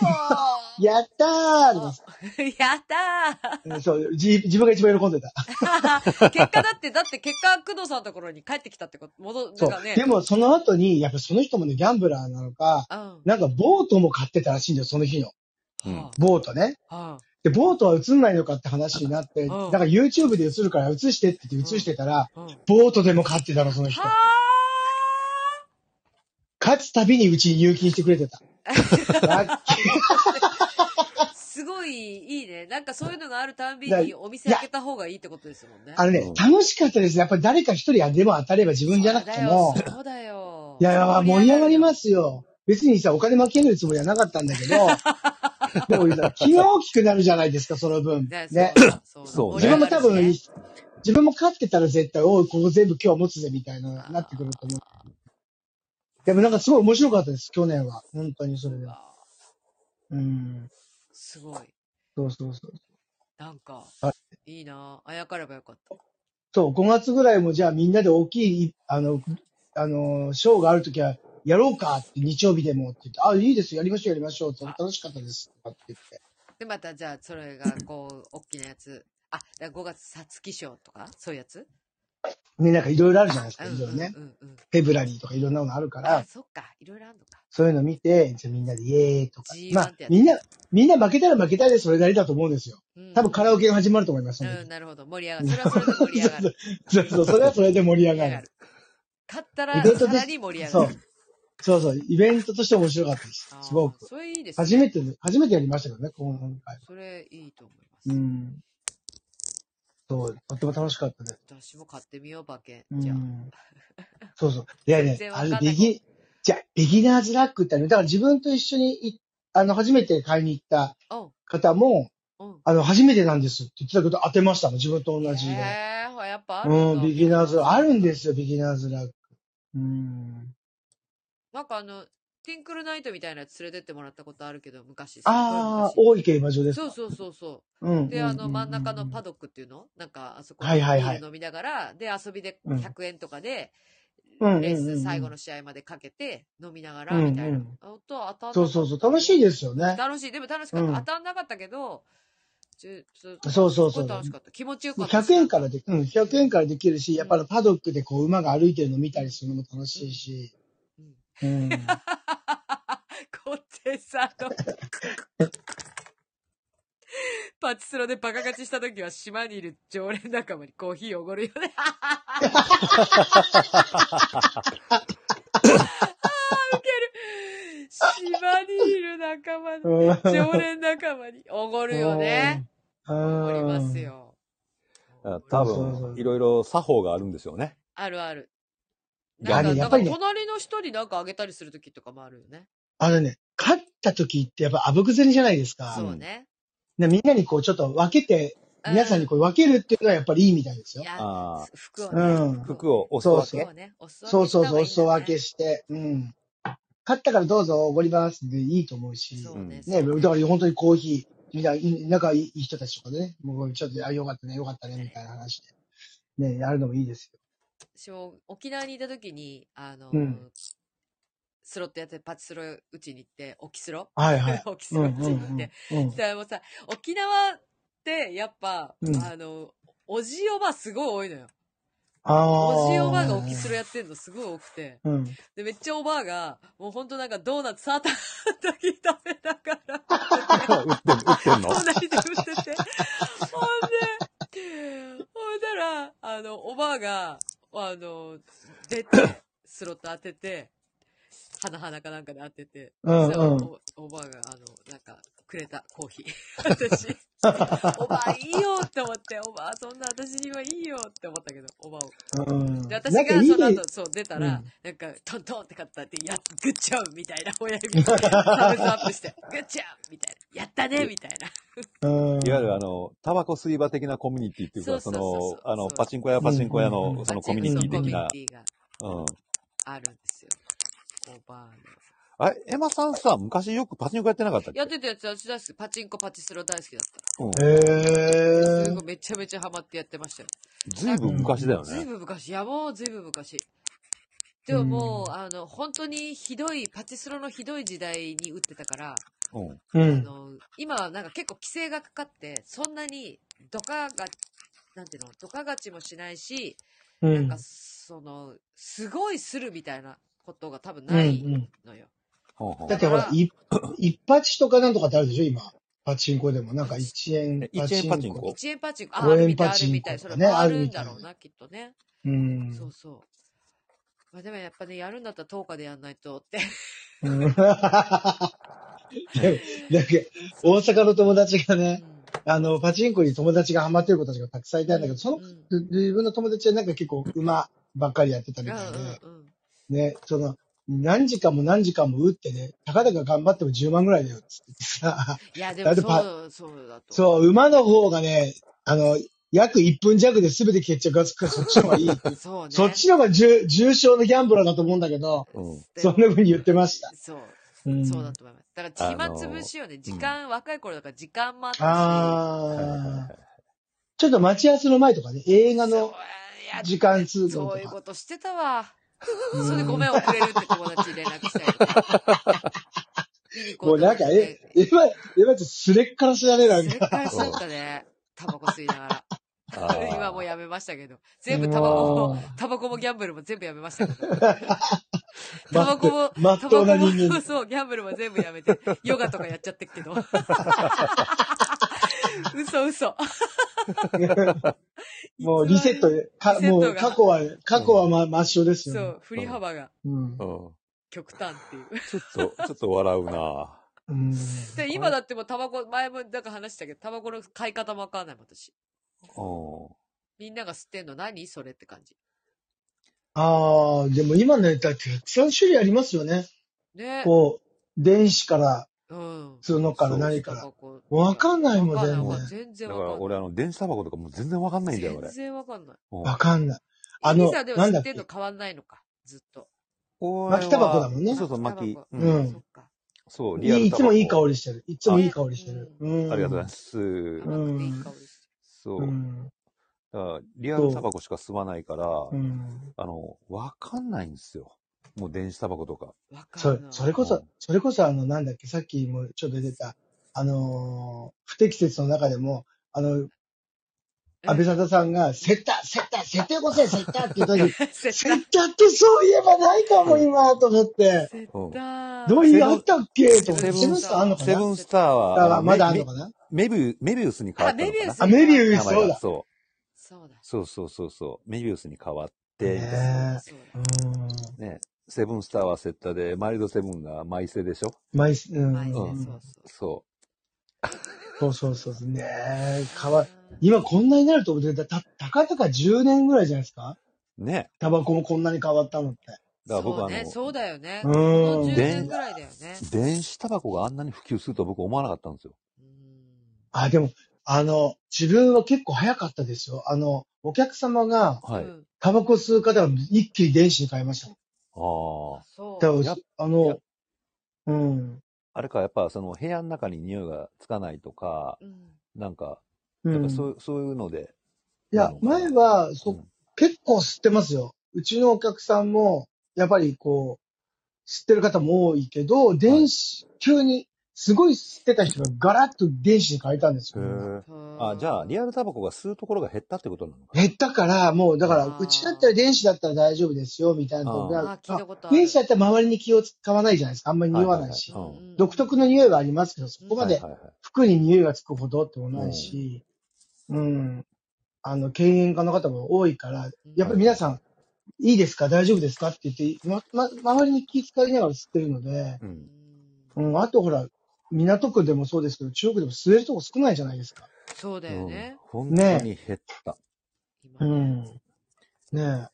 [SPEAKER 2] あ
[SPEAKER 3] やったーとか
[SPEAKER 2] うわーやった
[SPEAKER 3] うん そう、じ自分が一番喜んでた。
[SPEAKER 2] ー 結果だって、だって結果、工藤さんのところに帰ってきたってこと、戻、な
[SPEAKER 3] そ
[SPEAKER 2] ん
[SPEAKER 3] う
[SPEAKER 2] か。ね。
[SPEAKER 3] でも、その後に、やっぱその人もね、ギャンブラーなのか、
[SPEAKER 2] うん。は
[SPEAKER 3] なんかボートも買ってたらしいんだよ、その日の。
[SPEAKER 2] あ
[SPEAKER 3] ボートね。
[SPEAKER 2] はあ
[SPEAKER 3] で、ボートは映んないのかって話になって、
[SPEAKER 2] ん
[SPEAKER 3] なんか YouTube で映るから映してって言って映してたら、
[SPEAKER 2] うんは
[SPEAKER 3] ボートでも買ってたの、その人。
[SPEAKER 2] あ
[SPEAKER 3] 勝つたびにうちに入金してくれてた。ラッキー。
[SPEAKER 2] すごごいいいね。なんかそういうのがあるたんび
[SPEAKER 3] だ
[SPEAKER 2] にお店開けた方がいいってことですもんね。
[SPEAKER 3] あのね
[SPEAKER 1] うん、
[SPEAKER 3] 楽しかったです。やっぱり誰か一人でも当たれば自分じゃなくても、
[SPEAKER 2] そうだよ。。
[SPEAKER 3] いやいや、盛り上がりますすよ。別にさ、お金負けるつもりはなかった んだけど、でもさ気が大きくなるじゃないですか、その分。
[SPEAKER 2] ね
[SPEAKER 3] ね。
[SPEAKER 2] そう
[SPEAKER 1] そう
[SPEAKER 3] 自分も多分、
[SPEAKER 2] 盛り上がるしね
[SPEAKER 3] 自分も勝ってたら絶対、おい、ここ全部今日持つぜ、みたいな、なってくると思う。でもなんかすごい面白かったです、去年は。本当にそれで。
[SPEAKER 2] あ
[SPEAKER 3] うん。
[SPEAKER 2] ーすごい。
[SPEAKER 3] そうそうそう。
[SPEAKER 2] なんか
[SPEAKER 3] はい
[SPEAKER 2] いなあやかればよかった。
[SPEAKER 3] そう、5月ぐらいもじゃあみんなで大きい、あの、あの、ショーがあるときは、やろうかって日曜日でもって言って、あ、いいですよ、やりましょう、やりましょうって、楽しかったですとかって言って。
[SPEAKER 2] で、またじゃあ、それが、こう、大きなやつ。あ、だ5月、さつき賞とかそういうやつ
[SPEAKER 3] ね、なんかいろいろあるじゃないです
[SPEAKER 2] う
[SPEAKER 3] か、
[SPEAKER 2] ん
[SPEAKER 3] いうろいろ
[SPEAKER 2] んう
[SPEAKER 3] ね。
[SPEAKER 2] んうん。
[SPEAKER 3] フェブラリーとかいろんなのあるか
[SPEAKER 2] あ
[SPEAKER 3] ら、、
[SPEAKER 2] そっか。いろいろあるのか。
[SPEAKER 3] そういうの見て、じゃあみんなでイエーイとか
[SPEAKER 2] G1。
[SPEAKER 3] まあ
[SPEAKER 2] ってや、つ
[SPEAKER 3] みんな、みんな負けたら負けたでそれなりだと思うんですよ。
[SPEAKER 2] うん
[SPEAKER 3] 多分カラオケが始まると思います、その
[SPEAKER 2] う
[SPEAKER 3] 時
[SPEAKER 2] ん、なるほど。盛り上がる。それはそれで盛り上がる。
[SPEAKER 3] そうそう、それはそれで 盛り
[SPEAKER 2] 盛
[SPEAKER 3] 上
[SPEAKER 2] り
[SPEAKER 3] が
[SPEAKER 2] 上が
[SPEAKER 3] る
[SPEAKER 2] る。。勝った
[SPEAKER 3] イ
[SPEAKER 2] ら、
[SPEAKER 3] ベント
[SPEAKER 2] さ
[SPEAKER 3] で
[SPEAKER 2] らに盛り上
[SPEAKER 3] そ
[SPEAKER 2] が
[SPEAKER 3] う
[SPEAKER 2] る。。
[SPEAKER 3] そうそう、イベントとして面白かったです
[SPEAKER 2] あ。ー
[SPEAKER 3] すごく。
[SPEAKER 2] それいいですね。
[SPEAKER 3] 初めて、初めてやりましたけどね、今回。
[SPEAKER 2] それいいと思います。
[SPEAKER 3] うん。そう、とっても楽しかったです。
[SPEAKER 2] 私も買ってみよう、馬券。
[SPEAKER 3] う
[SPEAKER 2] じゃあ。
[SPEAKER 3] ん。そうそう。いやね
[SPEAKER 2] 全然、わ
[SPEAKER 3] あ
[SPEAKER 2] かん
[SPEAKER 3] れ
[SPEAKER 2] ない、
[SPEAKER 3] ビギ、じゃあビギナーズラックってあるだから自分と一緒にい、あの、初めて買いに行った
[SPEAKER 2] おう、
[SPEAKER 3] 方も、
[SPEAKER 2] うん。
[SPEAKER 3] あの、初めてなんですって言ってたけど当てましたもん、自分と同じで。
[SPEAKER 2] へえー、やっぱあるんだ
[SPEAKER 3] うん、ビギナーズ、あるんですよ、ビギナーズラック。うん。
[SPEAKER 2] なんかあの、ティンクルナイトみたいなやつ連れてってもらったことあるけど、昔。
[SPEAKER 3] ああ、
[SPEAKER 2] すっごい
[SPEAKER 3] 大井競馬場で
[SPEAKER 2] 昔
[SPEAKER 3] す
[SPEAKER 2] そ
[SPEAKER 3] か。
[SPEAKER 2] うそうそうそ
[SPEAKER 3] うんうん。
[SPEAKER 2] う。で、あの、真ん中のパ
[SPEAKER 3] ド
[SPEAKER 2] ドックっていうのなんか、あそこで
[SPEAKER 3] はい
[SPEAKER 2] ビ
[SPEAKER 3] はいはい
[SPEAKER 2] ール飲みながら、で、遊びで
[SPEAKER 3] うん
[SPEAKER 2] 100円とかで、
[SPEAKER 3] うんうんうんうん
[SPEAKER 2] レース最後の試合までかけて、飲みながら、
[SPEAKER 3] うんうん
[SPEAKER 2] みたいな。あと、当たんなかった
[SPEAKER 3] そうそうそう、楽しいですよね。
[SPEAKER 2] 楽しい。でも楽しかった。
[SPEAKER 3] うん
[SPEAKER 2] 当たんなかったけど、ちょちょ
[SPEAKER 3] そうそう
[SPEAKER 2] すご
[SPEAKER 3] そう
[SPEAKER 2] い。楽しかった。気持ちよかったし。
[SPEAKER 3] 100円からで、うん、100円からできるし、やっぱりパドックでこう馬が歩いてるの見たりするのも楽しいし、
[SPEAKER 2] うん
[SPEAKER 3] う ん。
[SPEAKER 2] コテさんの。パチスロでバカ勝ちした時は島にいる常連仲間にコーヒーおごるよね。島にいる仲間に、
[SPEAKER 3] うん
[SPEAKER 2] 常連仲間におごるよね。おごります。よ。
[SPEAKER 1] あ多
[SPEAKER 3] そうそうそ
[SPEAKER 1] 分、
[SPEAKER 3] う
[SPEAKER 1] いろいろ作法があるんですよね。
[SPEAKER 2] あるある。
[SPEAKER 1] や
[SPEAKER 2] な
[SPEAKER 1] はり
[SPEAKER 2] んか、
[SPEAKER 3] や
[SPEAKER 2] なん
[SPEAKER 3] っぱ
[SPEAKER 2] か
[SPEAKER 3] りね
[SPEAKER 2] 隣の人になんかあげたりする時とかもあるよね。
[SPEAKER 3] あのね、勝った時ってやっぱあぶく銭じゃないですか。
[SPEAKER 2] そうね。
[SPEAKER 3] でみんなにこうちょっと分けて、
[SPEAKER 2] う
[SPEAKER 3] 皆さんにこう分けるっていうのはやっぱりいいみたいです
[SPEAKER 2] い
[SPEAKER 3] よ。
[SPEAKER 2] や
[SPEAKER 1] あ、
[SPEAKER 2] 服を
[SPEAKER 3] うん
[SPEAKER 2] ね。
[SPEAKER 1] 服をお裾分
[SPEAKER 3] そ
[SPEAKER 2] そう
[SPEAKER 1] け
[SPEAKER 2] うね。お裾
[SPEAKER 3] そう
[SPEAKER 2] 分けし
[SPEAKER 3] そ
[SPEAKER 2] た方
[SPEAKER 3] うそう、
[SPEAKER 2] がいいんだよね
[SPEAKER 3] お裾分けして、うん。勝ったからどうぞおごりますでいいと思うし、
[SPEAKER 2] そうね。
[SPEAKER 3] ね、
[SPEAKER 2] そう
[SPEAKER 3] だから本当にコーヒー、みんな、仲いい人たちとかね、もうちょっと、あ、よかったね、よかったね、みたいな話で、ね、やるのもいいですよ。
[SPEAKER 2] 私も沖縄にいた時に、あの、
[SPEAKER 3] うん
[SPEAKER 2] スロットやってパチスロ打ちに行って、沖スロ、
[SPEAKER 3] はいはい。
[SPEAKER 2] 沖ス
[SPEAKER 3] うん
[SPEAKER 2] ロ
[SPEAKER 3] う
[SPEAKER 2] 打
[SPEAKER 3] ん
[SPEAKER 2] ちに行って。
[SPEAKER 3] うん
[SPEAKER 2] そしたらもうさ、沖縄ってやっぱ、
[SPEAKER 3] うん
[SPEAKER 2] あの、おじおばすごい多いのよ。
[SPEAKER 3] あー
[SPEAKER 2] おじおばが沖スロやってんのすごい多くて。
[SPEAKER 3] うん。
[SPEAKER 2] で、めっちゃおばあが、もうほんとなんかドーナツ、サーターアンダギー食べなが ら。
[SPEAKER 1] 打ってん、打ってんの
[SPEAKER 2] 隣で売ってて。ほんで、ほんだら、あの、おばあが、あの、出て、スロット当てて、花々かなんかで当てて、
[SPEAKER 3] うん
[SPEAKER 2] そしたら
[SPEAKER 3] うん
[SPEAKER 2] おおばあが、あの、なんか、くれたコーヒー。私、おばあいいよって思って、おばあそんな私にはいいよって思ったけど、おばあを。
[SPEAKER 3] うん。
[SPEAKER 2] で、私
[SPEAKER 3] な
[SPEAKER 2] が
[SPEAKER 3] んかいい
[SPEAKER 2] その
[SPEAKER 3] ね
[SPEAKER 2] 後、そう出たら、
[SPEAKER 3] うん
[SPEAKER 2] なんか、トントンって買ったって、やっ、グッジョブみたいな親指、サムズアップして、グッジョブみたいな、やったねみたいな。
[SPEAKER 3] うん。
[SPEAKER 1] いわゆるあの、タバコ吸い場的なコミュニティっていうか、そ
[SPEAKER 2] そ
[SPEAKER 1] う
[SPEAKER 2] そうそうそう
[SPEAKER 1] の、あの、
[SPEAKER 2] そう
[SPEAKER 1] パチンコ屋はパチンコ屋
[SPEAKER 3] うんうんう
[SPEAKER 1] の、
[SPEAKER 3] ん
[SPEAKER 1] そのコミュニティ的な
[SPEAKER 2] パ。チンコのコミュニティが
[SPEAKER 1] うん。
[SPEAKER 2] あるんですよ。おばあの。
[SPEAKER 1] あれ、エマさんさ、昔よくパチンコやってなかったっけ
[SPEAKER 2] やってたやつ、私大好き。パチンコ、パチスロ大好きだっ
[SPEAKER 1] うん。
[SPEAKER 2] た。
[SPEAKER 3] へ
[SPEAKER 2] す
[SPEAKER 3] ー
[SPEAKER 2] ごいめちゃめちゃハマってやってましたよ。
[SPEAKER 1] ずいぶん昔だよ
[SPEAKER 2] ずい
[SPEAKER 1] ね。
[SPEAKER 2] ぶん昔、やもうずいぶん昔。でももう、あの、本当にひどい、パチスロのひどい時代に打ってたから、
[SPEAKER 1] うん。
[SPEAKER 3] う
[SPEAKER 2] あ
[SPEAKER 3] ん。
[SPEAKER 2] の、今はなんか結構規制がかかって、そんなに、ドカが、なんていうの、ドカ勝ちもしないし、
[SPEAKER 3] う
[SPEAKER 2] なん
[SPEAKER 3] ん
[SPEAKER 2] か、。その、すごいするみたいなことが多分ない
[SPEAKER 3] うんうん
[SPEAKER 2] のよ。
[SPEAKER 1] ほんほん
[SPEAKER 3] だってほら、い一発とかなんとかってあるでしょ、今。パチンコでも。なんか1円
[SPEAKER 1] え一円パチンコ
[SPEAKER 2] 1円パチンコ、あ、
[SPEAKER 3] 五
[SPEAKER 2] ある
[SPEAKER 3] 円
[SPEAKER 2] みたい、
[SPEAKER 3] パ
[SPEAKER 2] あ
[SPEAKER 3] チ
[SPEAKER 2] る
[SPEAKER 3] ンコ
[SPEAKER 2] みたい。それ
[SPEAKER 3] とかね
[SPEAKER 2] もあ
[SPEAKER 3] あ
[SPEAKER 2] る
[SPEAKER 3] る
[SPEAKER 2] ん
[SPEAKER 3] みた
[SPEAKER 2] だ
[SPEAKER 3] いな
[SPEAKER 2] ろうな、きっとね。
[SPEAKER 3] うん。
[SPEAKER 2] そうそう。まあでもやっぱね、やるんだったら10日でやんないとって。
[SPEAKER 3] うんなんか、大阪の友達が
[SPEAKER 2] う
[SPEAKER 3] ね、
[SPEAKER 2] ん
[SPEAKER 3] あの、パチンコに友達がハマってる子たちがたくさんいたんだけど、その
[SPEAKER 2] うんうん
[SPEAKER 3] 自分の友達はなんか結構馬ばっかりやってたみたいで、
[SPEAKER 2] うん
[SPEAKER 3] ね、その、何時間も何時間も打ってね、たかだか頑張っても10万ぐらいだよ、つってさ。
[SPEAKER 2] いや、で
[SPEAKER 3] だ
[SPEAKER 2] も
[SPEAKER 3] ってパ
[SPEAKER 2] そう、そうだと。
[SPEAKER 3] そう、馬の方がね、あの、約1分弱で全て決着がつくから、そっちの方がいい。
[SPEAKER 2] そうね。
[SPEAKER 3] そっちの方が重重症のギャンブラーだと思うんだけど、
[SPEAKER 1] うん。
[SPEAKER 2] で
[SPEAKER 3] そ
[SPEAKER 2] も
[SPEAKER 3] んな風に言ってました。
[SPEAKER 2] そう、
[SPEAKER 3] うん。
[SPEAKER 2] そうだと思います。だから、暇つぶしよね。時間、若い頃だから時間もあった
[SPEAKER 1] はいはいはいは
[SPEAKER 3] あ
[SPEAKER 1] い
[SPEAKER 3] ー。ちょっと待ち合わせの前とかね、映
[SPEAKER 2] し。
[SPEAKER 3] 画
[SPEAKER 2] そう
[SPEAKER 3] の、
[SPEAKER 2] いや
[SPEAKER 3] 時間通行とか
[SPEAKER 2] そういうことしてたわ。
[SPEAKER 3] うん
[SPEAKER 2] それでごめん遅れるって友達に連絡したりとか。 見に行こ
[SPEAKER 3] もう
[SPEAKER 2] と思っ
[SPEAKER 3] なん
[SPEAKER 2] て
[SPEAKER 3] か、え、今、今ってすれっからすだね、なん
[SPEAKER 2] それ
[SPEAKER 3] か。
[SPEAKER 2] からなんかね、タバコ吸いながら。
[SPEAKER 1] あー
[SPEAKER 2] 今もうやめましたけど。全部タバコも、タバコもギャンブルも全部やめましたけ ど。タバコも、
[SPEAKER 3] まっ
[SPEAKER 2] タ
[SPEAKER 3] とう
[SPEAKER 2] バ
[SPEAKER 3] な
[SPEAKER 2] コ
[SPEAKER 3] 人
[SPEAKER 2] も、
[SPEAKER 3] 間。
[SPEAKER 2] そう、ギャンブルも全部やめて、ヨガとかやっちゃってっけ ど。嘘嘘。
[SPEAKER 3] もうリセット
[SPEAKER 2] 偽り
[SPEAKER 3] で、か、
[SPEAKER 2] リセッ
[SPEAKER 3] も
[SPEAKER 2] トが
[SPEAKER 3] う過去は、過去はま、抹消です
[SPEAKER 2] そ
[SPEAKER 3] よ、
[SPEAKER 2] う、振り幅が
[SPEAKER 3] ね。
[SPEAKER 1] うん。
[SPEAKER 2] 極端っていう。
[SPEAKER 1] ちょっと、ちょっと笑うな
[SPEAKER 3] うん。うん。
[SPEAKER 2] で、今だってもうタバコ、前もなんか話したけど、タバコの買い方もわかんないもん、私。
[SPEAKER 1] うん。
[SPEAKER 2] みんなが吸ってんの何それって感じ。
[SPEAKER 3] ああ、でも今のネタってたくさん種類ありますよね。
[SPEAKER 2] ね。
[SPEAKER 3] こう、電子から、
[SPEAKER 2] うん。
[SPEAKER 3] 普通のから
[SPEAKER 1] そう
[SPEAKER 3] 何か
[SPEAKER 2] タ
[SPEAKER 3] ら。
[SPEAKER 2] バコ
[SPEAKER 3] わかんないもん
[SPEAKER 2] わかんないわかんない
[SPEAKER 3] 全
[SPEAKER 2] 全
[SPEAKER 1] だ
[SPEAKER 2] 然
[SPEAKER 1] か
[SPEAKER 2] わからんない。
[SPEAKER 1] 俺あの、電子タバコとかもう全然わかんないんだよ、俺
[SPEAKER 2] 全。然わかんない。
[SPEAKER 1] うん
[SPEAKER 3] わかんない。あ
[SPEAKER 2] あの、
[SPEAKER 3] の
[SPEAKER 2] さんで、も
[SPEAKER 3] なん
[SPEAKER 2] 吸
[SPEAKER 3] だ
[SPEAKER 2] っ
[SPEAKER 3] って
[SPEAKER 2] ん
[SPEAKER 3] け
[SPEAKER 2] の。変わんないのか、ずっと。
[SPEAKER 1] これは
[SPEAKER 3] 巻きタバコだもんね
[SPEAKER 1] そうそう、
[SPEAKER 2] 巻
[SPEAKER 1] 巻
[SPEAKER 2] き
[SPEAKER 1] き
[SPEAKER 2] タ。
[SPEAKER 1] う
[SPEAKER 2] バ
[SPEAKER 1] ん
[SPEAKER 2] コ
[SPEAKER 3] うん
[SPEAKER 2] そっか。
[SPEAKER 1] そう、
[SPEAKER 3] い
[SPEAKER 1] リアル
[SPEAKER 3] いい
[SPEAKER 1] タ
[SPEAKER 3] つ
[SPEAKER 1] バコ。
[SPEAKER 3] もいい香りしてる。いつもいい香りしてる。
[SPEAKER 2] う
[SPEAKER 3] うん。
[SPEAKER 1] ありがとうございます。
[SPEAKER 2] 甘くていい香りして。
[SPEAKER 1] そうう。
[SPEAKER 3] ん。
[SPEAKER 1] だからリアルタバコしか吸わないから、
[SPEAKER 3] うん。
[SPEAKER 1] あの、わかんないんですよ。もう電子タバコとか。
[SPEAKER 2] わか
[SPEAKER 3] それ
[SPEAKER 2] んない。
[SPEAKER 3] それこ
[SPEAKER 1] うん
[SPEAKER 3] そ、それこそあの、なんだっけ、さっきもちょっと出てた、あのー不適切の中でも、あの、
[SPEAKER 2] え
[SPEAKER 3] 安倍沙汰さんが、セッター、セッター、設定こせ、セッタ ーって言った時、
[SPEAKER 2] 絶
[SPEAKER 3] セッターってそういえばないかも、今、と思って、
[SPEAKER 2] 対。
[SPEAKER 1] うん
[SPEAKER 2] 絶対。
[SPEAKER 3] どういうあったっけと思って、
[SPEAKER 1] セブン
[SPEAKER 3] セブンスターあんのか
[SPEAKER 1] セ
[SPEAKER 3] な
[SPEAKER 1] ブンスターは、
[SPEAKER 3] だから
[SPEAKER 1] の
[SPEAKER 3] まだあん
[SPEAKER 1] メ
[SPEAKER 3] のかな
[SPEAKER 1] メビウメビウスに変わったの
[SPEAKER 2] あメビ
[SPEAKER 1] か
[SPEAKER 2] ウ
[SPEAKER 1] な
[SPEAKER 2] ス
[SPEAKER 3] あ、メビウ
[SPEAKER 2] メビ
[SPEAKER 3] ス、
[SPEAKER 2] ウス
[SPEAKER 1] 名前
[SPEAKER 3] そ
[SPEAKER 1] が。
[SPEAKER 3] うだ。
[SPEAKER 1] そ
[SPEAKER 2] そうだ
[SPEAKER 1] う。。そうそうそうそう。メビウスに変わって、みたいな。
[SPEAKER 3] ね
[SPEAKER 2] そう
[SPEAKER 3] え。
[SPEAKER 2] だ。
[SPEAKER 3] うん。
[SPEAKER 1] ね。セブンスターはセッタで、マイルドセブンがマイセでしょ
[SPEAKER 3] マイス、う
[SPEAKER 2] 前で、
[SPEAKER 3] ん。
[SPEAKER 2] そうそう。
[SPEAKER 1] そ
[SPEAKER 3] そうそうそうそう。ねえ、かわい今こんなになると思ってた、た、たかたか10年ぐらいじゃないですか
[SPEAKER 1] う。ね。
[SPEAKER 3] タバコもこんなに変わったのって。
[SPEAKER 1] だから僕
[SPEAKER 2] そう
[SPEAKER 1] あ
[SPEAKER 2] ね、
[SPEAKER 1] の、
[SPEAKER 2] そうだよね。
[SPEAKER 3] う
[SPEAKER 2] この
[SPEAKER 3] ん
[SPEAKER 1] で
[SPEAKER 2] 10年ぐらいだよね。
[SPEAKER 1] 電子タバコがあんなに普及するとは僕思わなかったんですよ。
[SPEAKER 2] うん
[SPEAKER 3] あ、でも、あの、自分は結構早かったですよ。あの、お客様が、
[SPEAKER 1] は
[SPEAKER 2] う
[SPEAKER 1] い。
[SPEAKER 2] ん
[SPEAKER 3] タバコ吸う方が一気に電子に変えましたもん。
[SPEAKER 1] あ
[SPEAKER 2] あ
[SPEAKER 1] あ。
[SPEAKER 2] そ
[SPEAKER 3] だ
[SPEAKER 2] う。
[SPEAKER 3] か
[SPEAKER 1] や
[SPEAKER 3] ら
[SPEAKER 1] っ
[SPEAKER 3] あ
[SPEAKER 1] や
[SPEAKER 3] の、うん、
[SPEAKER 1] あれか、やっぱその部屋の中に匂いがつかないとか、
[SPEAKER 2] うん。
[SPEAKER 1] なんか、
[SPEAKER 3] う
[SPEAKER 1] やっぱ
[SPEAKER 3] ん。
[SPEAKER 1] そう,、
[SPEAKER 3] い
[SPEAKER 1] そういうのでな
[SPEAKER 3] や
[SPEAKER 1] の、かな。
[SPEAKER 3] 前は、
[SPEAKER 1] う
[SPEAKER 3] そ、
[SPEAKER 1] ん、
[SPEAKER 3] 結構吸ってますよ。うちのお客さんも、やっぱりこう、吸ってる方も多いけど、電子、急に、すごい吸ってた人がガラッと電子に変えたんですよ、みんな。
[SPEAKER 1] へえ。あ、じゃあ、リアルタバコが吸うところが減ったってことなのか。
[SPEAKER 3] 減ったから、もう、だか
[SPEAKER 2] あ
[SPEAKER 3] ら
[SPEAKER 2] ー、
[SPEAKER 3] うちだったら電子だったら大丈夫ですよ、みたいなとこ
[SPEAKER 1] あ
[SPEAKER 2] あ
[SPEAKER 1] ー
[SPEAKER 3] が
[SPEAKER 2] ー、聞いたことある。
[SPEAKER 3] 電子だったら周りに気を使わないじゃないですか。あんまり匂わないし。
[SPEAKER 1] はうん
[SPEAKER 3] 独特の匂いはありますけど、そこま
[SPEAKER 1] はい
[SPEAKER 3] で
[SPEAKER 1] はいはい。
[SPEAKER 3] 服に匂いがつくほどってもないし、うん。あの、敬遠家の方も多いから、やっぱり皆さん、いいですか大丈夫ですかって言って、ま、ま、周りに気遣いながら吸ってるので、
[SPEAKER 1] う。
[SPEAKER 2] うん
[SPEAKER 3] うん、あとほら、港区でもそうですけど、中国でも吸えるとこ少ないじゃないですか。
[SPEAKER 2] そうだ
[SPEAKER 1] うん
[SPEAKER 2] よね。。
[SPEAKER 1] 本当に減った。
[SPEAKER 2] 今
[SPEAKER 3] う
[SPEAKER 2] ね。
[SPEAKER 3] ん。ねえ。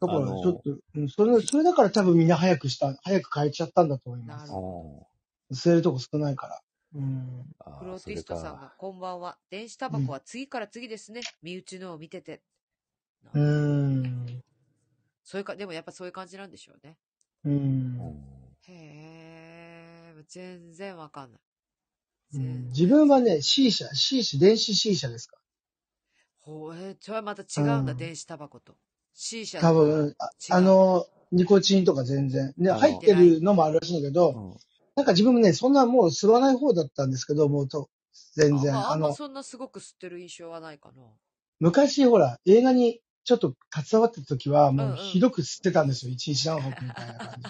[SPEAKER 3] だから、
[SPEAKER 1] あ
[SPEAKER 3] ち
[SPEAKER 1] の
[SPEAKER 3] ょっと、うん、それ、それだから多分みんな早くした、早く変えちゃったんだと思いま
[SPEAKER 2] な
[SPEAKER 3] す
[SPEAKER 2] る。
[SPEAKER 1] うん。
[SPEAKER 3] 吸えるとこ少ないから。うん。
[SPEAKER 1] あ
[SPEAKER 2] プロ
[SPEAKER 1] あ、そ
[SPEAKER 2] ティ
[SPEAKER 1] れ
[SPEAKER 2] ストさんが
[SPEAKER 1] か。、
[SPEAKER 2] こんばんは。電子タバコは次から次ですね。身内のを見てて。
[SPEAKER 3] うーん。
[SPEAKER 2] そういうか、でもやっぱそういう感じなんでしょうね。
[SPEAKER 3] う。
[SPEAKER 1] うんん。
[SPEAKER 2] へえ、全然わかんない。
[SPEAKER 3] うん
[SPEAKER 2] 全然。
[SPEAKER 3] 自分はね、C 社、C 社、電子 C 社ですか。
[SPEAKER 2] ほう、えー、それはまた違うんだ、
[SPEAKER 3] うん
[SPEAKER 2] 電子タバコと。C 社と
[SPEAKER 3] 多
[SPEAKER 2] か
[SPEAKER 3] 分、あ
[SPEAKER 2] 違う
[SPEAKER 3] あの、ニコチンとか全然。ね、
[SPEAKER 1] あの
[SPEAKER 3] 入ってるのもあるらしいんだけ
[SPEAKER 1] う
[SPEAKER 3] ど、
[SPEAKER 1] ん。
[SPEAKER 3] なんか自分もね、そんなもう吸わない方だったんですけど、もうと、全
[SPEAKER 2] あん
[SPEAKER 3] 然。
[SPEAKER 2] ま、あ
[SPEAKER 3] あ
[SPEAKER 2] んま
[SPEAKER 3] の、
[SPEAKER 2] そんなすごく吸ってる印象はない かな。
[SPEAKER 3] 昔ほら、映画にちょっと携わってた時は、
[SPEAKER 2] うん
[SPEAKER 3] も
[SPEAKER 2] う
[SPEAKER 3] うんひどく吸ってたんですよ。一日何本みたいな感じで。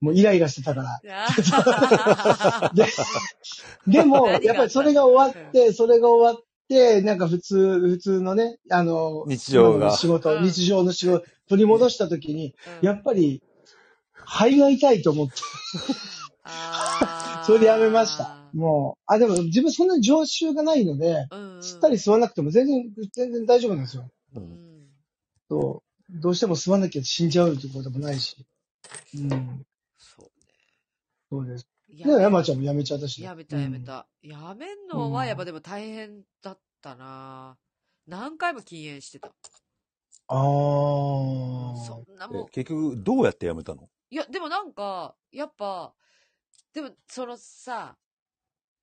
[SPEAKER 3] もうイライラしてたから。
[SPEAKER 2] あ
[SPEAKER 3] で、でも、
[SPEAKER 2] 何があった
[SPEAKER 3] やっぱりそれが終わって、それが終わって、なんか普通、普通のね、あの、
[SPEAKER 1] 日常
[SPEAKER 3] 今の
[SPEAKER 1] が。
[SPEAKER 3] 仕事、
[SPEAKER 2] うん
[SPEAKER 3] 日常の仕事、取り戻した時に、
[SPEAKER 2] ーうん
[SPEAKER 3] やっぱり、肺が痛いと思って、
[SPEAKER 2] あー
[SPEAKER 3] それでやめました。もう、あ、でも自分そんなに常習がないので、
[SPEAKER 2] うん、うん。
[SPEAKER 3] 吸ったり吸わなくても全然、全然大丈夫なんですよ。
[SPEAKER 2] うん。
[SPEAKER 3] そう。どうしても吸わなきゃ死んじゃうってこともないし。うん。
[SPEAKER 2] そう
[SPEAKER 3] そうです。
[SPEAKER 2] ね。
[SPEAKER 3] で、山ちゃんも辞めちゃったし。
[SPEAKER 2] やめたやめ
[SPEAKER 3] うん。
[SPEAKER 2] た。やめんのは
[SPEAKER 3] うん
[SPEAKER 2] やっぱでも大変だったな何回も禁煙してた。
[SPEAKER 3] あ
[SPEAKER 2] そんなもう
[SPEAKER 1] え、結局、どうやってやめたの
[SPEAKER 2] いや、でもなんか、やっぱ、でもそのさ、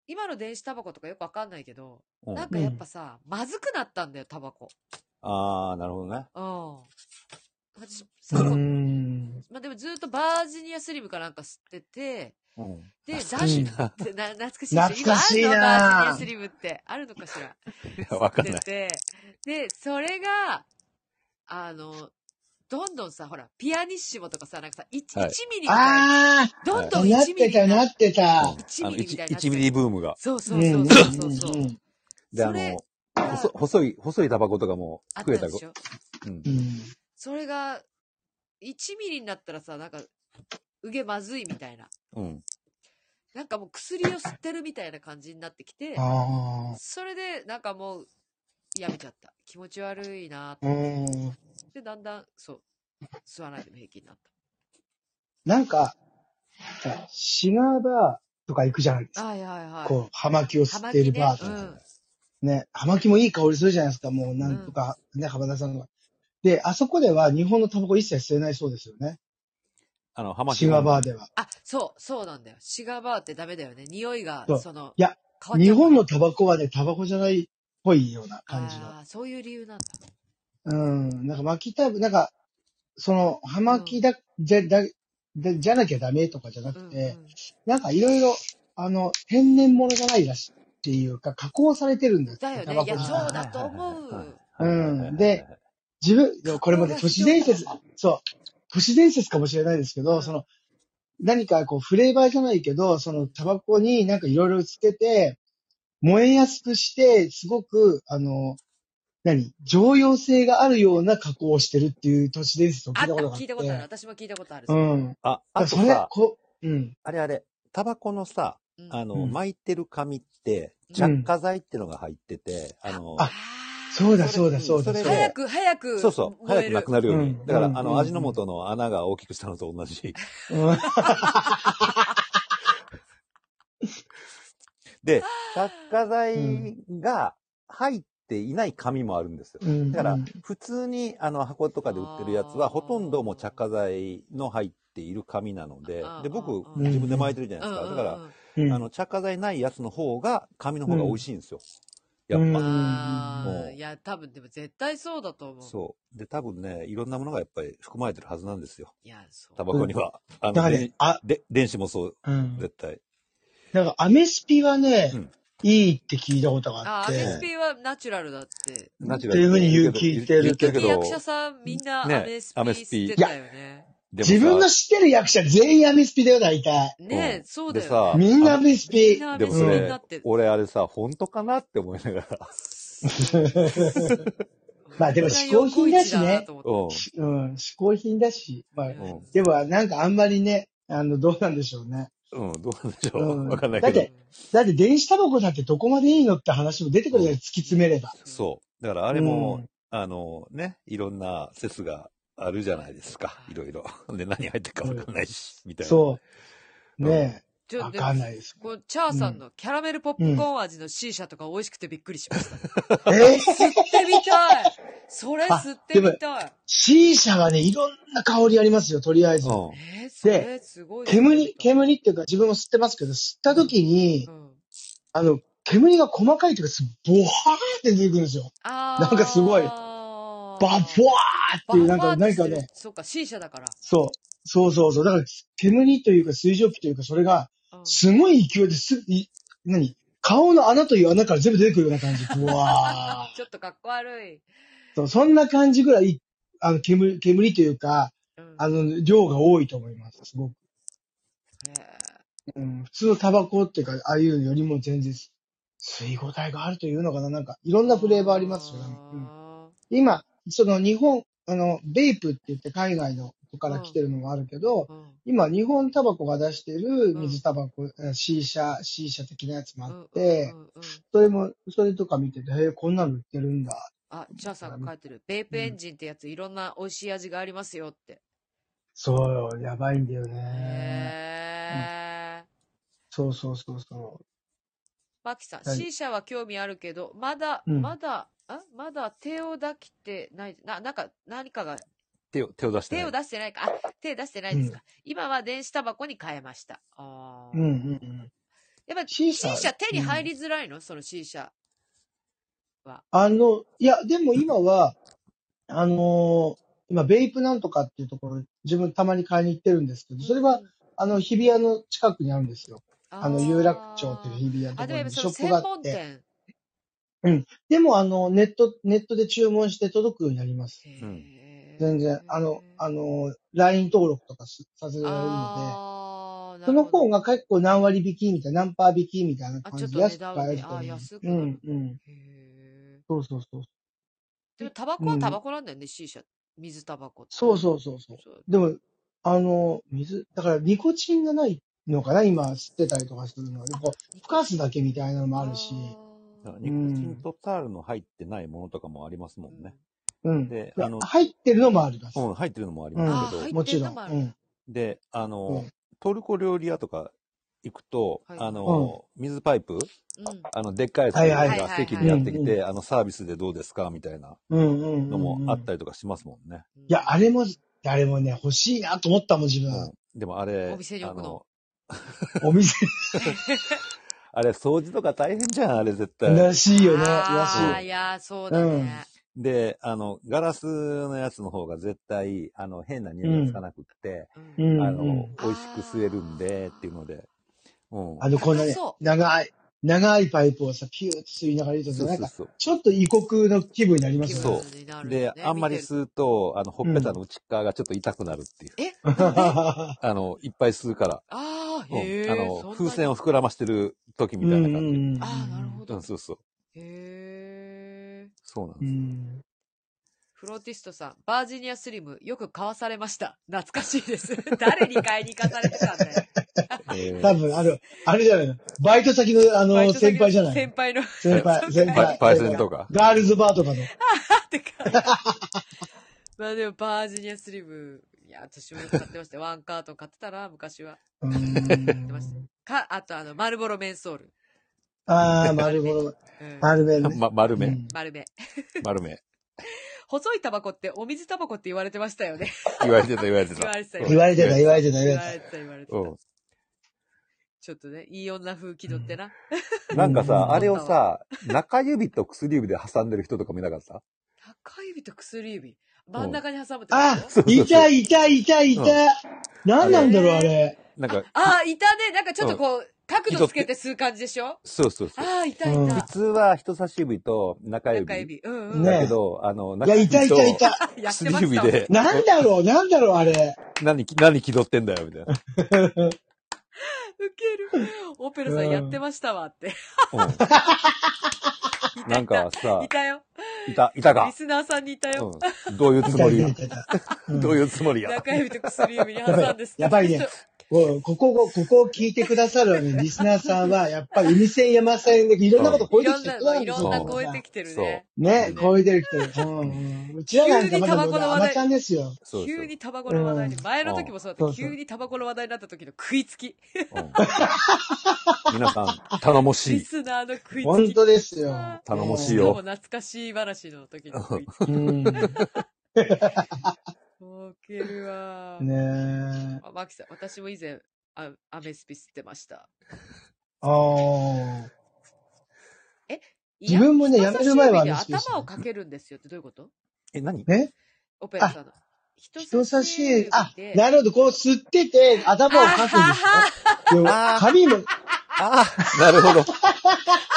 [SPEAKER 2] 今の電子タバコとかよくわかんないけど、
[SPEAKER 1] うん
[SPEAKER 2] なんかやっぱさ、まずくなったんだよ、タバコ。
[SPEAKER 1] ああ、なるほどね。
[SPEAKER 2] うん。私、
[SPEAKER 3] あ。
[SPEAKER 2] 最後
[SPEAKER 3] う、ん。
[SPEAKER 2] まあ、でもずっとバージニアスリムかなんか吸ってて、
[SPEAKER 1] うん。
[SPEAKER 2] で、
[SPEAKER 1] 懐かしいな。
[SPEAKER 2] ってな懐かしい
[SPEAKER 3] 懐かしいな
[SPEAKER 2] 今あるのバージニアスリムって。あるのかしら
[SPEAKER 1] い や、わかんない
[SPEAKER 2] 出。てで、それが、あの、どんどんさ、ほら、ピアニッシモとかさ、なんかさ、1,
[SPEAKER 1] はい
[SPEAKER 2] 1ミリみたいな。
[SPEAKER 3] あ
[SPEAKER 2] どん
[SPEAKER 3] あ
[SPEAKER 2] どん
[SPEAKER 3] なっ
[SPEAKER 2] 1ミリ
[SPEAKER 3] て
[SPEAKER 2] みた
[SPEAKER 3] た、
[SPEAKER 2] いな
[SPEAKER 3] な。ってた。
[SPEAKER 2] 1
[SPEAKER 1] あ
[SPEAKER 2] ミ
[SPEAKER 1] の
[SPEAKER 2] リみたいにな
[SPEAKER 1] 1
[SPEAKER 2] って
[SPEAKER 1] ミリブームが。
[SPEAKER 2] そう
[SPEAKER 3] う
[SPEAKER 2] そ
[SPEAKER 3] ん
[SPEAKER 2] うそううんそうそう。
[SPEAKER 3] うんうん
[SPEAKER 1] で、あ
[SPEAKER 2] それ
[SPEAKER 1] の、
[SPEAKER 2] が
[SPEAKER 1] 細細い、細いタバコとかも
[SPEAKER 2] あっ
[SPEAKER 1] 増え
[SPEAKER 2] た
[SPEAKER 1] た
[SPEAKER 2] でしょ
[SPEAKER 1] うん
[SPEAKER 3] う。ん。
[SPEAKER 2] それが、1ミリになったらさ、なんか、うげまずいみたいな。
[SPEAKER 1] うん。
[SPEAKER 2] なんかもう薬を吸ってるみたいな感じになってきて、
[SPEAKER 3] あ
[SPEAKER 2] それで、なんかもう、やめちゃった。気持ち悪いな
[SPEAKER 3] あ。うん。
[SPEAKER 2] で、だんだん、そう、吸わないでも平気になった。
[SPEAKER 3] なんか、シガーバーとか行くじゃないですか。
[SPEAKER 2] はいはいはい。
[SPEAKER 3] こう、葉巻を
[SPEAKER 2] は
[SPEAKER 3] 吸
[SPEAKER 2] ま
[SPEAKER 3] ってい
[SPEAKER 2] き
[SPEAKER 3] る
[SPEAKER 2] ね
[SPEAKER 3] バーと
[SPEAKER 2] う
[SPEAKER 3] か。
[SPEAKER 2] ん。
[SPEAKER 3] ね、葉巻もいい香りするじゃないですか。もう、なんとか、ね、浜田さんが。で、あそこでは日本のタバコ一切吸えないそうですよね。
[SPEAKER 1] あの、浜
[SPEAKER 3] シガバーでは。
[SPEAKER 2] あ、そう、そうなんだよ。シガーバーってダメだよね。匂いが
[SPEAKER 3] そ、う
[SPEAKER 2] その、
[SPEAKER 3] い
[SPEAKER 2] 変
[SPEAKER 3] や
[SPEAKER 2] わっちゃうから、
[SPEAKER 3] 日本のタバコはね、タバコじゃないっぽいような感じの。
[SPEAKER 2] ああ、そういう理由なんだ。
[SPEAKER 3] うん。なんか巻きタブ、なんか、その、葉巻だ、じゃ、だ、でじゃなきゃダメとかじゃな
[SPEAKER 2] う
[SPEAKER 3] く
[SPEAKER 2] ん、うん。
[SPEAKER 3] て、なんかいろいろ、あの、天然物じゃないらしいっていうか、加工されてるんだって、
[SPEAKER 2] だよ
[SPEAKER 3] タ
[SPEAKER 2] ね。
[SPEAKER 3] バ
[SPEAKER 2] い
[SPEAKER 3] コ
[SPEAKER 2] や、
[SPEAKER 3] 自
[SPEAKER 2] そ
[SPEAKER 3] 体
[SPEAKER 2] うだと思う。
[SPEAKER 3] うんで、自分、でもこれもね、
[SPEAKER 2] 加工
[SPEAKER 3] 都
[SPEAKER 2] が必
[SPEAKER 3] 市
[SPEAKER 2] 要だ
[SPEAKER 3] 伝説、そう、都市伝説かもしれないですけ
[SPEAKER 2] う
[SPEAKER 3] ど、
[SPEAKER 2] ん
[SPEAKER 3] その、何かこう、フレーバーじゃないけど、その、タバコになんかいろいろつけて、燃えやすくして、すごく、あの、何常用性があるような加工をしてるっていう都市伝説を
[SPEAKER 2] あ
[SPEAKER 3] 聞い
[SPEAKER 2] った
[SPEAKER 3] たことが
[SPEAKER 2] 聞
[SPEAKER 3] あっ
[SPEAKER 2] い
[SPEAKER 3] て。
[SPEAKER 2] たことある。私も聞いたことある。
[SPEAKER 3] うん。
[SPEAKER 1] あ、
[SPEAKER 3] だ
[SPEAKER 1] あ
[SPEAKER 3] から
[SPEAKER 1] と
[SPEAKER 3] それ
[SPEAKER 1] さ、、
[SPEAKER 3] こう、うん。
[SPEAKER 1] あれあれ、タバコのさ、
[SPEAKER 2] うん
[SPEAKER 1] あの、
[SPEAKER 3] うん
[SPEAKER 1] 巻いてる紙って、
[SPEAKER 2] うん
[SPEAKER 1] 着火剤ってのが入ってて、あの、
[SPEAKER 3] あ
[SPEAKER 2] あ
[SPEAKER 3] そうだ、
[SPEAKER 1] そ
[SPEAKER 3] そう
[SPEAKER 1] れ
[SPEAKER 3] だ、そうだ。
[SPEAKER 1] うんそれで
[SPEAKER 2] ー
[SPEAKER 3] そうだ
[SPEAKER 2] 早く、早く、
[SPEAKER 1] そうそう、
[SPEAKER 2] 燃
[SPEAKER 1] 早
[SPEAKER 2] え
[SPEAKER 1] く
[SPEAKER 2] る
[SPEAKER 1] なくなるように
[SPEAKER 3] う。ん
[SPEAKER 1] だから、
[SPEAKER 3] うん
[SPEAKER 1] あ
[SPEAKER 3] うん
[SPEAKER 1] の、味の素の穴が大きくしたのと同じ。
[SPEAKER 3] うん
[SPEAKER 1] で、着火剤が入っていない紙もあるんですよ。
[SPEAKER 3] うん
[SPEAKER 1] だから
[SPEAKER 3] うん、
[SPEAKER 1] 普通にあの箱とかで売ってるやつ
[SPEAKER 2] あー
[SPEAKER 1] は、ほとんどもう着火剤の入っている紙なので
[SPEAKER 2] あ、ー
[SPEAKER 1] で、僕
[SPEAKER 2] あ、ー
[SPEAKER 1] 自分で巻いてるじゃ
[SPEAKER 2] うん
[SPEAKER 1] ないです
[SPEAKER 2] う
[SPEAKER 1] か。
[SPEAKER 2] んう
[SPEAKER 1] だ
[SPEAKER 2] ん
[SPEAKER 1] から、
[SPEAKER 3] うん
[SPEAKER 1] あの、着火剤ないやつの方が、紙の方が美味しいんですよ。や
[SPEAKER 3] う
[SPEAKER 1] っ
[SPEAKER 3] ん
[SPEAKER 1] ぱ。
[SPEAKER 2] あ
[SPEAKER 1] う
[SPEAKER 2] あ、
[SPEAKER 1] ん
[SPEAKER 2] いや、多分でも絶対そうだと思う。
[SPEAKER 1] そう。で、多分ね、いろんなものがやっぱり含まれてるはずなんですよ。
[SPEAKER 2] いや、そう。
[SPEAKER 1] タバコには。あの、
[SPEAKER 3] だから
[SPEAKER 1] 電
[SPEAKER 3] ね、あ、
[SPEAKER 1] で電子もそう、
[SPEAKER 3] うん。
[SPEAKER 1] 絶対。
[SPEAKER 3] なんか、アメスピはね、
[SPEAKER 1] うん
[SPEAKER 3] いいって聞いたことがあ
[SPEAKER 2] あ
[SPEAKER 3] っ
[SPEAKER 2] ー、アメ
[SPEAKER 3] て、
[SPEAKER 2] スピはナチュラルだって。
[SPEAKER 1] ナチュ
[SPEAKER 3] っ
[SPEAKER 1] ラ
[SPEAKER 3] て
[SPEAKER 1] ル
[SPEAKER 3] いうふうに言
[SPEAKER 1] だ
[SPEAKER 3] う聞いてる
[SPEAKER 1] 言って
[SPEAKER 3] け
[SPEAKER 1] る
[SPEAKER 3] ど
[SPEAKER 1] け
[SPEAKER 2] に役者
[SPEAKER 1] ど、
[SPEAKER 2] さんみんな
[SPEAKER 1] ね
[SPEAKER 2] アメスピ
[SPEAKER 1] アメスピ
[SPEAKER 2] 吸ってたよね。
[SPEAKER 1] でもさ
[SPEAKER 3] 自分の知ってる役者全員アメスピだよ、大体。
[SPEAKER 2] ねえ、
[SPEAKER 1] うん
[SPEAKER 2] そうだ
[SPEAKER 1] でさ
[SPEAKER 2] よ
[SPEAKER 1] あ
[SPEAKER 2] ね。
[SPEAKER 3] みんなアメス
[SPEAKER 2] みん
[SPEAKER 3] ピ。
[SPEAKER 2] なア
[SPEAKER 1] で
[SPEAKER 2] メ
[SPEAKER 1] も
[SPEAKER 2] ス
[SPEAKER 1] そ
[SPEAKER 2] ピ
[SPEAKER 1] れ、
[SPEAKER 2] になってる。
[SPEAKER 1] 俺あれさ、本当かなって思いなが ら。
[SPEAKER 3] まあでも嗜好品だしね
[SPEAKER 2] みんな横一なと思っ
[SPEAKER 1] うん。
[SPEAKER 3] うん、嗜好品だし。まあ、
[SPEAKER 2] うん
[SPEAKER 3] でも、なんかあんまりね、あの、どうなんでしょうね。
[SPEAKER 1] うん、どうなんでしょ
[SPEAKER 3] う
[SPEAKER 1] う。
[SPEAKER 3] ん
[SPEAKER 1] わかんないけ
[SPEAKER 2] た
[SPEAKER 3] だ
[SPEAKER 1] ど
[SPEAKER 3] っ。てだって電子タバコだってどこまでいいのって話も出てくるじゃない、突き詰めれば。
[SPEAKER 1] そう。だからあれも、
[SPEAKER 3] うん
[SPEAKER 1] あのね、いろんな説があるじゃないですか。いろいろ。 で、何入ってるかわかんないし、みたいな。
[SPEAKER 3] そう。
[SPEAKER 1] うん
[SPEAKER 3] ね
[SPEAKER 2] ち
[SPEAKER 3] え。
[SPEAKER 2] ょ
[SPEAKER 3] わ
[SPEAKER 2] で
[SPEAKER 3] かんないです。
[SPEAKER 2] このチャーさんのキャラメルポップコーン味の C 社とか美味しくてびっくりしました。
[SPEAKER 3] えー、
[SPEAKER 2] 吸ってみたいそれ吸ってみたい
[SPEAKER 3] C 社はね、いろんな香りありますよ、とりあえず。
[SPEAKER 1] うん。
[SPEAKER 2] えー、それすごい。
[SPEAKER 3] 煙、、煙っていうか自分も吸ってますけど、吸った時に、
[SPEAKER 2] うん、
[SPEAKER 3] あの、煙が細かいというか、すボワーって出てくるんですよ。
[SPEAKER 2] あ
[SPEAKER 3] なんかすごい
[SPEAKER 2] バ
[SPEAKER 3] バ、ボワーっていう、なんか、なんかね、
[SPEAKER 2] そうか、C 社だから。
[SPEAKER 3] そう。そうそうそう。だから、煙というか水蒸気というか、それが、
[SPEAKER 2] うん
[SPEAKER 3] すごい勢いです、い、何顔の穴という穴から全部出てくるような 感じ。うわー
[SPEAKER 2] ちょっとかっこ悪い。
[SPEAKER 3] そうそんな感じぐらい、あの、煙、煙というか、
[SPEAKER 2] うん
[SPEAKER 3] あの、量が多いと思います。すごく。
[SPEAKER 2] へえ
[SPEAKER 3] うん、普通のタバコっていうか、ああいうのよりも全然、水合体があるというのかななんか、いろんなフレーバーありますよね。うん
[SPEAKER 2] あ
[SPEAKER 3] 今、その日本、あの、ベイプって言って海外のコから来てるのもあるけど、
[SPEAKER 2] うん。
[SPEAKER 3] 今、日本タバコが出してる水タバコ、えー C 社、C 社的なやつもあ
[SPEAKER 2] うん
[SPEAKER 3] って、
[SPEAKER 2] うんうんうん
[SPEAKER 3] それも、それとか見てて、へえ、こんなの売ってるんだ。
[SPEAKER 2] あ、チャーさんが書いてる。ベープエンジンってやつ、いろんな美味しい味がありますよって。
[SPEAKER 3] そう、やばいんだよね。
[SPEAKER 2] へー。
[SPEAKER 3] そうそうそうそ
[SPEAKER 2] マキさん、
[SPEAKER 3] はい
[SPEAKER 2] C 社は興味あるけど、まだ、
[SPEAKER 3] うん
[SPEAKER 2] まだ、あまだ手を抱きてない、な、なんか、何かが、
[SPEAKER 1] 手を、手を出して、
[SPEAKER 2] 手を
[SPEAKER 1] ね。
[SPEAKER 2] 出してないか、あ、手出してないですか。今は電子タバコに変えました。ああ。
[SPEAKER 3] う。うんうんうん。
[SPEAKER 2] やっぱり
[SPEAKER 3] C
[SPEAKER 2] C
[SPEAKER 3] 社
[SPEAKER 2] 社手に入りづらいの、その C 社。
[SPEAKER 3] あの、いや、でも今は、あのー今、ベイプなんとかっていうところ、自分たまに買いに行ってるんですけど、それは、
[SPEAKER 2] うん、
[SPEAKER 3] あの、日比谷の近くにあるんですよ。あの、
[SPEAKER 2] ー
[SPEAKER 3] 有楽町っていう日比谷
[SPEAKER 2] あ、
[SPEAKER 3] のとこ
[SPEAKER 2] でも
[SPEAKER 3] ろ
[SPEAKER 2] やっぱ
[SPEAKER 3] に
[SPEAKER 2] その
[SPEAKER 3] ショップ
[SPEAKER 2] 専
[SPEAKER 3] があっ
[SPEAKER 2] 門
[SPEAKER 3] て、
[SPEAKER 2] 店。
[SPEAKER 3] でも、あの、ネット、ネットで注文して届くようになります。
[SPEAKER 1] うん
[SPEAKER 2] へー
[SPEAKER 3] 全然、あの、あ、の、LINE 登録とかすさせられるので、
[SPEAKER 2] あーな
[SPEAKER 3] そ
[SPEAKER 2] る
[SPEAKER 3] の
[SPEAKER 2] ほど
[SPEAKER 3] 方が結構何割引きみたいな、何パー引きみたいな
[SPEAKER 2] あ
[SPEAKER 3] 感じ
[SPEAKER 2] ち
[SPEAKER 3] で
[SPEAKER 2] ょっと
[SPEAKER 3] 安
[SPEAKER 2] 値
[SPEAKER 3] く
[SPEAKER 2] 段
[SPEAKER 3] 買える
[SPEAKER 2] で
[SPEAKER 3] と
[SPEAKER 2] あ
[SPEAKER 3] ね。
[SPEAKER 2] 安く
[SPEAKER 3] う
[SPEAKER 2] なる
[SPEAKER 3] ん、うん。
[SPEAKER 2] へー
[SPEAKER 3] そうそうそう。
[SPEAKER 2] でも、タバコはタバコなんだよね、C 社。水タバコって。
[SPEAKER 3] そうそうそうそう。
[SPEAKER 2] そう
[SPEAKER 3] でも、あの、水、だからニコチンがないのかな今吸ってたりとかするのは。で、こう、ふかすだけみたいなのもあるし。
[SPEAKER 1] だ
[SPEAKER 2] あ
[SPEAKER 1] から
[SPEAKER 2] ー
[SPEAKER 1] ニコチンとタールの入ってないものとかもありますもんね。
[SPEAKER 3] うん。
[SPEAKER 1] で
[SPEAKER 3] いや
[SPEAKER 1] あの
[SPEAKER 3] 入ってるのもあります。
[SPEAKER 1] うん、入ってるのもあり
[SPEAKER 3] うん
[SPEAKER 1] ますけど、
[SPEAKER 2] あー入っ
[SPEAKER 3] もちろ
[SPEAKER 2] 入ってるの
[SPEAKER 3] ん。
[SPEAKER 2] もあ
[SPEAKER 3] う
[SPEAKER 2] る
[SPEAKER 3] ん。
[SPEAKER 1] で、あの、
[SPEAKER 3] うん
[SPEAKER 1] トルコ料理屋とか行くと、
[SPEAKER 2] はい
[SPEAKER 1] あの、水パイプ、
[SPEAKER 2] うんうん
[SPEAKER 1] あの、でっかいやつ
[SPEAKER 3] はいはい
[SPEAKER 2] はい
[SPEAKER 1] が席にやってき
[SPEAKER 3] うんう
[SPEAKER 1] て、あの、サービスでどうですかみたいな
[SPEAKER 3] うんうんうん、うん。
[SPEAKER 1] のもあった
[SPEAKER 3] い
[SPEAKER 1] りとかしますもんね。
[SPEAKER 2] い
[SPEAKER 3] や、あれも、あれもね、欲しいなと思ったもん、自
[SPEAKER 1] う
[SPEAKER 3] 分
[SPEAKER 1] ん。。でもあれ、
[SPEAKER 2] お店に置くの
[SPEAKER 1] あの、
[SPEAKER 3] お店
[SPEAKER 1] あれ掃除とか大変じゃん、あれ絶対。
[SPEAKER 3] らしいよね。らしい。
[SPEAKER 2] あ
[SPEAKER 1] う
[SPEAKER 2] あ、
[SPEAKER 1] ん
[SPEAKER 2] いやー、そうだね。
[SPEAKER 1] で、あの、ガラスのやつの方が絶対、あの、変な匂いがつかなくって、
[SPEAKER 2] うん
[SPEAKER 3] うん、
[SPEAKER 1] あ
[SPEAKER 3] う
[SPEAKER 1] の
[SPEAKER 3] ん。、
[SPEAKER 1] 美味しく吸えるんで、っていうので。うん。
[SPEAKER 3] あの、こんなね
[SPEAKER 2] 高そ、
[SPEAKER 3] 長い、長いパイプをさ、ピューって吸いながら入れて
[SPEAKER 1] そ
[SPEAKER 3] る
[SPEAKER 1] う
[SPEAKER 3] と、なん
[SPEAKER 1] そう
[SPEAKER 3] か、
[SPEAKER 1] そう。
[SPEAKER 3] ちょっと異国の気分になりますよね。
[SPEAKER 1] そう
[SPEAKER 2] 気分になる
[SPEAKER 1] で
[SPEAKER 2] よね、
[SPEAKER 1] あんまり
[SPEAKER 2] 見てる
[SPEAKER 1] 吸うと、あの、ほっぺたの内側がちょっと痛くなるっていう。
[SPEAKER 2] えなんであ
[SPEAKER 3] あ
[SPEAKER 1] あの、いっぱい吸うから。
[SPEAKER 2] あ、
[SPEAKER 1] うん
[SPEAKER 2] へえ。
[SPEAKER 1] あの、風船
[SPEAKER 2] を。
[SPEAKER 1] を膨らましてる時みたいな感じ。
[SPEAKER 2] ああ、なるほ
[SPEAKER 1] う
[SPEAKER 2] ど
[SPEAKER 1] ん、。そうそう。
[SPEAKER 2] へえ。
[SPEAKER 1] そうなん
[SPEAKER 3] う
[SPEAKER 1] ですよ。
[SPEAKER 3] ん。
[SPEAKER 2] フローティストさん、バージニアスリム、よく買わされました。懐かしいです。 誰に買いに行かされてたんだよ。
[SPEAKER 1] え
[SPEAKER 3] 多分、あの、あれじゃないの。バイト先の、あ
[SPEAKER 2] バイ
[SPEAKER 3] の、
[SPEAKER 2] ト先
[SPEAKER 3] 先輩じゃないの
[SPEAKER 2] 先輩の。
[SPEAKER 3] 先輩、先
[SPEAKER 1] ーパ
[SPEAKER 3] 輩。
[SPEAKER 1] イパイ
[SPEAKER 3] 先
[SPEAKER 1] セン
[SPEAKER 3] 輩
[SPEAKER 1] とか。
[SPEAKER 3] ガールズバー とかの。
[SPEAKER 2] ってか。まあでも、バージニアスリム、いや、私もよく買ってましたよ。ワンカートン買ってたな、昔は。
[SPEAKER 3] う
[SPEAKER 2] まし
[SPEAKER 3] ん。
[SPEAKER 2] か、あとあの、マルボロメンソール。
[SPEAKER 3] ああ、丸ごろ。
[SPEAKER 2] うん、
[SPEAKER 3] 丸めね。
[SPEAKER 1] ま、 丸
[SPEAKER 3] う
[SPEAKER 1] め、
[SPEAKER 3] ん
[SPEAKER 2] 丸め。
[SPEAKER 1] 丸め。
[SPEAKER 2] 細いタバコって、お水タバコって言われてましたよね。
[SPEAKER 1] 言われてた、言われて
[SPEAKER 2] 言 わ
[SPEAKER 1] た。
[SPEAKER 2] れてた、
[SPEAKER 3] 言われてた、言われてた、言
[SPEAKER 2] 言
[SPEAKER 3] わ
[SPEAKER 2] わ
[SPEAKER 3] れ
[SPEAKER 2] れ
[SPEAKER 3] て
[SPEAKER 2] てた、言われてた。
[SPEAKER 1] う
[SPEAKER 2] ちょっとね、いい女風気取ってな。
[SPEAKER 1] ん。
[SPEAKER 3] た。
[SPEAKER 1] なんか
[SPEAKER 3] う
[SPEAKER 1] さ、あれをさ、中指と薬指で挟んでる人とか見なかった
[SPEAKER 2] 中指と薬指。真ん中に挟むってこと
[SPEAKER 3] あ
[SPEAKER 1] そう、そう
[SPEAKER 3] いた、いた、いた、いた。何なんだろう、
[SPEAKER 2] あ
[SPEAKER 3] あれ。
[SPEAKER 1] なんか、
[SPEAKER 2] ああ、いたね。なんかちょっとこう、角度つけて吸う感じでしょ
[SPEAKER 1] そうそうそう。
[SPEAKER 2] ああ、いたい
[SPEAKER 3] うん
[SPEAKER 1] 普
[SPEAKER 2] た。
[SPEAKER 1] 通は人差し指と中指。
[SPEAKER 2] 中指。うんうん。
[SPEAKER 1] だ
[SPEAKER 3] ね
[SPEAKER 1] けど、あの、
[SPEAKER 3] いや、
[SPEAKER 1] 中
[SPEAKER 3] い
[SPEAKER 1] 指と
[SPEAKER 3] た、いた、いた。
[SPEAKER 2] あやって
[SPEAKER 1] 薬
[SPEAKER 2] まし
[SPEAKER 1] 指
[SPEAKER 2] たわ。
[SPEAKER 1] で、
[SPEAKER 3] なんだろう、なんだろう、あれ。
[SPEAKER 1] 何、何気取ってんだよ、みたいな。
[SPEAKER 2] ウケる。オペラさんやってましたわって。
[SPEAKER 1] うん。なんかさ
[SPEAKER 2] い、たよ。
[SPEAKER 1] いた、いた
[SPEAKER 2] リ
[SPEAKER 1] か。
[SPEAKER 2] スナーさんにいたよ。
[SPEAKER 1] うん。どういう
[SPEAKER 3] い
[SPEAKER 1] つ
[SPEAKER 3] た、
[SPEAKER 1] も
[SPEAKER 3] い
[SPEAKER 1] り
[SPEAKER 3] た、
[SPEAKER 1] や
[SPEAKER 3] い。た、いた。うん
[SPEAKER 1] どういうつもりや。
[SPEAKER 2] 中指と薬指に挟んで吸って
[SPEAKER 3] やばいね。こうここを、ここを聞いてくださる、ね、リスナーさんは、やっぱり海線山線でいろんなこと超
[SPEAKER 2] い
[SPEAKER 3] えて
[SPEAKER 2] ろ
[SPEAKER 3] き
[SPEAKER 2] ん
[SPEAKER 3] てる
[SPEAKER 2] なの、
[SPEAKER 3] 人なん
[SPEAKER 2] い
[SPEAKER 3] です
[SPEAKER 2] ろん
[SPEAKER 3] よ。
[SPEAKER 2] な超えてきてるね。
[SPEAKER 3] ね、
[SPEAKER 2] そう
[SPEAKER 3] 超えてる人。うんうん。うちらなんかまだまだ甘ちゃんですよ。
[SPEAKER 1] そうそ
[SPEAKER 2] 急
[SPEAKER 1] う。
[SPEAKER 2] にタバコの話題に、
[SPEAKER 3] うん
[SPEAKER 2] 前の時もそうだ
[SPEAKER 3] う
[SPEAKER 2] っ
[SPEAKER 3] ん
[SPEAKER 2] た。
[SPEAKER 3] そうそう
[SPEAKER 2] 急にタバコの話題になった時の食いつき。
[SPEAKER 1] うん皆さん、頼もし
[SPEAKER 2] リ
[SPEAKER 1] い。
[SPEAKER 2] スナーの食い
[SPEAKER 3] 本
[SPEAKER 2] つき。
[SPEAKER 3] 当ですよ。
[SPEAKER 1] 頼もしい
[SPEAKER 2] しかも
[SPEAKER 1] よ
[SPEAKER 2] 懐かしい話の時の食いつき。
[SPEAKER 3] うん。ね
[SPEAKER 2] ウケるわ。
[SPEAKER 3] え。
[SPEAKER 2] あマキさん、私も以前、あアメスピ吸ってました。
[SPEAKER 3] ああ。
[SPEAKER 2] いや
[SPEAKER 3] 自分もね
[SPEAKER 2] 人差し指
[SPEAKER 3] やめる前はア
[SPEAKER 2] で
[SPEAKER 3] メスピ吸ってた
[SPEAKER 2] 頭をかけるんですよってどういうこと
[SPEAKER 1] え、何
[SPEAKER 3] ね
[SPEAKER 2] オペラさんの。人
[SPEAKER 3] 人
[SPEAKER 2] 差
[SPEAKER 3] 差
[SPEAKER 2] し
[SPEAKER 3] し
[SPEAKER 2] 指で。、
[SPEAKER 3] 指あ、なるほど、こう吸ってて、頭をかくんです
[SPEAKER 2] あ
[SPEAKER 3] ね。で
[SPEAKER 1] あー
[SPEAKER 3] 髪も、
[SPEAKER 1] ああ、なるほど。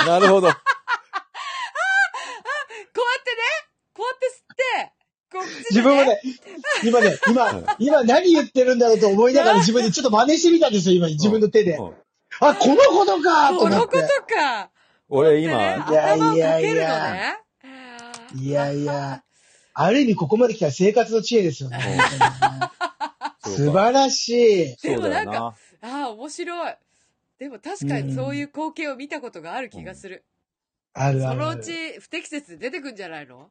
[SPEAKER 1] なるほど。
[SPEAKER 2] こうやってね、こうやって吸って、こう口で、ね、
[SPEAKER 3] 自分もね、今ね、今、今何言ってるんだろうと思いながら自分でちょっと真似してみたんですよ、今、自分の手で
[SPEAKER 1] う。ん
[SPEAKER 3] あ、このことかと
[SPEAKER 2] こ
[SPEAKER 3] 思
[SPEAKER 2] の
[SPEAKER 3] っ
[SPEAKER 2] こ
[SPEAKER 3] て。
[SPEAKER 2] とか。
[SPEAKER 1] 俺
[SPEAKER 2] でね
[SPEAKER 1] 今、
[SPEAKER 3] いや
[SPEAKER 2] 頭をかけるのね。
[SPEAKER 3] いやいやい
[SPEAKER 2] あはは
[SPEAKER 3] や、ある意味ここまで来たら生活の知恵ですよね。
[SPEAKER 1] うん
[SPEAKER 3] 本当にね素晴らしい。
[SPEAKER 2] でもなん
[SPEAKER 1] そ
[SPEAKER 2] か
[SPEAKER 1] うだよな
[SPEAKER 2] ああ、面白い。でも確かにそういう光景を見たことがある気がする。
[SPEAKER 3] ある
[SPEAKER 2] そ
[SPEAKER 3] ある
[SPEAKER 2] の
[SPEAKER 3] あ
[SPEAKER 2] う
[SPEAKER 3] る。
[SPEAKER 2] ち不適切で出てくんじゃないの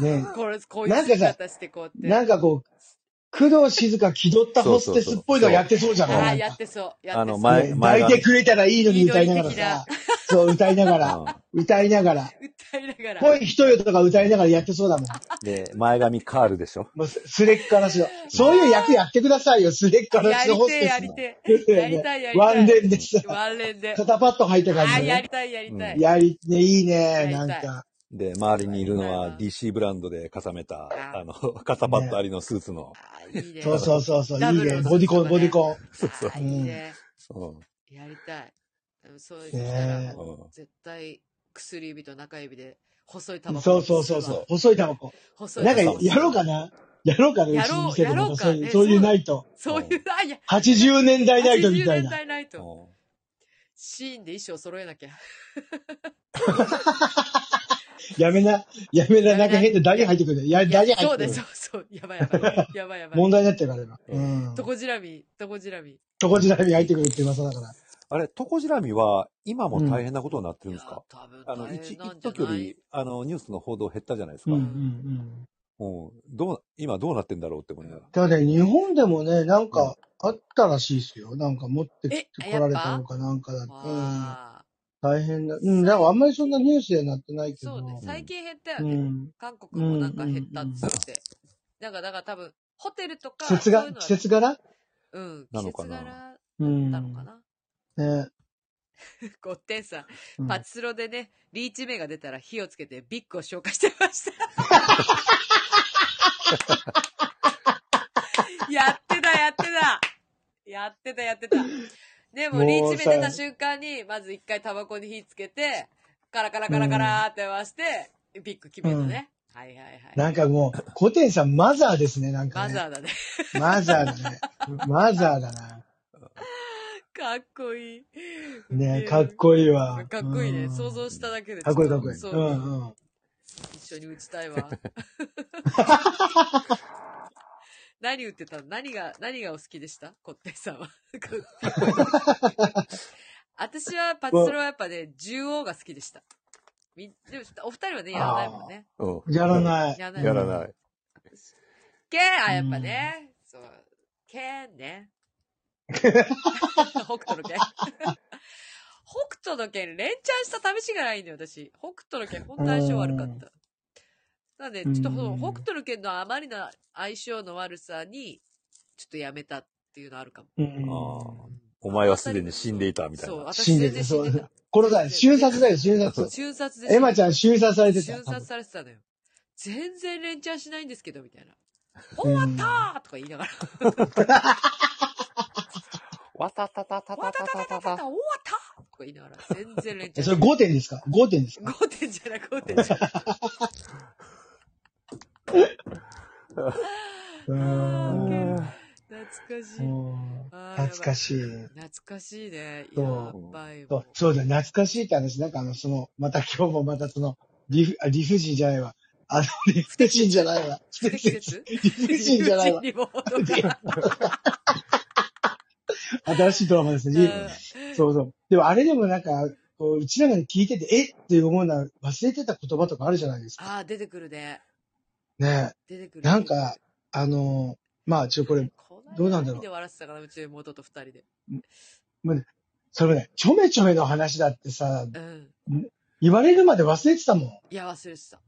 [SPEAKER 3] ね、
[SPEAKER 2] これ、こうい
[SPEAKER 3] な
[SPEAKER 2] うん
[SPEAKER 3] かさ
[SPEAKER 2] 姿してこうって。
[SPEAKER 3] なんかこう、工藤静香気取ったホステスっぽいのはやってそうじゃ
[SPEAKER 2] あ
[SPEAKER 3] な
[SPEAKER 2] あ、
[SPEAKER 3] い
[SPEAKER 2] や
[SPEAKER 3] な
[SPEAKER 2] っ
[SPEAKER 3] んか
[SPEAKER 2] てそう。やってそ
[SPEAKER 1] あの
[SPEAKER 2] う。
[SPEAKER 1] 前
[SPEAKER 3] ね
[SPEAKER 1] 前
[SPEAKER 3] 抱い
[SPEAKER 1] 髪
[SPEAKER 3] てくれたらいいのに歌いながら
[SPEAKER 2] いいのに
[SPEAKER 3] さ、そう、歌いながら、
[SPEAKER 1] う
[SPEAKER 3] 歌いながら、
[SPEAKER 2] 訴えながら。
[SPEAKER 3] ぽい人よとか歌いながらやってそうだもん。
[SPEAKER 1] んで、前髪カールでしょ。
[SPEAKER 3] もうすすれっからしの。そういう役やってくださいよ、すれっから
[SPEAKER 2] や
[SPEAKER 3] しの
[SPEAKER 2] り
[SPEAKER 3] ホ
[SPEAKER 2] て
[SPEAKER 3] ス
[SPEAKER 2] え、
[SPEAKER 3] テ
[SPEAKER 2] や
[SPEAKER 3] ス
[SPEAKER 2] り
[SPEAKER 3] の。
[SPEAKER 2] てえ。 やりたい、やりたい。
[SPEAKER 3] ワンレンでさ、
[SPEAKER 2] ワンレンで。
[SPEAKER 3] 肩パッド履いた感
[SPEAKER 2] ああ、
[SPEAKER 3] じで
[SPEAKER 2] や
[SPEAKER 3] ね。
[SPEAKER 2] りたい、やりたい。
[SPEAKER 3] やり、ね、いいね、
[SPEAKER 2] や
[SPEAKER 3] な
[SPEAKER 2] り
[SPEAKER 3] ん
[SPEAKER 2] たい
[SPEAKER 3] か。
[SPEAKER 1] で、周りにいるの
[SPEAKER 2] はい
[SPEAKER 1] は
[SPEAKER 2] はい
[SPEAKER 1] DC ブランドで重ねた、
[SPEAKER 2] あ
[SPEAKER 1] あの、 傘パッドありのスーツの。
[SPEAKER 2] ああ、いいね。
[SPEAKER 3] そうそうそう、そう
[SPEAKER 2] ダ
[SPEAKER 3] い
[SPEAKER 2] ブ
[SPEAKER 3] い
[SPEAKER 2] ル
[SPEAKER 3] ね。
[SPEAKER 2] の
[SPEAKER 3] ボディコン、
[SPEAKER 2] スーツと
[SPEAKER 1] そ
[SPEAKER 2] かね
[SPEAKER 3] ボディコン。
[SPEAKER 1] うそう
[SPEAKER 2] ああ、いいね。
[SPEAKER 1] うん
[SPEAKER 2] やりたい。でもそうした
[SPEAKER 3] ね
[SPEAKER 2] ら
[SPEAKER 3] え
[SPEAKER 2] もう、絶対、薬指と中指で、細いタバコ。
[SPEAKER 3] そうそうそうそう。。細いタバコ。
[SPEAKER 2] 細い
[SPEAKER 3] なん
[SPEAKER 2] タ
[SPEAKER 3] か、
[SPEAKER 2] バコ。
[SPEAKER 3] やろうかな。やろうかな、う
[SPEAKER 2] や
[SPEAKER 3] ち
[SPEAKER 2] ろう
[SPEAKER 3] の店で
[SPEAKER 2] や
[SPEAKER 3] ま
[SPEAKER 2] ろう
[SPEAKER 3] た
[SPEAKER 2] か
[SPEAKER 3] そうい
[SPEAKER 2] ね
[SPEAKER 3] う、そういうナイト。
[SPEAKER 2] そういう、あ、いや、
[SPEAKER 3] 80年代ナイトみたい
[SPEAKER 2] 80年
[SPEAKER 3] な。
[SPEAKER 2] 代ナイト。
[SPEAKER 1] うん
[SPEAKER 2] シーンで衣装揃えなきゃ。
[SPEAKER 3] やめな、やめな、なんか変でダニ入ってくる。いや、ダニ入
[SPEAKER 2] そ
[SPEAKER 3] っ
[SPEAKER 2] う
[SPEAKER 3] て
[SPEAKER 2] で
[SPEAKER 3] く
[SPEAKER 2] す、
[SPEAKER 3] る
[SPEAKER 2] そ。うそう。やばいやばい。やばいやばい。
[SPEAKER 3] 問題になってるからな。
[SPEAKER 1] う
[SPEAKER 3] うんん
[SPEAKER 2] と。こじらみ、とこじらみ。
[SPEAKER 3] とこじらみ入ってくるって噂だから。
[SPEAKER 1] あれ、トコジラミは今も大変なことになってる
[SPEAKER 2] い
[SPEAKER 1] ん
[SPEAKER 2] や
[SPEAKER 1] ですか、、
[SPEAKER 2] 多分
[SPEAKER 1] あの、
[SPEAKER 2] 大
[SPEAKER 1] 一、
[SPEAKER 2] 変なん
[SPEAKER 1] 一
[SPEAKER 2] じゃ
[SPEAKER 1] 時よ
[SPEAKER 2] な
[SPEAKER 1] り
[SPEAKER 2] い、
[SPEAKER 1] あの、ニュースの報道減ったじゃないですか。
[SPEAKER 3] うん
[SPEAKER 1] う
[SPEAKER 3] うん
[SPEAKER 1] ん、
[SPEAKER 3] うん。
[SPEAKER 1] どう、今どうなってんだろうって思いながら。
[SPEAKER 3] ただね、日本でもね、なん
[SPEAKER 1] うん
[SPEAKER 3] かあったらしいですよ。なんか持ってきて
[SPEAKER 2] えあ
[SPEAKER 3] 来られ
[SPEAKER 2] やったぱ
[SPEAKER 3] のかなんかだ。うん。
[SPEAKER 2] わあ。
[SPEAKER 3] 大変だ。うん。だからあんまりそんなニュースでなってないけ
[SPEAKER 2] そうね
[SPEAKER 3] ど。。
[SPEAKER 2] 最近減ったよ
[SPEAKER 3] う
[SPEAKER 2] ね。
[SPEAKER 3] ん。
[SPEAKER 2] 韓国もなんか減ったっつって。なんか、だから多分、ホテルとか、
[SPEAKER 3] 季
[SPEAKER 2] そ
[SPEAKER 3] 節
[SPEAKER 2] ういう
[SPEAKER 3] が、
[SPEAKER 2] のは
[SPEAKER 3] 季節柄
[SPEAKER 2] うん、
[SPEAKER 1] な
[SPEAKER 2] 季
[SPEAKER 1] のか
[SPEAKER 2] 節
[SPEAKER 1] な
[SPEAKER 2] 柄だっ
[SPEAKER 3] うん。
[SPEAKER 2] たのかな。
[SPEAKER 3] ね。
[SPEAKER 2] ごってんさん、
[SPEAKER 3] うん
[SPEAKER 2] パチスロでね、リーチ目が出たら火をつけてビッグを消化してま した。やってた、やってた。やってた、やってた。でも、
[SPEAKER 3] もう
[SPEAKER 2] リーチ目
[SPEAKER 3] さ
[SPEAKER 2] 出た瞬間に、まず一回タバコに火つけて、カラカラカラカラーって回して、ビッグ決めるのね。はいはいはい。
[SPEAKER 3] なんかもう、古典さんマザーですね、なんか
[SPEAKER 2] マ
[SPEAKER 3] ね。
[SPEAKER 2] ザーだね。
[SPEAKER 3] マザーだね。マザーだな。
[SPEAKER 2] かっこいい。
[SPEAKER 3] ねかっこいいわ。
[SPEAKER 2] かっこいいね。
[SPEAKER 3] うん
[SPEAKER 2] 想像しただけで。
[SPEAKER 3] かっこいいかっこいい。
[SPEAKER 2] そうう、
[SPEAKER 3] んうん。
[SPEAKER 2] 一緒に打ちたいわ。何打ってたの何が、何がお好きでしたコッテンさんは。私はパチスロはやっぱね、縦王が好きでした。みでもお二人はね、やらないもんね。
[SPEAKER 1] うん。
[SPEAKER 3] やらない。
[SPEAKER 2] やらない
[SPEAKER 1] やらない。
[SPEAKER 2] 剣あ、やっぱね。そう。剣ね。北斗の剣。北斗の剣、連チャンした試しがないんだよ、私。北斗の剣、ほんと相性悪かった。なんで、ちょっとその
[SPEAKER 3] うん
[SPEAKER 2] 北斗の剣のあまりの相性の悪さに、ちょっとやめたっていうのあるかも。
[SPEAKER 3] うん。
[SPEAKER 1] あお前はすでに死んでいたみたい
[SPEAKER 2] そう、
[SPEAKER 1] な。
[SPEAKER 2] 私
[SPEAKER 3] 死んで
[SPEAKER 2] 全然
[SPEAKER 3] て、そ
[SPEAKER 2] 死んでた
[SPEAKER 3] う。。これだ、瞬殺だよ、瞬殺。
[SPEAKER 2] 中殺で
[SPEAKER 3] エマちゃん瞬殺されてた。
[SPEAKER 2] 中殺
[SPEAKER 3] 多分
[SPEAKER 2] されてたのよ。全然連チャンしないんですけど、みたいな。終わったーとか言いながら、
[SPEAKER 1] わたたたた
[SPEAKER 2] わ
[SPEAKER 1] たた
[SPEAKER 2] たたた
[SPEAKER 1] たた
[SPEAKER 2] たた終わ
[SPEAKER 1] た
[SPEAKER 2] っ。たーとか言いながら、全然連チャ
[SPEAKER 3] え、
[SPEAKER 2] ンし
[SPEAKER 3] そ
[SPEAKER 2] な
[SPEAKER 3] れ
[SPEAKER 2] い。
[SPEAKER 3] 5点ですか ?5 点ですか
[SPEAKER 2] 5点じゃない、5点じゃない。あー
[SPEAKER 3] うーん。
[SPEAKER 2] OK
[SPEAKER 1] うん
[SPEAKER 2] 懐かしい。
[SPEAKER 3] もう
[SPEAKER 2] あー
[SPEAKER 3] 懐か
[SPEAKER 2] い。
[SPEAKER 3] しい。
[SPEAKER 2] 懐かしいね。
[SPEAKER 3] そう
[SPEAKER 2] やばい
[SPEAKER 3] そ
[SPEAKER 2] も
[SPEAKER 3] う、そうだ、懐かしいって話。なんかあの、その、また今日もまたその、理不、あ理不尽じゃないわ。あの、理不尽じゃないわ。
[SPEAKER 2] 不適切
[SPEAKER 3] 理不尽じゃないわ。
[SPEAKER 2] 理不尽にも程があ
[SPEAKER 3] 新しいドラマですね。理
[SPEAKER 2] る
[SPEAKER 3] そうそう。でもあれでもなんか、こううちらが聞いてて、えって思うのは忘れてた言葉とかあるじゃないですか。
[SPEAKER 2] あー、出てくるね。
[SPEAKER 3] ね
[SPEAKER 2] 出てくる。
[SPEAKER 3] なんか、あの、まあ、ちょ、これ、
[SPEAKER 2] この間
[SPEAKER 3] どうなんだろう
[SPEAKER 2] 何で笑ってたかな、うちの妹と二人で。
[SPEAKER 3] それね、ちょめちょめの話だってさ、
[SPEAKER 2] うん。
[SPEAKER 3] 言われるまで忘れてたもん。
[SPEAKER 2] いや、忘れてた。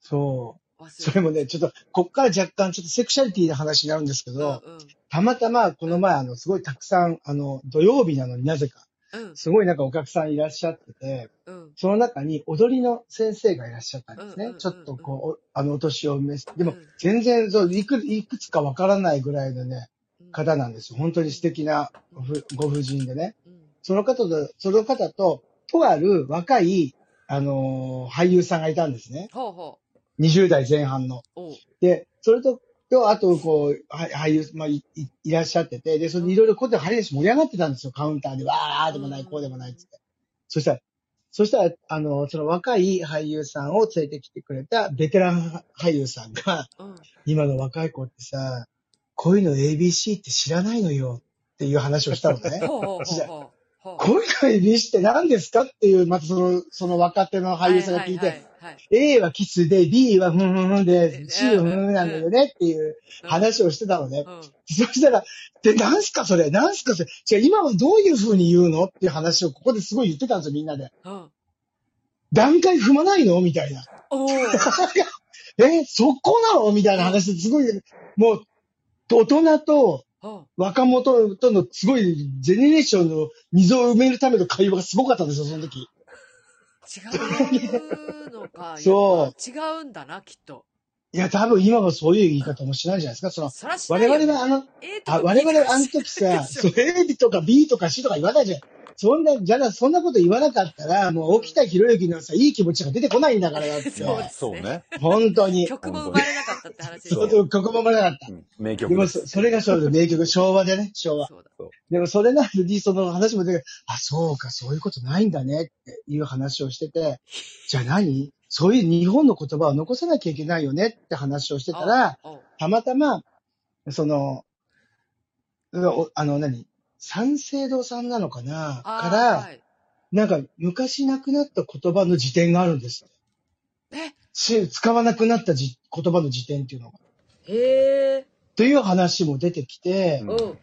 [SPEAKER 3] そう。
[SPEAKER 2] 忘れてた。
[SPEAKER 3] それもね、ちょっと、こっから若干ちょっとセクシャリティな話になるんですけ
[SPEAKER 2] うん、
[SPEAKER 3] ど、たまたまこの前、あの、すごいたくさん、あの、土曜日なのになぜか、
[SPEAKER 2] うん、うん、
[SPEAKER 3] すごいなんかお客さんいらっしゃってて、
[SPEAKER 2] うん、
[SPEAKER 3] その中に踊りの先生がいらっしゃったんです
[SPEAKER 2] うんうんうん
[SPEAKER 3] ね
[SPEAKER 2] う。ん
[SPEAKER 3] ちょっとこう、おあの、お年を召す。
[SPEAKER 2] う
[SPEAKER 3] でも
[SPEAKER 2] ん、
[SPEAKER 3] 全然、そう、いく、いくつかわからないぐらいのね、
[SPEAKER 2] うん。
[SPEAKER 3] 方なんですよ。本当に素敵なご婦ご婦人でね。
[SPEAKER 2] うん、
[SPEAKER 3] その方と、その方と、とある若い、あのー俳優さんがいたんですね。
[SPEAKER 2] ほうほう。
[SPEAKER 3] 20代前半の。
[SPEAKER 2] おう。
[SPEAKER 3] で、それと、と、あと、こう、は俳優、まあ、い、いいらっしゃってて、で、それでいろいろこうやって張り出し盛り上がってたんですよ、カウンターで。わーでもな
[SPEAKER 2] う
[SPEAKER 3] い、
[SPEAKER 2] ん
[SPEAKER 3] こうでもないっつって。そしたら、そしたら、あの、その若い俳優さんを 連れてきてくれたベテラン俳優さんが、
[SPEAKER 2] うん。
[SPEAKER 3] 今の若い子ってさ、こういうの ABC って知らないのよっていう話をした のね。
[SPEAKER 2] ほうほうほうほう。ほう
[SPEAKER 3] こういうの ABC って何ですかっていう、またその、その若手の俳優さんが聞いて、
[SPEAKER 2] はいはいはい
[SPEAKER 3] A はキスで、B はふんふんふん
[SPEAKER 2] う
[SPEAKER 3] で
[SPEAKER 2] ん、
[SPEAKER 3] C はふんふんなんだよねっていう
[SPEAKER 2] はい
[SPEAKER 3] 話をしてたのね
[SPEAKER 2] う。んうん
[SPEAKER 3] そしたら、で、なんすかそれなんすかそれじゃあ今はどういう風に言うのっていう話をここですごい言ってたんですよ、みんなで。
[SPEAKER 2] うん
[SPEAKER 3] 段階踏まないのみたいな。
[SPEAKER 2] おー
[SPEAKER 3] え、そこなのみたいな話ですごい、もう、大人と
[SPEAKER 2] うん
[SPEAKER 3] 若者とのすごい、ジェネレーションの溝を埋めるための会話がすごかったんですよ、その時。
[SPEAKER 2] 違うのか。。
[SPEAKER 3] そう
[SPEAKER 2] 違うんだな、きっと。
[SPEAKER 3] いや、多分今はそういう言い方もしないじゃないですか。その、
[SPEAKER 2] そらしない
[SPEAKER 3] 我
[SPEAKER 2] よ
[SPEAKER 3] 々があの、
[SPEAKER 2] A とか
[SPEAKER 3] あ我
[SPEAKER 2] B
[SPEAKER 3] 々
[SPEAKER 2] とか
[SPEAKER 3] はあの時さ、
[SPEAKER 2] でしょ
[SPEAKER 3] そう A とか B とか C とか言わないじゃん。そんな、じゃあそんなこと言わなかったら、もう沖田博之のさ、いい気持ちが出てこないんだからだって。
[SPEAKER 2] そうですね
[SPEAKER 1] そうね。
[SPEAKER 3] 本当に。
[SPEAKER 2] 曲も生まれなかったって話です
[SPEAKER 1] そ
[SPEAKER 2] よ
[SPEAKER 1] う
[SPEAKER 3] 本当にここも生まれなかっ
[SPEAKER 1] うん名
[SPEAKER 3] た。
[SPEAKER 1] 曲
[SPEAKER 3] でも
[SPEAKER 1] で
[SPEAKER 3] そ、
[SPEAKER 1] す。
[SPEAKER 3] それが昭和名曲、昭和でね、昭和。
[SPEAKER 2] そうだ。
[SPEAKER 3] でもそれなのに、その話も出てあ、そうか、そういうことないんだねっていう話をしてて、じゃあ何そういう日本の言葉を残さなきゃいけないよねって話をしてたら、
[SPEAKER 2] おう、
[SPEAKER 3] たまたま、その、うわおあの何、三省堂さんなのかな
[SPEAKER 2] あ
[SPEAKER 3] か
[SPEAKER 2] ー
[SPEAKER 3] ら、
[SPEAKER 2] はい
[SPEAKER 3] なんか昔なくなった言葉の辞典があるんです。
[SPEAKER 2] え
[SPEAKER 3] し使わなくなったじ言葉の辞典っていうのが。
[SPEAKER 2] へえ。
[SPEAKER 3] という話も出てきて、
[SPEAKER 1] うん
[SPEAKER 2] うん。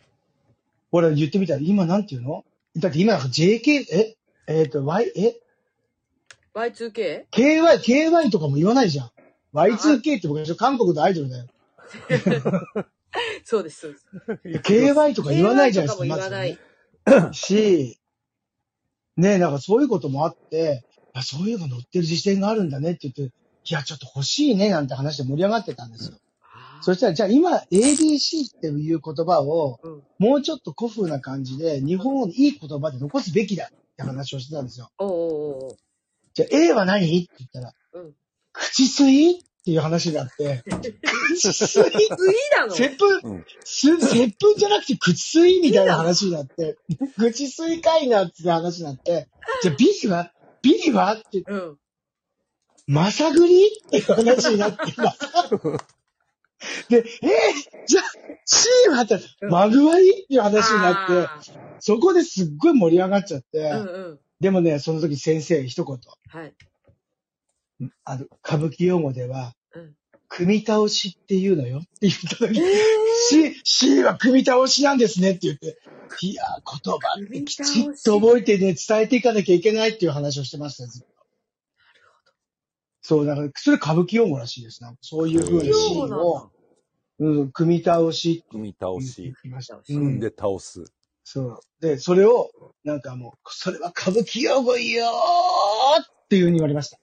[SPEAKER 3] 俺言ってみたら、今なんていうのだって今なんか JK、え、えっ、と、Y、え、
[SPEAKER 2] Y2K?
[SPEAKER 3] KY、KY とかも言わないじゃん。Y2K って昔の韓国のアイドルだよ。
[SPEAKER 2] そうです、そうです。
[SPEAKER 3] KY とか言わないじゃないですか、
[SPEAKER 2] 言
[SPEAKER 3] ま
[SPEAKER 2] わ
[SPEAKER 3] ず
[SPEAKER 2] な
[SPEAKER 3] ね
[SPEAKER 2] い。。
[SPEAKER 3] し、ねえ、なんかそういうこともあって、あそういうのが載ってる自典があるんだねって言って、いや、ちょっと欲しいね、なんて話で盛り上がってたんですよ。そしたら、じゃあ今、ABC っていう言葉を、
[SPEAKER 2] うん
[SPEAKER 3] もうちょっと古風な感じで、日本をいい言葉で残すべきだって話をしてたんですよ。
[SPEAKER 2] おうおうおう
[SPEAKER 3] じゃあ A は何って言ったら、
[SPEAKER 2] おう。うん。
[SPEAKER 3] 口吸いっていう話があって、口吸い
[SPEAKER 2] 次なの
[SPEAKER 3] 接吻、
[SPEAKER 1] うん
[SPEAKER 3] す、接吻じゃなくて口吸いみたいな話になって、口吸いかいなって話になって、じゃあ B は ?B はって、
[SPEAKER 2] うん。
[SPEAKER 3] まさぐりっていう話になって、 まさで、えー、じゃあ C はって、まぐわりっていう話になって、
[SPEAKER 2] って。
[SPEAKER 3] そこですっごい盛り上がっちゃって、
[SPEAKER 2] うんうん。
[SPEAKER 3] でもね、その時先生一言、
[SPEAKER 2] はい。
[SPEAKER 3] あの、歌舞伎用語では、
[SPEAKER 2] うん
[SPEAKER 3] 組み倒しって言うのよって言った時、C、C は組み倒しなんですねって言って、いやー、言葉ってきちっと覚えてね、伝えていかなきゃいけないっていう話をしてましたよ、ずっと。そう、だから、それ歌舞伎用語らしいです。なんかそういう
[SPEAKER 1] 歌
[SPEAKER 3] 風
[SPEAKER 1] 舞
[SPEAKER 3] な
[SPEAKER 1] 伎
[SPEAKER 3] シ
[SPEAKER 1] 用
[SPEAKER 3] ーンを、うん、組み倒しって
[SPEAKER 1] 組み倒
[SPEAKER 3] 言
[SPEAKER 1] し、
[SPEAKER 3] いました。う
[SPEAKER 1] 組ん
[SPEAKER 3] ん
[SPEAKER 1] で、倒す。
[SPEAKER 3] そう。で、それを、なんかもう、それは歌舞伎用語よーっていう風に言わ れました。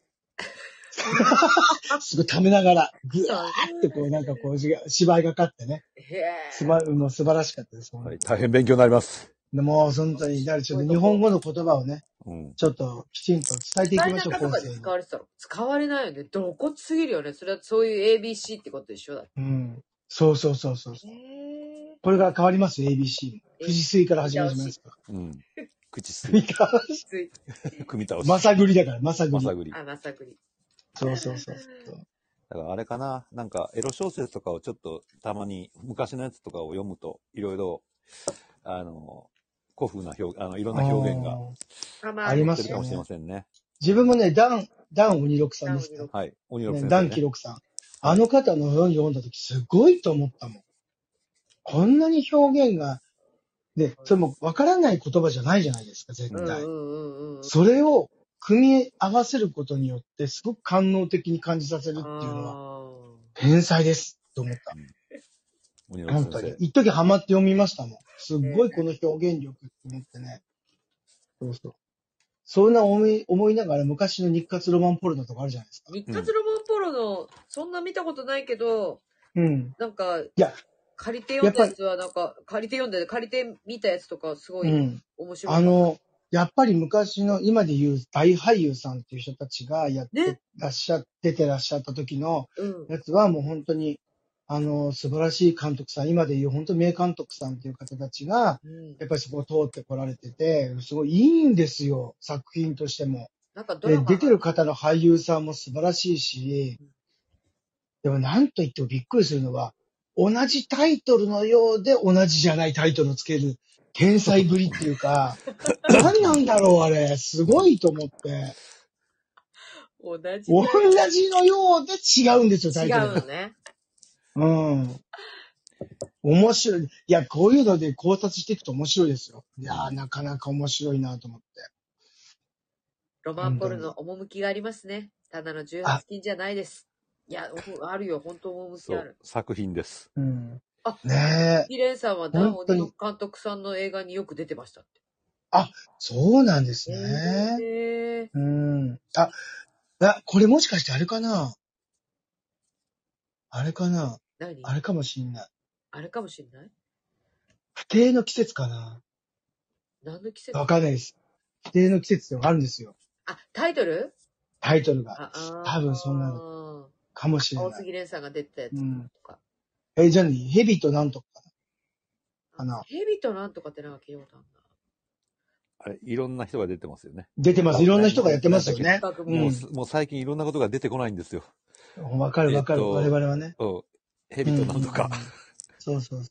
[SPEAKER 3] すごい溜めながら、ぐわーってこう、なんかこう、芝居がかってね、
[SPEAKER 2] へえ。
[SPEAKER 3] すば、もう素晴らしかったです。
[SPEAKER 1] はい、大変勉強になります。
[SPEAKER 3] でもう本当に、だからちょっと日本語の言葉をね、
[SPEAKER 1] うん。
[SPEAKER 3] ちょっときちんと伝えてい
[SPEAKER 2] 使え
[SPEAKER 3] きま
[SPEAKER 2] な
[SPEAKER 3] しょう、
[SPEAKER 2] かと
[SPEAKER 3] 後
[SPEAKER 2] か
[SPEAKER 3] 世
[SPEAKER 2] で
[SPEAKER 3] に
[SPEAKER 2] 使。われてたの使われないよね。どこすぎるよね。それはそういう ABC ってことでしょだって。
[SPEAKER 3] うん。そうそうそうそう。
[SPEAKER 2] へえ。
[SPEAKER 3] これから変わりますよ、ABC も。富士水から始まりますか
[SPEAKER 1] うん。口すり、
[SPEAKER 3] ら。
[SPEAKER 2] きつい。
[SPEAKER 1] 組み倒し。
[SPEAKER 3] まさぐりだから、まさぐ
[SPEAKER 1] ま
[SPEAKER 3] り。
[SPEAKER 1] さぐり。
[SPEAKER 2] あ、まさくり。
[SPEAKER 3] そうそうそう。
[SPEAKER 1] だからあれかな、なんかエロ小説とかをちょっとたまに昔のやつとかを読むと、いろいろ、あの、古風な表、あの、いろんな表現が
[SPEAKER 3] あー
[SPEAKER 2] あ、ま
[SPEAKER 3] ありま
[SPEAKER 1] 出て
[SPEAKER 3] す
[SPEAKER 1] るか
[SPEAKER 3] よ
[SPEAKER 1] もしれま。せん
[SPEAKER 3] ね
[SPEAKER 1] ね。
[SPEAKER 3] 自分もね、ダン、ダン鬼六さんです
[SPEAKER 2] ダン鬼
[SPEAKER 3] ね
[SPEAKER 2] 六。
[SPEAKER 1] はい。鬼六
[SPEAKER 3] ね
[SPEAKER 1] 先
[SPEAKER 3] ダ
[SPEAKER 1] 生、
[SPEAKER 3] ン
[SPEAKER 1] ね
[SPEAKER 3] キ。ロクさん。あの方の本読んだときすごいと思ったもん。こんなに表現が、で、それもわからない言葉じゃないじゃないですか、絶
[SPEAKER 2] うんう
[SPEAKER 3] 対。
[SPEAKER 2] んうんうん。
[SPEAKER 3] それを組み合わせることによって、すごく官能的に感じさせるっていうのは、
[SPEAKER 2] あ
[SPEAKER 3] 天才ですと思った。
[SPEAKER 1] 鬼六
[SPEAKER 3] 本
[SPEAKER 1] 先
[SPEAKER 3] 当に
[SPEAKER 1] 生。。
[SPEAKER 3] 一時ハマって読みましたもん。すっごいこの表現力って思ってね。そうそう。そんな思い、思いながら昔の日活ロマンポルノとかあるじゃないです
[SPEAKER 2] ー
[SPEAKER 3] か。
[SPEAKER 2] 日活ロマンポロの、そんな見たことないけど、
[SPEAKER 3] うん。
[SPEAKER 2] なんか、
[SPEAKER 3] いや、
[SPEAKER 2] 借りて読んだやつは、なんか、借りて読んで、借りて見たやつとか、すご
[SPEAKER 3] う
[SPEAKER 2] い
[SPEAKER 3] ん。
[SPEAKER 2] 面白い。
[SPEAKER 3] あの、やっぱり昔の、今で言う大俳優さんっていう人たちがやって
[SPEAKER 2] ね
[SPEAKER 3] らっしゃ、出てらっしゃった時の
[SPEAKER 2] うん。
[SPEAKER 3] やつはもう本当に、あの、素晴らしい監督さん、今で言う本当名監督さんっていう方たちが、
[SPEAKER 2] うん
[SPEAKER 3] やっぱりそこを通ってこられてて、すごいいいんですよ、作品としても。
[SPEAKER 2] なんかドラ
[SPEAKER 3] で、
[SPEAKER 2] マ。
[SPEAKER 3] 出てる方の俳優さんも素晴らしいし、でもなんと言ってもびっくりするのは、同じタイトルのようで同じじゃないタイトルをつける天才ぶりっていうか、何なんだろうあれ、すごいと 思って。
[SPEAKER 2] 同じ
[SPEAKER 3] 同
[SPEAKER 2] ね。
[SPEAKER 3] じのようで違うんですよ、タイ
[SPEAKER 2] 違
[SPEAKER 3] トル
[SPEAKER 2] う
[SPEAKER 3] が
[SPEAKER 2] の。ね。
[SPEAKER 3] うん。面白い。いや、こういうので考察していくと面白いですよ。いやー、なかなか面白いなと思って。
[SPEAKER 2] ロマンポルの趣がありますね。ただの18
[SPEAKER 3] あ
[SPEAKER 2] 禁じゃないです。いや、ほんあるよ。本当趣
[SPEAKER 1] そ
[SPEAKER 2] ある
[SPEAKER 1] う。、作品です。
[SPEAKER 3] うん。
[SPEAKER 2] あ
[SPEAKER 3] ねえ。
[SPEAKER 2] ギレンさんはダン・
[SPEAKER 3] 本
[SPEAKER 2] オ
[SPEAKER 3] 当
[SPEAKER 2] ニ
[SPEAKER 3] に
[SPEAKER 2] の監督さんの映画によく出てましたっ
[SPEAKER 3] そうなんです
[SPEAKER 2] て。
[SPEAKER 3] ね。
[SPEAKER 2] へー
[SPEAKER 3] うん。あ、あ、これもしかしてあれかなあれかな
[SPEAKER 2] 何
[SPEAKER 3] あれかもしんない。
[SPEAKER 2] あれかもしんない
[SPEAKER 3] 不定の季節かな
[SPEAKER 2] 何の季節
[SPEAKER 3] わかんないです。不定の季節ってあるんですよ。
[SPEAKER 2] あ、タイトル
[SPEAKER 3] タイトル
[SPEAKER 2] あ、
[SPEAKER 3] が。
[SPEAKER 2] あー
[SPEAKER 3] 多分そんなのかもしれ
[SPEAKER 2] 大
[SPEAKER 3] ない。
[SPEAKER 2] 杉蓮さんが出てたやつ
[SPEAKER 3] うん。
[SPEAKER 2] とか。
[SPEAKER 3] え、じゃあ何ヘビとなんとかかかな
[SPEAKER 2] ヘビとなんとかってなんか聞いたことあるな。
[SPEAKER 1] あれ、いろんな人が出てますよね。
[SPEAKER 3] 出てます。いろんな人がやってますよね。
[SPEAKER 2] 企画
[SPEAKER 3] うん
[SPEAKER 1] も
[SPEAKER 2] も
[SPEAKER 1] うす、もう最近いろんなことが出てこないんですよ。
[SPEAKER 3] わかるわか
[SPEAKER 1] えっ
[SPEAKER 3] る。
[SPEAKER 1] と
[SPEAKER 3] 我々はね。
[SPEAKER 1] うん。ヘビとなんとか
[SPEAKER 3] うん。うんうんそうそうそう。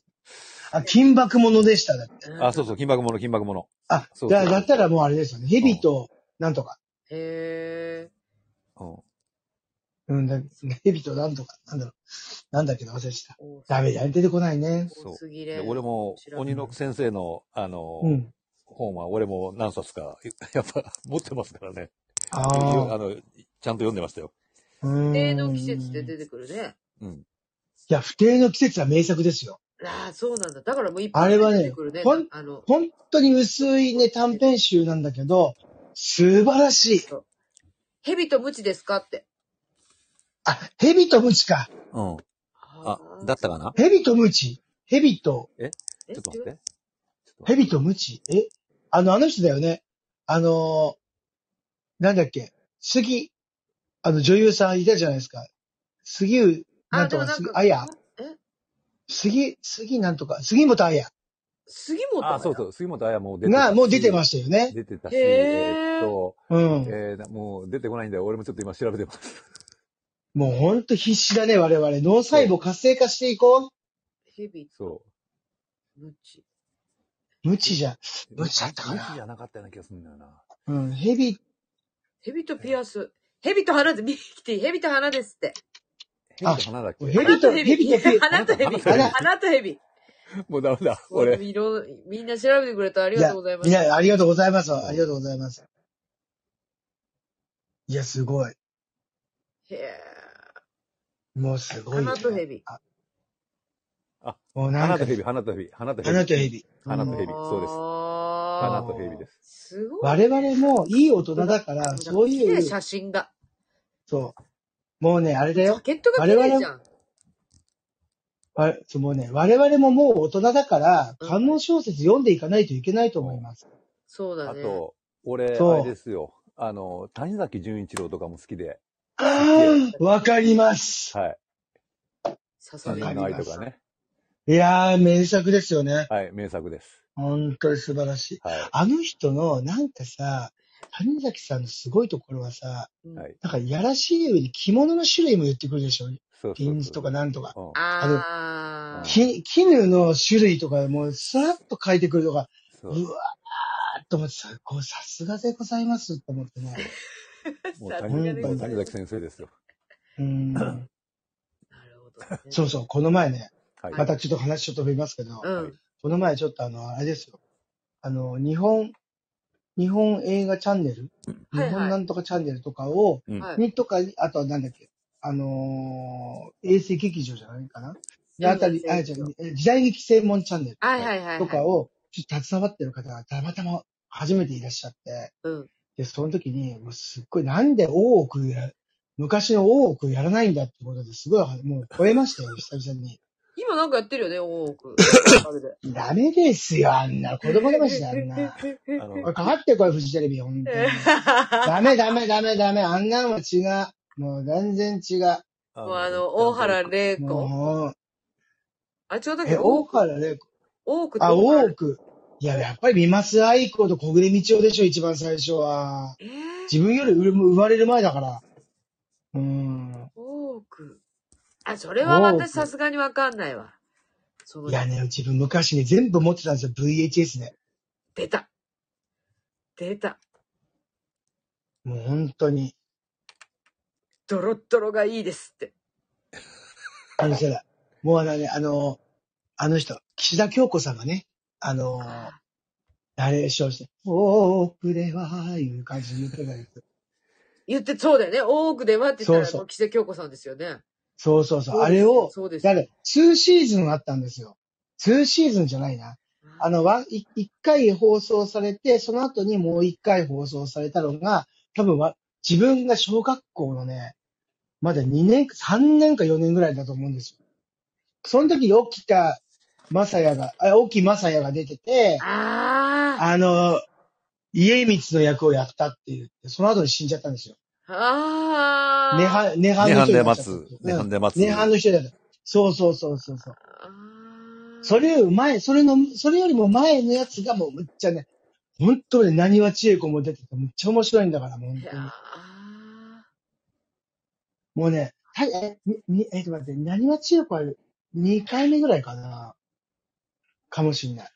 [SPEAKER 3] あ、金箔ものでした。だって
[SPEAKER 1] あ、そうそう、金箔物、金箔物。
[SPEAKER 3] あ、
[SPEAKER 1] そうそう
[SPEAKER 3] だだったらもうあれですよね。ヘビとなんとか。
[SPEAKER 2] へ
[SPEAKER 1] うん。
[SPEAKER 3] うん、だヘビとなんとか。なんだろう。なんだっけど忘れてた。
[SPEAKER 2] ぇー。
[SPEAKER 3] ダメだ。出てこないね。
[SPEAKER 1] そう
[SPEAKER 2] 大杉
[SPEAKER 1] で
[SPEAKER 2] 蓮。
[SPEAKER 1] 俺も、鬼の先生の、あの、
[SPEAKER 3] うん。
[SPEAKER 1] 本は俺も何冊か、 やっぱ持ってますからね。
[SPEAKER 3] あ
[SPEAKER 1] あ
[SPEAKER 3] あ。
[SPEAKER 1] の、ちゃんと読んでましたよ。
[SPEAKER 3] 不
[SPEAKER 2] 不定の季節で出てくるね。
[SPEAKER 1] うん。
[SPEAKER 3] いや、不定の季節は名作ですよ。
[SPEAKER 2] ああ、そうなんだ。だからもう一
[SPEAKER 3] あれは
[SPEAKER 2] 本
[SPEAKER 3] ね
[SPEAKER 2] 出てくるね。
[SPEAKER 3] ほん
[SPEAKER 2] あの、
[SPEAKER 3] 本当に薄いね、短編集なんだけど、素晴らしい。
[SPEAKER 2] 蛇とムチですかって。
[SPEAKER 3] あ、ヘビとムチか。
[SPEAKER 1] うん。あ
[SPEAKER 2] あ、
[SPEAKER 1] だったかな
[SPEAKER 3] ヘビとムチ。ヘビと、
[SPEAKER 2] え
[SPEAKER 1] ちょっと待って。
[SPEAKER 3] ヘビとムチ。えあの、あの人だよね。あのーなんだっけ。杉、あの女優さんいたじゃないですか。杉う、な
[SPEAKER 2] あ、
[SPEAKER 3] んと
[SPEAKER 2] でも
[SPEAKER 3] か、
[SPEAKER 2] なん
[SPEAKER 3] 杉
[SPEAKER 2] か、
[SPEAKER 3] あや。
[SPEAKER 2] え
[SPEAKER 3] 杉、杉なんとか、杉本あや
[SPEAKER 2] 杉本。
[SPEAKER 1] あ、そうそうう、杉本彩も出てたし
[SPEAKER 3] が、もう出てましたよね。
[SPEAKER 1] 出てたし、
[SPEAKER 2] へー
[SPEAKER 1] えーっと、
[SPEAKER 3] うん。
[SPEAKER 1] えーもう出てこないんだよ。俺もちょっと今調べてます。
[SPEAKER 3] もうほんと必死だね、我々。脳細胞活性化していこ
[SPEAKER 2] 蛇と
[SPEAKER 1] そ
[SPEAKER 2] ムチ。
[SPEAKER 3] う。ムチじゃん。
[SPEAKER 1] う。
[SPEAKER 3] どっちだったかな
[SPEAKER 1] 無知じゃなかったような気がするんだよな。
[SPEAKER 3] うん、ヘビ、
[SPEAKER 2] 蛇とピアス。蛇と花で、ミキティ、蛇と花ですって。
[SPEAKER 1] ヘビと花だっけ
[SPEAKER 3] ヘビ
[SPEAKER 2] 花
[SPEAKER 3] と、
[SPEAKER 2] と
[SPEAKER 3] ヘ
[SPEAKER 2] 蛇。
[SPEAKER 3] ビとピエ
[SPEAKER 2] 花と蛇。
[SPEAKER 1] 花と蛇
[SPEAKER 2] 花と蛇。
[SPEAKER 1] もうダメだ。俺、
[SPEAKER 2] いろんみんな調べてくれてありがとうございま
[SPEAKER 3] みん
[SPEAKER 2] す。
[SPEAKER 3] な、ありがとうございます。ありがとうございます。いや、すごい。
[SPEAKER 2] へえ。
[SPEAKER 3] もうすごいよ、
[SPEAKER 2] 花と蛇。
[SPEAKER 3] もうなん
[SPEAKER 1] 花
[SPEAKER 3] か
[SPEAKER 1] とヘ
[SPEAKER 3] ね、
[SPEAKER 1] ビ、花とヘビ、花とヘビ。
[SPEAKER 3] 花とヘビ。
[SPEAKER 1] 花と
[SPEAKER 3] うん
[SPEAKER 1] 蛇そうです
[SPEAKER 2] あ
[SPEAKER 1] 花
[SPEAKER 2] ー
[SPEAKER 1] とヘビです。
[SPEAKER 2] すごい。
[SPEAKER 3] 我々もいい大人だ
[SPEAKER 2] な
[SPEAKER 3] か
[SPEAKER 2] ん
[SPEAKER 3] ら、
[SPEAKER 2] か
[SPEAKER 3] そう
[SPEAKER 2] 綺麗
[SPEAKER 3] いう、
[SPEAKER 2] 写真が。
[SPEAKER 3] そう。もうね、あれだ
[SPEAKER 2] ジ
[SPEAKER 3] よ
[SPEAKER 2] ャ。ケットが綺麗じゃん。
[SPEAKER 3] わそうもうね、我々ももう大人だから、
[SPEAKER 2] うん
[SPEAKER 3] 観音小説読んでいかないといけないと思います。
[SPEAKER 2] そうだ
[SPEAKER 1] あ
[SPEAKER 2] ね。
[SPEAKER 1] と、俺、
[SPEAKER 3] そう
[SPEAKER 1] あれですよ。あの、谷崎潤一郎とかも好きで、
[SPEAKER 3] ああ、わかります。
[SPEAKER 1] はい。
[SPEAKER 2] 刺
[SPEAKER 1] 三
[SPEAKER 2] され
[SPEAKER 1] 人
[SPEAKER 3] わ
[SPEAKER 1] の
[SPEAKER 3] か
[SPEAKER 1] 愛
[SPEAKER 3] りま
[SPEAKER 1] と
[SPEAKER 3] す
[SPEAKER 1] かね。
[SPEAKER 3] いやー、名作ですよね。
[SPEAKER 1] はい、名作です。
[SPEAKER 3] 本当に素晴らしい。
[SPEAKER 1] はい。
[SPEAKER 3] あの人の、なんかさ、谷崎さんのすごいところはさ、
[SPEAKER 2] うん
[SPEAKER 1] はい
[SPEAKER 3] なんかやらしい上に着物の種類も言ってくるでしょ
[SPEAKER 1] そうそうそう。
[SPEAKER 3] ピンズとかなんとか。
[SPEAKER 1] うん。
[SPEAKER 2] あー。
[SPEAKER 3] き絹の種類とかもうさらっと書いてくるとか、
[SPEAKER 1] そうう。
[SPEAKER 3] わーっと思ってさ、こうさすがでございますと思って ね。
[SPEAKER 1] もう
[SPEAKER 2] さすが
[SPEAKER 1] 谷
[SPEAKER 2] でござい
[SPEAKER 1] 谷
[SPEAKER 2] ま
[SPEAKER 1] 崎
[SPEAKER 2] す。
[SPEAKER 1] 先生ですよ。
[SPEAKER 3] うん。
[SPEAKER 2] なるほど、ね。
[SPEAKER 3] そうそう、この前ね、
[SPEAKER 1] はい。
[SPEAKER 3] またちょっと話ちょっと飛びますけど、
[SPEAKER 2] う
[SPEAKER 1] はい
[SPEAKER 2] ん。
[SPEAKER 3] この前ちょっとあの、あれですよ。あの、日本、日本映画チャンネル、
[SPEAKER 2] はいはい
[SPEAKER 3] 日本なんとかチャンネルとかを、
[SPEAKER 1] うん
[SPEAKER 2] はい。
[SPEAKER 3] にとか、あとはなんだっけ、あのー、衛星劇場じゃないかな
[SPEAKER 2] うん
[SPEAKER 3] あたり、あ、
[SPEAKER 2] 衛
[SPEAKER 3] じ
[SPEAKER 2] 星
[SPEAKER 3] ゃ
[SPEAKER 2] 劇場
[SPEAKER 3] 時代劇専門チャンネル
[SPEAKER 2] はいはいはい。
[SPEAKER 3] とか
[SPEAKER 2] はい。
[SPEAKER 3] を、ちょっと携わってる方がたまたま初めていらっしゃって、
[SPEAKER 2] うん。
[SPEAKER 3] で、その時に、もうすっごい、なんで大奥や、昔の大奥やらないんだってことですごい、もう超えましたよ、久々に。
[SPEAKER 2] 今なんかやってるよね、大奥。あ れで。
[SPEAKER 3] ダメですよ、あんな。子供だましだ、あ んな。
[SPEAKER 1] あの
[SPEAKER 3] おい、かかってこい、フジテレビ、ほんとに。ダメダメダメダメ、あんなのは違う。もう全然違う。
[SPEAKER 1] あ
[SPEAKER 2] もう あの、大原玲子。
[SPEAKER 3] も
[SPEAKER 2] あ、違うだ
[SPEAKER 3] う、
[SPEAKER 2] け
[SPEAKER 3] え、大
[SPEAKER 2] ど、
[SPEAKER 3] 原玲子。
[SPEAKER 2] 大奥って
[SPEAKER 3] あ、
[SPEAKER 2] 大
[SPEAKER 3] 大
[SPEAKER 2] 奥
[SPEAKER 3] 奥。いや、やっぱり三松愛子と小暮道夫でしょ、一番最初は。
[SPEAKER 2] えー
[SPEAKER 3] 自分より生まれる前だから。うーん。
[SPEAKER 2] 大奥。あ、それは
[SPEAKER 3] 大
[SPEAKER 2] 私
[SPEAKER 3] 奥
[SPEAKER 2] さすがにわかんないわ。その
[SPEAKER 3] いやね、自分昔ね、全部持ってたんですよ、VHS ね。
[SPEAKER 2] 出た。出た。
[SPEAKER 3] もう本当に。
[SPEAKER 2] ドロッドロがいいですって。
[SPEAKER 3] あの人ら、もうあのね、あの、あの人、岸田京子さんがね、あの、
[SPEAKER 2] あ
[SPEAKER 3] ナレーションして、おー、くれはーいう感じで言ってたんですよ。
[SPEAKER 2] 言って、そうだよね。多くではって言ったら、
[SPEAKER 3] そうそう
[SPEAKER 2] もう岸田京子さんですよね。
[SPEAKER 3] そうそうそう、あれを、
[SPEAKER 2] そうです
[SPEAKER 3] だ
[SPEAKER 2] よ。
[SPEAKER 3] から、2シーズンあったんですよ。2シーズンじゃないな。あの、わ、い一回放送されて、その後にもう一回放送されたのが、多分わ、自分が小学校のね、まだ2年、3年か4年ぐらいだと思うんですよ。その時、沖田正也が、あ、沖正也が出てて、
[SPEAKER 2] ああ
[SPEAKER 3] あの、家光の役をやったって言って、その後に死んじゃったんですよ。
[SPEAKER 1] 涅槃で待つ涅槃
[SPEAKER 2] ああ
[SPEAKER 3] 涅槃、涅槃の人になっちゃったんですよ。。うん
[SPEAKER 1] で待つ。
[SPEAKER 3] 涅槃の人になっちゃった。そうそうそうそうそう。
[SPEAKER 2] あ
[SPEAKER 3] それより前、それの、それよりも前のやつがもうむっちゃね、本当に何は千恵子も出てて、むっちゃ面白いんだから、もう本
[SPEAKER 2] いや
[SPEAKER 3] 当に。
[SPEAKER 2] あ
[SPEAKER 3] もうね、はい、え、にに、えっと待って、何は千恵子は2回目ぐらいかな。かもしんない。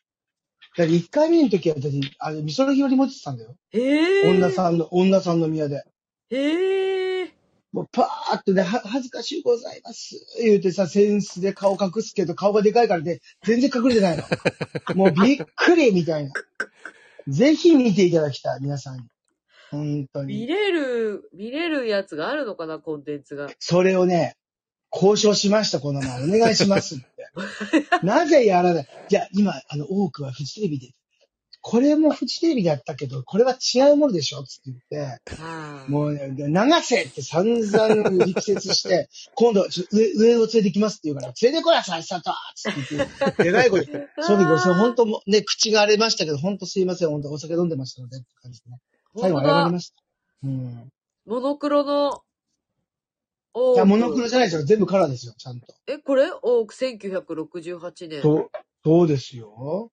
[SPEAKER 3] だって1回目の時は私、あれ、美空ひより持ってたんだよ。
[SPEAKER 2] へえ
[SPEAKER 3] 女さんの、女さんの宮で。
[SPEAKER 2] へえ
[SPEAKER 3] もうパーってね、は恥ずかしゅうございます。言うてさ、センスで顔隠すけど、顔がでかいからで、全然隠れてないの。もうびっくりみたいな。ぜひ見ていただきたい、皆さんに。本当
[SPEAKER 2] 見
[SPEAKER 3] に。
[SPEAKER 2] れる、見れるやつがあるのかな、コンテンツが。
[SPEAKER 3] それをね、交渉しました、この前。お願いしますって。 なぜやらないじゃあ、今、あの、多くはフジテレビで、これもフジテレビだったけど、これは違うものでしょつって言って、
[SPEAKER 2] あ
[SPEAKER 3] もう、ね、流せって散々力説して、 今度、ちょ上、上を連れてきますって言うから、連れてこなさい、佐藤つって言って、でかい 声で。その時、その本当も、ね、口が荒れましたけど、本当すいません、本当お酒飲んでましたので、って感じでね。最後
[SPEAKER 2] 本当
[SPEAKER 3] 謝り
[SPEAKER 2] だ
[SPEAKER 3] ました。うん。
[SPEAKER 2] モノクロの、
[SPEAKER 3] い
[SPEAKER 2] オ
[SPEAKER 3] や、
[SPEAKER 2] ー
[SPEAKER 3] モノクロ
[SPEAKER 2] ク。
[SPEAKER 3] じゃないですよ。全部カラーですよ、ちゃんと。
[SPEAKER 2] え、これオーク1968年。
[SPEAKER 3] そう、そうですよ。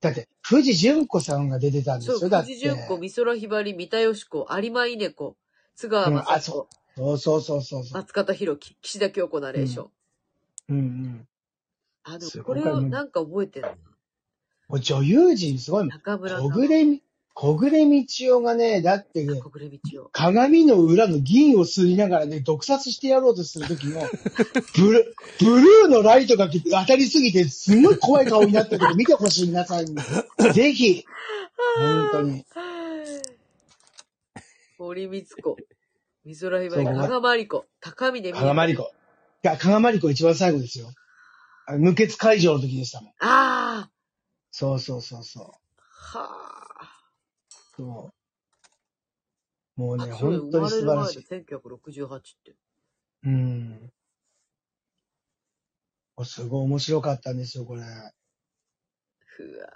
[SPEAKER 3] だって、藤純子さんが出てたんで
[SPEAKER 2] そう、
[SPEAKER 3] すよ、だっ
[SPEAKER 2] 藤
[SPEAKER 3] て。
[SPEAKER 2] 純子、美空ひばり、三田佳子、有馬稲子、津川
[SPEAKER 3] うん、あ、
[SPEAKER 2] 雅
[SPEAKER 3] そ
[SPEAKER 2] 彦、
[SPEAKER 3] う。そうそうそうそうそう。
[SPEAKER 2] 松方弘樹、岸田京子ナレーション。
[SPEAKER 3] うんうん。
[SPEAKER 2] あ、ですも
[SPEAKER 3] ご
[SPEAKER 2] こ
[SPEAKER 3] い。
[SPEAKER 2] れを
[SPEAKER 3] もう
[SPEAKER 2] なんか覚えてる
[SPEAKER 3] もう女優陣すごいもん。
[SPEAKER 2] 中村さ
[SPEAKER 3] 小
[SPEAKER 2] ん、
[SPEAKER 3] 暮み、小暮みちおがね、だってね、
[SPEAKER 2] 小暮道夫。
[SPEAKER 3] 鏡の裏の銀を吸いながらね、毒殺してやろうとする時の、ブルー、ブルーのライトが当たりすぎて、すごい怖い顔になってるけど、見てほしい、皆さんに。ぜひ、本当に。
[SPEAKER 2] 森光子、美空ひば
[SPEAKER 3] そ
[SPEAKER 2] り、
[SPEAKER 3] う、ごめ
[SPEAKER 2] 加
[SPEAKER 3] ん。
[SPEAKER 2] 賀まり子、高峰
[SPEAKER 3] 加賀
[SPEAKER 2] 美
[SPEAKER 3] ま
[SPEAKER 2] 子。
[SPEAKER 3] りこ。いや、加賀まりこ一番最後ですよ。あの無血会場の時でしたもん。
[SPEAKER 2] ああ
[SPEAKER 3] そうそうそうそ
[SPEAKER 2] はあ。
[SPEAKER 3] う。そうもう
[SPEAKER 2] あ、
[SPEAKER 3] ね、
[SPEAKER 2] そうよ、生
[SPEAKER 3] 本当
[SPEAKER 2] まれ
[SPEAKER 3] に素
[SPEAKER 2] る
[SPEAKER 3] 晴ら
[SPEAKER 2] 前
[SPEAKER 3] し
[SPEAKER 2] の
[SPEAKER 3] い。
[SPEAKER 2] 1968って。
[SPEAKER 3] うん。すごい面白かったんですよ、これ。
[SPEAKER 2] ふわ、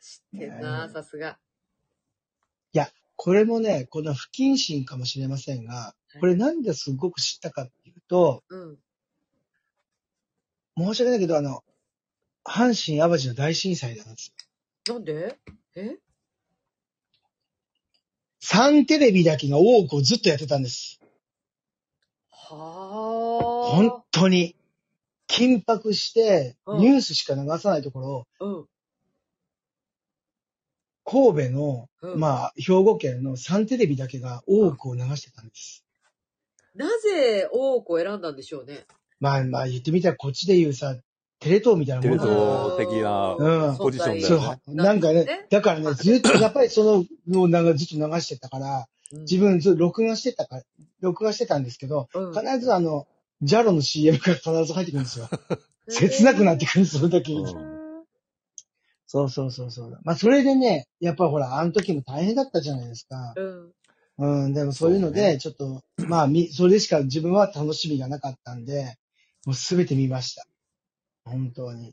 [SPEAKER 2] 知ってん
[SPEAKER 3] ね
[SPEAKER 2] な、さすが。
[SPEAKER 3] いや、これもね、この不謹慎かもしれませんが、これなんですごく知ったかっていうと、
[SPEAKER 2] うん。
[SPEAKER 3] 申し訳ないけど、あの、阪神淡路の大震災なんですよ。
[SPEAKER 2] なんでえ
[SPEAKER 3] サンテレビだけが多くをずっとやってたんです。本
[SPEAKER 2] は
[SPEAKER 3] 当に。緊迫して、
[SPEAKER 2] うん
[SPEAKER 3] ニュースしか流さないところを、
[SPEAKER 2] あ。うん。
[SPEAKER 3] 神戸の、
[SPEAKER 2] うん
[SPEAKER 3] まあ、兵庫県のサンテレビだけが多くを流してたんです。
[SPEAKER 2] なぜ多くを選んだんでしょうね。
[SPEAKER 3] まあまあ、言ってみたらこっちで言うさ、テレ東みたいな
[SPEAKER 1] テ
[SPEAKER 3] も
[SPEAKER 1] レ
[SPEAKER 3] んだから。
[SPEAKER 1] 東的な
[SPEAKER 3] うん
[SPEAKER 1] ポジションだ
[SPEAKER 3] そう、
[SPEAKER 1] よ
[SPEAKER 3] は
[SPEAKER 1] ね。
[SPEAKER 3] なんか
[SPEAKER 2] なん
[SPEAKER 3] ね
[SPEAKER 2] で、
[SPEAKER 3] だから
[SPEAKER 2] は
[SPEAKER 3] ね、
[SPEAKER 2] い
[SPEAKER 3] ずっと、やっぱりその、もうなんかずっと流してたから、
[SPEAKER 2] うん
[SPEAKER 3] 自分ずっと録画してたから、録画してたんですけど、
[SPEAKER 2] うん
[SPEAKER 3] 必ずあの、ジャロの CM が必ず入ってくるんですよ。切なくなってくる、その時に。
[SPEAKER 1] うん
[SPEAKER 3] そうそうそうそう。まあ、それでね、やっぱほら、あの時も大変だったじゃないですか。
[SPEAKER 2] うん。
[SPEAKER 3] うん、でもそういうの
[SPEAKER 1] そう
[SPEAKER 3] で、
[SPEAKER 1] ね
[SPEAKER 3] ちょっと、まあ、み、それしか自分は楽しみがなかったんで、もうすべて見ました。本当に。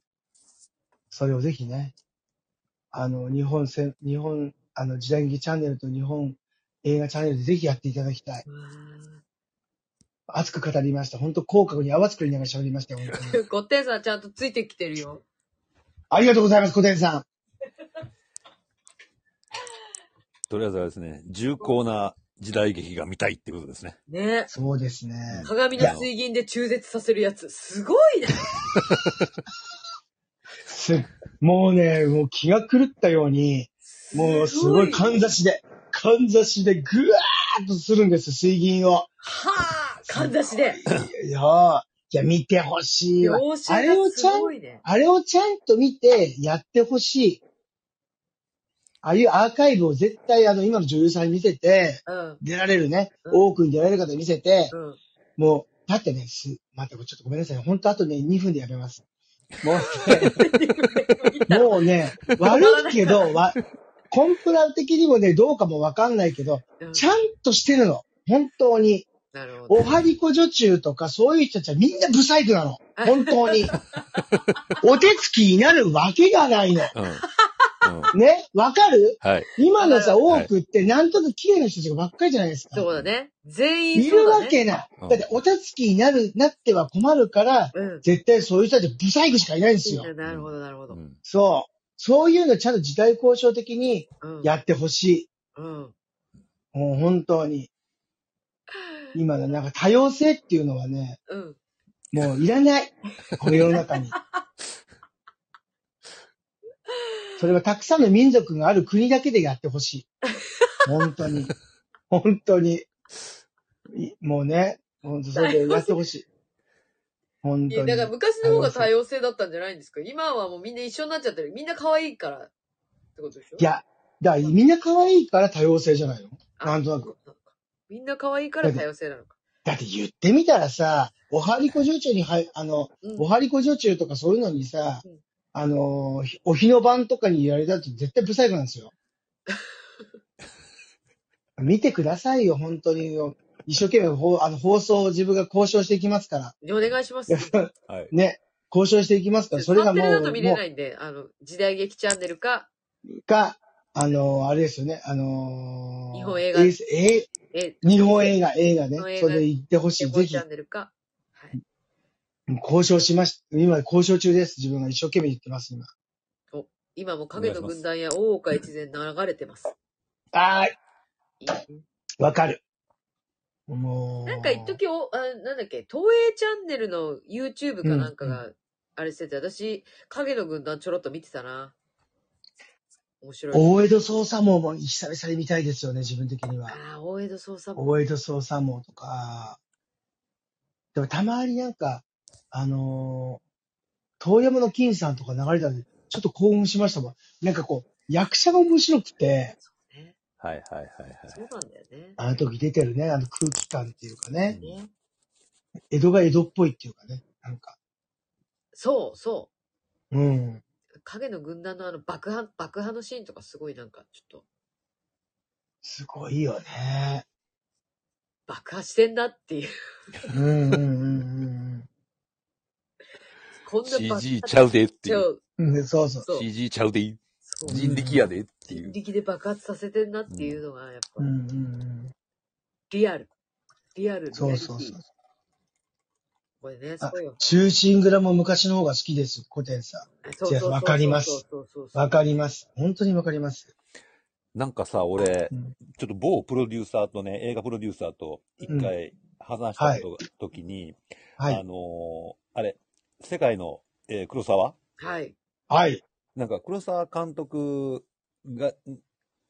[SPEAKER 3] それをぜひね、あの、日本せ、日本、あの、時代劇チャンネルと日本映画チャンネルでぜひやっていただきたい。
[SPEAKER 2] うわー
[SPEAKER 3] 熱く語りました。本当口角に泡作りながら喋りましたよ、本当 に。
[SPEAKER 2] ごってんさんちゃんとついてきてるよ。
[SPEAKER 3] ありがとうございます、小天さん。
[SPEAKER 1] とりあえずはですね、重厚な時代劇が見たいってことですね。
[SPEAKER 2] ね。
[SPEAKER 3] そうですね。
[SPEAKER 2] 鏡の水銀で中絶させるやつ。すごいね。
[SPEAKER 3] すもうね、もう気が狂ったように、もうすごいかんざしで、かんざしでぐわーっとするんです、水銀を。
[SPEAKER 2] はあかんざしで。
[SPEAKER 3] いやーいや、見てほしいわ。
[SPEAKER 2] 描写
[SPEAKER 3] あれを
[SPEAKER 2] が
[SPEAKER 3] ちゃ
[SPEAKER 2] す
[SPEAKER 3] ん
[SPEAKER 2] ごいね。
[SPEAKER 3] あれをちゃんと見てやってほしい。ああいうアーカイブを絶対あの今の女優さんに見せて、
[SPEAKER 2] うん。
[SPEAKER 3] 出られるね、
[SPEAKER 2] うん
[SPEAKER 3] 多くに出られる方に見せて、
[SPEAKER 2] うん。
[SPEAKER 3] もう、だってね、す、待って、ちょっとごめんなさい。ほんとあとね、2分でや めます。もうね、も うね、悪いけど、わ、コンプラ的にもね、どうかもわかんないけど、
[SPEAKER 2] うん
[SPEAKER 3] ちゃんとしてるの。本当に。
[SPEAKER 2] なるほど。
[SPEAKER 3] おはりこ女中とかそういう人たちはみんなブサイクなの。本当 に。お手つきになるわけがないの。
[SPEAKER 1] うん。うん
[SPEAKER 3] ねわかる
[SPEAKER 1] はい。
[SPEAKER 3] 今のさ、
[SPEAKER 1] は
[SPEAKER 3] 多
[SPEAKER 1] い
[SPEAKER 3] くってなんとなく綺麗な人たちばっかりじゃないですか。
[SPEAKER 2] そうだね。全員
[SPEAKER 3] い
[SPEAKER 2] そう
[SPEAKER 3] る
[SPEAKER 2] だ
[SPEAKER 3] わ
[SPEAKER 2] ね。
[SPEAKER 3] けない。
[SPEAKER 1] うん
[SPEAKER 3] だって、お手つきになる、なっては困るから、
[SPEAKER 2] うん。
[SPEAKER 3] 絶対そういう人たちブサイクしかいないんですよ。
[SPEAKER 2] なるほど、なるほど。
[SPEAKER 3] そう。そういうのちゃんと時代交渉的に
[SPEAKER 2] うん。
[SPEAKER 3] やってほし
[SPEAKER 2] うん。
[SPEAKER 3] い。もう本当に。今のなんか多様性っていうのはね、
[SPEAKER 2] うん。
[SPEAKER 3] もういらない。この世の 中に。それはたくさんの民族がある国だけでやってほしい。本当に。本当に。いもうね、本当それでやってほしい。本
[SPEAKER 2] い
[SPEAKER 3] 当
[SPEAKER 2] や、
[SPEAKER 3] に
[SPEAKER 2] だから。昔の方が多様性だったんじゃないんですか今はもうみんな一緒になっちゃってる。みんな可愛いからってことでしょ
[SPEAKER 3] い、や、だからみんな可愛いから多様性じゃないの
[SPEAKER 2] あ
[SPEAKER 3] なんとなく。
[SPEAKER 2] みんな可愛いから多様性なのか。
[SPEAKER 3] だって言ってみたらさ、おはりこ女中にはい、あの、
[SPEAKER 2] うん
[SPEAKER 3] おはりこ女中とかそういうのにさ
[SPEAKER 2] うん、
[SPEAKER 3] あの、ひお日の晩とかにやられたと絶対不細工なんで すよ。見てくださいよ、本当に。一生懸命ほうあの放送を自分が交渉していきますから。
[SPEAKER 2] お願いします。
[SPEAKER 1] はい。
[SPEAKER 3] ね。交渉していきますから、それがも
[SPEAKER 2] サンテレだ
[SPEAKER 3] う、
[SPEAKER 2] と見れないんで、あの、時代劇チャンネルか、
[SPEAKER 3] もうが、あの、あれですよね、あのー、
[SPEAKER 2] 日本映画
[SPEAKER 3] ええ
[SPEAKER 2] え、
[SPEAKER 3] 日本映画、映画
[SPEAKER 2] 日
[SPEAKER 3] ね
[SPEAKER 2] 本映。画
[SPEAKER 3] それで行ってほし
[SPEAKER 2] チ
[SPEAKER 3] い。ぜひ
[SPEAKER 2] ャ、ンネルか。はい。
[SPEAKER 3] 交渉しまし、今交渉中です。自分が一生懸命言ってます、今。
[SPEAKER 2] 今も影の軍団や大岡越前流れてます。
[SPEAKER 3] あ
[SPEAKER 2] いいね
[SPEAKER 3] ー、わかる。もう。
[SPEAKER 2] なんか一時お、あなんだっけ、東映チャンネルの YouTube かなんかが、あれしてて、私、影の軍団ちょろっと見てたな。面白い。
[SPEAKER 3] 大江戸捜査網も久々に見たいですよね、自分的には。
[SPEAKER 2] ああ、大江戸捜査も。
[SPEAKER 3] 大江戸捜査網とか。でもたまになんか、あのー、遠山の金さんとか流れたんで、ちょっと興奮しましたもん。なんかこう、役者が面白くて、
[SPEAKER 2] ね
[SPEAKER 1] はいはいはい
[SPEAKER 2] そうなんだよね。
[SPEAKER 3] あの時出てるね、あの空気感っていうか
[SPEAKER 1] はい。
[SPEAKER 3] ね、
[SPEAKER 2] ね
[SPEAKER 3] 江戸が江戸っぽいっていうかね、なんか。
[SPEAKER 2] そうそ
[SPEAKER 3] うん。
[SPEAKER 2] う。影の軍団のあの爆破、爆破のシーンとかすごいなんか、ちょっと、
[SPEAKER 3] すごいよね。
[SPEAKER 2] 爆破してんなっていう。
[SPEAKER 3] うんうんうん
[SPEAKER 2] こんな爆破
[SPEAKER 1] CG ちゃうでって
[SPEAKER 2] ちゃ
[SPEAKER 1] いう。
[SPEAKER 2] う。
[SPEAKER 3] うんうん。うんそうそう。
[SPEAKER 2] そう。
[SPEAKER 1] CG ちゃうでいい。
[SPEAKER 2] そう
[SPEAKER 1] 人力やでってい
[SPEAKER 2] 人
[SPEAKER 1] う。
[SPEAKER 2] 力で爆発させてんなっていうのが、やっぱ
[SPEAKER 3] う、んうんうん。
[SPEAKER 2] リアル。リアル、リアリティ。
[SPEAKER 3] そうそうそう。
[SPEAKER 2] これね、す
[SPEAKER 3] あ
[SPEAKER 2] ごいよ。
[SPEAKER 3] 中心蔵も昔の方が好きです、古典さ
[SPEAKER 2] あ
[SPEAKER 3] じゃあわかります。
[SPEAKER 2] そうそうそうそ
[SPEAKER 3] ん。
[SPEAKER 2] う
[SPEAKER 3] わかります。本当にわかります。
[SPEAKER 1] なんかさ、俺
[SPEAKER 3] う、ん
[SPEAKER 1] ちょっと某プロデューサーとね、映画プロデューサーと一回話したことが時に、
[SPEAKER 3] は
[SPEAKER 1] あ
[SPEAKER 3] い。
[SPEAKER 1] のーあれ、世界の、えー黒沢
[SPEAKER 2] はい。
[SPEAKER 3] はい。
[SPEAKER 1] なんか黒沢監督が、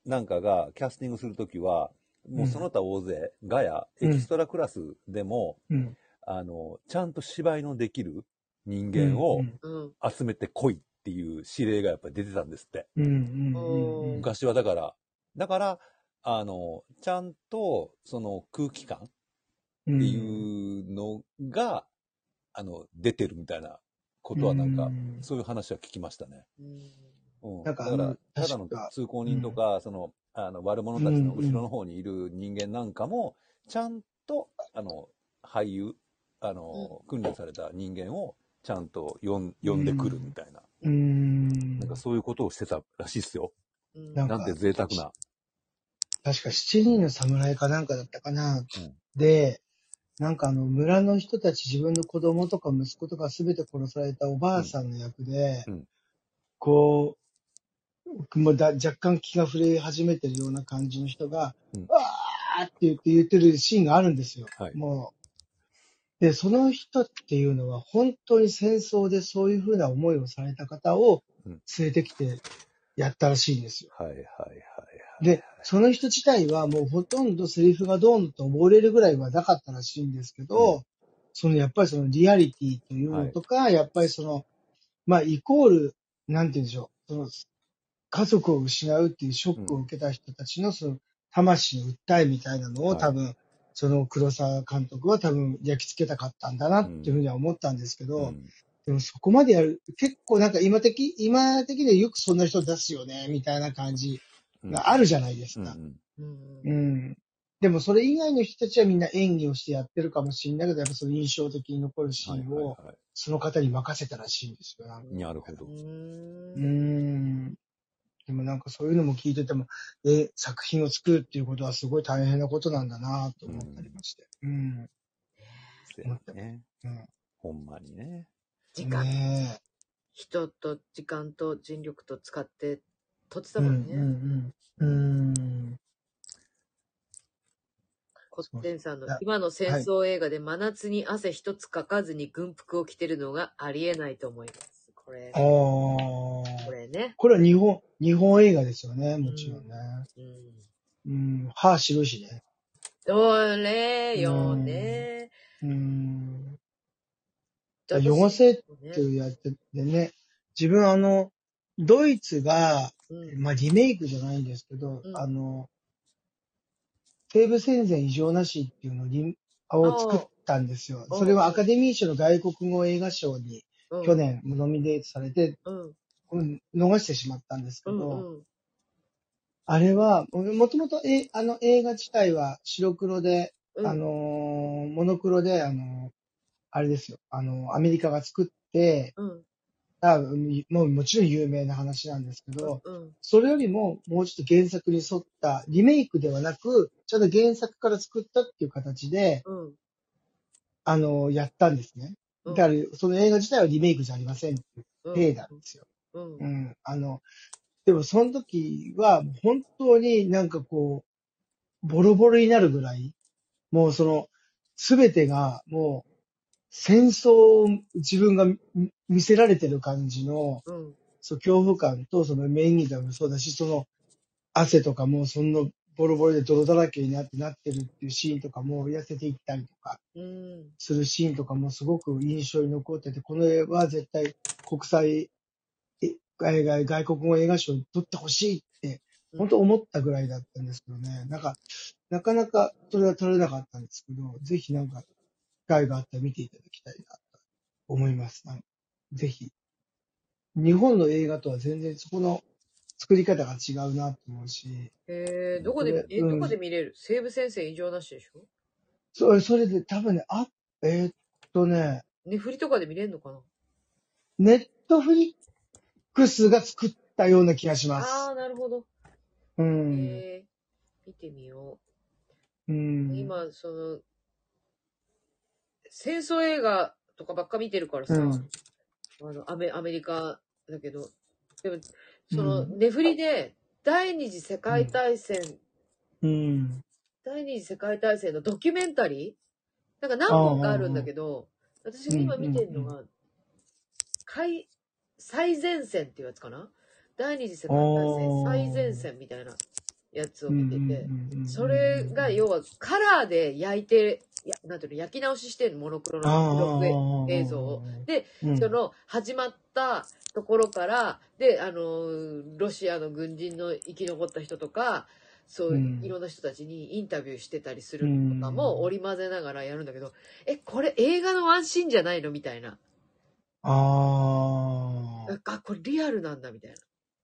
[SPEAKER 1] なんかがキャスティングするときは、もうその他大勢、ガヤ、エ
[SPEAKER 3] うん
[SPEAKER 1] キストラクラスでも、
[SPEAKER 3] うん。
[SPEAKER 1] あの、ちゃんと芝居のできる人間
[SPEAKER 3] う
[SPEAKER 1] を
[SPEAKER 3] ん
[SPEAKER 2] うん。
[SPEAKER 1] 集めて来いっていう指令がやっぱり出てたんですって。
[SPEAKER 3] うんうんうんうん。
[SPEAKER 1] 昔はだから、だから、あの、ちゃんとその空気感
[SPEAKER 3] て
[SPEAKER 1] っていうのが、あの、出てるみたいなことはなんか、そういう話は聞きましたね。
[SPEAKER 2] うん
[SPEAKER 1] うん、
[SPEAKER 3] なん
[SPEAKER 1] だ
[SPEAKER 3] か
[SPEAKER 1] か
[SPEAKER 3] あ
[SPEAKER 1] ら
[SPEAKER 3] の、
[SPEAKER 1] ただの
[SPEAKER 3] 確か
[SPEAKER 1] 通行人とか、その、あの、悪者たちの後ろの方にいる人間なんかも、ちゃんと、あの、俳優、あの、訓練された人間を、ちゃんと呼ん呼んでくるみたいな、
[SPEAKER 3] うん。
[SPEAKER 1] なんかそういうことをしてたらしいっすよ。
[SPEAKER 2] うん
[SPEAKER 3] なんか
[SPEAKER 1] なんて贅沢な。
[SPEAKER 3] 確か七人の侍かなんかだったかな。
[SPEAKER 1] うん
[SPEAKER 3] で、なんかあの村の人たち自分の子供とか息子とか全て殺されたおばあさんの役で、
[SPEAKER 1] うんうん
[SPEAKER 3] こう、もうだ若干気が震え始めてるような感じの人が、
[SPEAKER 1] うん
[SPEAKER 3] わーって言って言ってるシーンがあるんですよ。
[SPEAKER 1] はい
[SPEAKER 3] もで、その人っていうのは本当に戦争でそういうふうな思いをされた方を
[SPEAKER 1] うん
[SPEAKER 3] 連れてきてやったらしいんですよ。
[SPEAKER 1] はいはいはいはい。
[SPEAKER 3] で、その人自体はもうほとんどセリフがどうのと溺れるぐらいはなかったらしいんですけど、
[SPEAKER 1] う
[SPEAKER 3] そのやっぱりそのリアリティというのとか、やっぱりその、まあイコール、なんて言うんでしょう、その家族を失うっていうショックを受けた人たちのその魂の訴えみたいなの
[SPEAKER 1] は
[SPEAKER 3] を
[SPEAKER 1] い
[SPEAKER 3] 多分、その黒沢監督は多分焼き付けたかったんだなっていうふうには思ったんですけど、
[SPEAKER 1] うん
[SPEAKER 3] でもそこまでやる、結構なんか今的、今的でよくそんな人出すよね、みたいな感じ
[SPEAKER 1] うん
[SPEAKER 3] があるじゃないです
[SPEAKER 1] うんう
[SPEAKER 3] か。
[SPEAKER 1] ん
[SPEAKER 2] うん
[SPEAKER 3] うん。でもそれ以外の人たちはみんな演技をしてやってるかもしれないけど、やっぱその印象的に残るシ
[SPEAKER 1] はい
[SPEAKER 3] ーン
[SPEAKER 1] はい
[SPEAKER 3] を
[SPEAKER 1] は
[SPEAKER 3] その方に任せたらしいんですよ。なんか
[SPEAKER 1] い。なるほど。
[SPEAKER 3] う
[SPEAKER 2] うん
[SPEAKER 3] ーん。でもなんかそういうのも聞いてても、え、作品を作るっていうことはすごい大変なことなんだなと思ったりまして。うん。
[SPEAKER 1] せやね。
[SPEAKER 3] うん
[SPEAKER 1] ほんまにね。
[SPEAKER 2] 時間、
[SPEAKER 3] ねえ
[SPEAKER 2] 人と時間と人力と使って、とってた
[SPEAKER 3] うん
[SPEAKER 2] も
[SPEAKER 3] うん
[SPEAKER 2] ね。
[SPEAKER 3] んうん。うん。
[SPEAKER 2] コッテンさんの
[SPEAKER 3] そう
[SPEAKER 2] 今の戦争映画で真夏に汗一つかかずに軍服を着てるのがありえないと思います。これ、
[SPEAKER 3] ああ
[SPEAKER 2] こ。れね。
[SPEAKER 3] これは日本、日本映画ですよね、もちろんね。
[SPEAKER 2] うん。
[SPEAKER 3] うん、歯白いしね。
[SPEAKER 2] どれよね。
[SPEAKER 3] うん。だ
[SPEAKER 2] 私
[SPEAKER 3] 汚せっ
[SPEAKER 2] ね
[SPEAKER 3] ていうやってでね、自分あの、ドイツが、
[SPEAKER 2] うん。
[SPEAKER 3] まあ、リメイクじゃないんですけど、
[SPEAKER 2] うん
[SPEAKER 3] あの、西部戦前異常なしっていうのをリを作ったんですよ。
[SPEAKER 2] おう
[SPEAKER 3] それはアカデミー賞の外国語映画賞に
[SPEAKER 2] うん
[SPEAKER 3] 去。年ノミネートされて、
[SPEAKER 2] うん。
[SPEAKER 3] うん逃してしまったんですけ
[SPEAKER 2] う
[SPEAKER 3] ど、
[SPEAKER 2] ん。うん。
[SPEAKER 3] あれは、もともとえあの映画自体は白黒で、
[SPEAKER 2] うん
[SPEAKER 3] あのーモノクロで、あのーあれですよ、あのーアメリカが作って、
[SPEAKER 2] うん。
[SPEAKER 3] あうんもうもちろん有名な話なんですけど、
[SPEAKER 2] うん。
[SPEAKER 3] それよりももうちょっと原作に沿った、リメイクではなく、ちゃんと原作から作ったっていう形で、
[SPEAKER 2] うん。
[SPEAKER 3] あのーやったんですね。
[SPEAKER 2] うん
[SPEAKER 3] だから、その映画自体はリメイクじゃありませんっていう体なんですよ。
[SPEAKER 2] うん。
[SPEAKER 3] う
[SPEAKER 2] うん
[SPEAKER 3] ん。あの、でもその時は本当になんかこう、ボロボロになるぐらい、もうその、すべてがもう、戦争を自分が見見せられてる感じの、
[SPEAKER 2] うん。
[SPEAKER 3] そう、恐怖感と、その演技だもそうだし、その、汗とかもうそんなボロボロで泥だらけになってなってるっていうシーンとかも痩せていったりとか、
[SPEAKER 2] うん。
[SPEAKER 3] するシーンとかもすごく印象に残ってて、この絵は絶対国際え外外外国語映画賞に取ってほしいって、本当思ったぐらいだったんですけどね。なんか、なかなかそれは取れなかったんですけど、ぜひなんか、機会があったら見ていただきたいなと思います。なんかぜひ。日本の映画とは全然そこの作り方が違うなと思うし、
[SPEAKER 2] えー、どこで、え、
[SPEAKER 3] うん
[SPEAKER 2] どこで見れる西武先生異常なしでしょ
[SPEAKER 3] それ、それで多分ね、あ、えーっとね、
[SPEAKER 2] ね、振りとかで見れるのかな
[SPEAKER 3] ネットフリックスが作ったような気がします
[SPEAKER 2] あ。あー、なるほど。
[SPEAKER 3] うん。
[SPEAKER 2] えー、見てみよう。
[SPEAKER 3] うん。
[SPEAKER 2] 今、その、戦争映画とかばっか見てるからさ、
[SPEAKER 3] うん
[SPEAKER 2] あのアメアメリカだけど、でも、その、
[SPEAKER 3] うん
[SPEAKER 2] 寝振りで、第二次世界大戦、
[SPEAKER 3] うん。
[SPEAKER 2] 第二次世界大戦のドキュメンタリーなんか何本かあるんだけど、私が今見てるのが、海最前線っていうやつかな第二次世界大戦最前線みたいなやつを
[SPEAKER 3] うん
[SPEAKER 2] 見てて、
[SPEAKER 3] うん
[SPEAKER 2] それが、要はカラーで焼いて、やなんていうの、焼き直ししてるの、モノクロの記録映像を。で、
[SPEAKER 3] うん
[SPEAKER 2] その、始まったところから、で、あのー、ロシアの軍人の生き残った人とか、そう
[SPEAKER 3] う
[SPEAKER 2] い
[SPEAKER 3] ん
[SPEAKER 2] ういろんな人たちにインタビューしてたりするのとかも
[SPEAKER 3] うん
[SPEAKER 2] 織り交ぜながらやるんだけど、え、これ映画のワンシーンじゃないのみたいな。
[SPEAKER 3] ああ。
[SPEAKER 2] あ、これリアルなんだみたいな。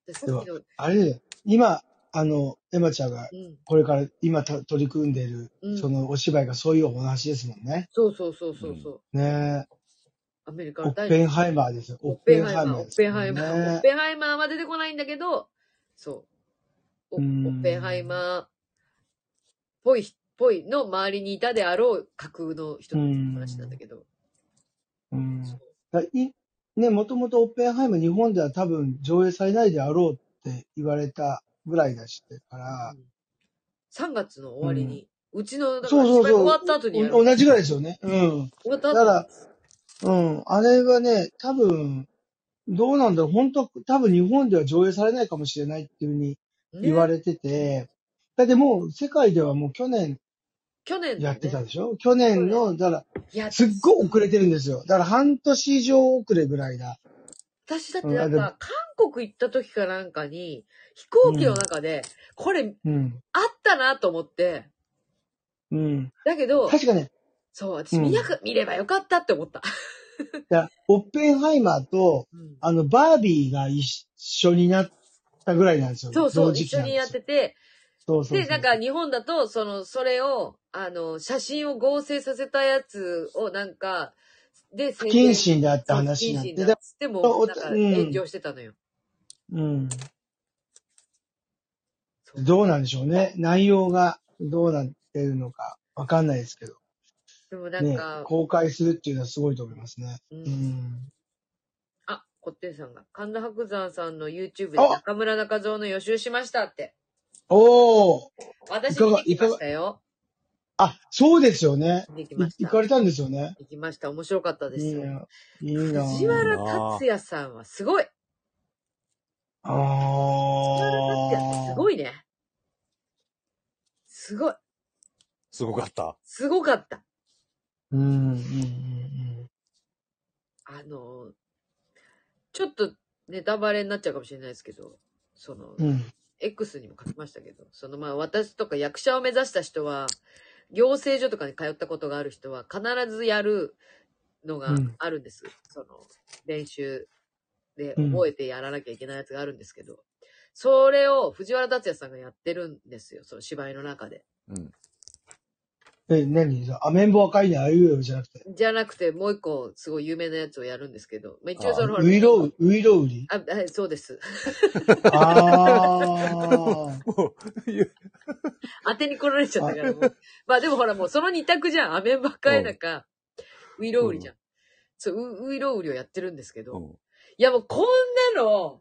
[SPEAKER 2] で、さっきの、
[SPEAKER 3] あれだよ今、あの、エマちゃんが
[SPEAKER 2] うん、
[SPEAKER 3] これから今た取り組んでいる、
[SPEAKER 2] うん
[SPEAKER 3] そのお芝居がそういうお話ですもんね。
[SPEAKER 2] そうそうそうそうそう。
[SPEAKER 3] ね
[SPEAKER 2] アメリカ
[SPEAKER 3] オ
[SPEAKER 2] の
[SPEAKER 3] ッ
[SPEAKER 2] 第
[SPEAKER 3] ペ
[SPEAKER 2] 二
[SPEAKER 3] ンハイマーですよ。
[SPEAKER 2] オッペンハイマー、オ
[SPEAKER 3] で
[SPEAKER 2] ッ
[SPEAKER 3] す
[SPEAKER 2] ペン
[SPEAKER 3] よ
[SPEAKER 2] ハイマー、オッ
[SPEAKER 3] ね
[SPEAKER 2] ペンハイマーは出てこないんだけど、そう。お
[SPEAKER 3] う
[SPEAKER 2] オ
[SPEAKER 3] ん
[SPEAKER 2] ッペンハイマーっぽいひ、ぽいの周りにいたであろう架空の人の話なんだけど。
[SPEAKER 3] うん
[SPEAKER 2] そう
[SPEAKER 3] だいね、もともとオッペンハイム日本では多分上映されないであろうって言われたぐらいだしだから、
[SPEAKER 2] うん3月の終わりに、うちの、だか
[SPEAKER 3] そ
[SPEAKER 2] ら
[SPEAKER 3] う
[SPEAKER 2] 芝居
[SPEAKER 3] そう
[SPEAKER 2] が終わ
[SPEAKER 3] そ
[SPEAKER 2] った後
[SPEAKER 3] う。
[SPEAKER 2] にやる。
[SPEAKER 3] お同じぐらいですよね。うん。
[SPEAKER 2] 終わった
[SPEAKER 3] だ
[SPEAKER 2] 後
[SPEAKER 3] か
[SPEAKER 2] に。
[SPEAKER 3] ら、うん。あれはね、多分、どうなんだろう。本当多分日本では上映されないかもしれないっていうふうに
[SPEAKER 2] ね、
[SPEAKER 3] 言われてて、だってもう世界ではもう去年
[SPEAKER 2] 去年だ
[SPEAKER 3] や
[SPEAKER 2] よね
[SPEAKER 3] ってたでしょ去年の、だか
[SPEAKER 2] いや
[SPEAKER 3] ら、、すっごい遅れてるんですよ。だから半年以上遅れぐらいだ。
[SPEAKER 2] 私だってなん
[SPEAKER 3] うんあ
[SPEAKER 2] か、韓国行った時かなんかに、飛行機の中で、これ、
[SPEAKER 3] うん。
[SPEAKER 2] あったなと思って、
[SPEAKER 3] うん。
[SPEAKER 2] だけど、
[SPEAKER 3] 確かね、
[SPEAKER 2] そう、私
[SPEAKER 3] うん
[SPEAKER 2] 見なく、見ればよかったって思った。
[SPEAKER 3] だからオッペンハイマーと、
[SPEAKER 2] うん
[SPEAKER 3] あの、バービーが一緒になったぐらいなんですよ。
[SPEAKER 2] そうそ
[SPEAKER 3] 同
[SPEAKER 2] う、
[SPEAKER 3] 時
[SPEAKER 2] 一
[SPEAKER 3] 期
[SPEAKER 2] 緒
[SPEAKER 3] なん
[SPEAKER 2] に
[SPEAKER 3] で
[SPEAKER 2] やっ
[SPEAKER 3] すよ。
[SPEAKER 2] てて、
[SPEAKER 3] そうそうそう
[SPEAKER 2] で、なんか、日本だと、その、それを、あの、写真を合成させたやつをなんか、で、不
[SPEAKER 3] 不謹慎であった
[SPEAKER 2] そう不謹
[SPEAKER 3] 話になって、
[SPEAKER 2] 慎だ
[SPEAKER 3] だ
[SPEAKER 2] っつっても、なんか
[SPEAKER 3] うん
[SPEAKER 2] 炎上してたのよ。
[SPEAKER 3] うん。
[SPEAKER 2] そう
[SPEAKER 3] どうなんでしょうね。内容がどうなってるのかわかんないですけど。
[SPEAKER 2] でもなん
[SPEAKER 3] ね
[SPEAKER 2] か、、
[SPEAKER 3] 公開するっていうのはすごいと思いますね。
[SPEAKER 2] う、
[SPEAKER 3] うんん。
[SPEAKER 2] あ、こってんさんが、神田伯山さんの YouTube で
[SPEAKER 3] あ
[SPEAKER 2] 中村中蔵の予習しましたって。
[SPEAKER 3] おおい
[SPEAKER 2] 私
[SPEAKER 3] か
[SPEAKER 2] 見て
[SPEAKER 3] が
[SPEAKER 2] きましたよ。
[SPEAKER 3] あ、そうですよね。
[SPEAKER 2] 見てき
[SPEAKER 3] い
[SPEAKER 2] まし
[SPEAKER 3] 行
[SPEAKER 2] た。
[SPEAKER 3] かれたんですよね。
[SPEAKER 2] 行きました。面白かったで
[SPEAKER 3] いい
[SPEAKER 2] す。
[SPEAKER 3] な。いいな。
[SPEAKER 2] 藤原達也さんはすごい。
[SPEAKER 3] あ
[SPEAKER 2] 藤原達也ってす
[SPEAKER 3] あ。
[SPEAKER 2] ごいね。すごい。
[SPEAKER 1] すごかった。
[SPEAKER 2] すごかった。
[SPEAKER 3] うん、うん、うん
[SPEAKER 2] あの、ちょっとネタバレになっちゃうかもしれないですけど、その、
[SPEAKER 3] うん、うん。
[SPEAKER 2] X にも書きましたけど、そのまあ私とか役者を目指した人は、養成所とかに通ったことがある人は必ずやるのが
[SPEAKER 3] うん
[SPEAKER 2] あるんです。その練習で覚えてやらなきゃいけないやつがあるんですけど、それを藤原達也さんがやってるんですよ。その芝居の中で。
[SPEAKER 1] うん。
[SPEAKER 3] え、何アメンボ赤いね、あいうえおじゃなくて。
[SPEAKER 2] じゃなくてもう一個すごい有名なやつをやるんですけど、まあ、一応そのほら
[SPEAKER 3] ウイロウ、ウイロウリ。
[SPEAKER 2] あ、はいそうです。
[SPEAKER 3] ああ。
[SPEAKER 1] もう、ゆ
[SPEAKER 2] 当てに来られちゃったからもう。まあでもほらもうその二択じゃん。アメンばっかりだか、ウイロウリじゃん。そう、ウウイロウリをやってるんですけど。
[SPEAKER 1] うん
[SPEAKER 2] いやもうこんなの、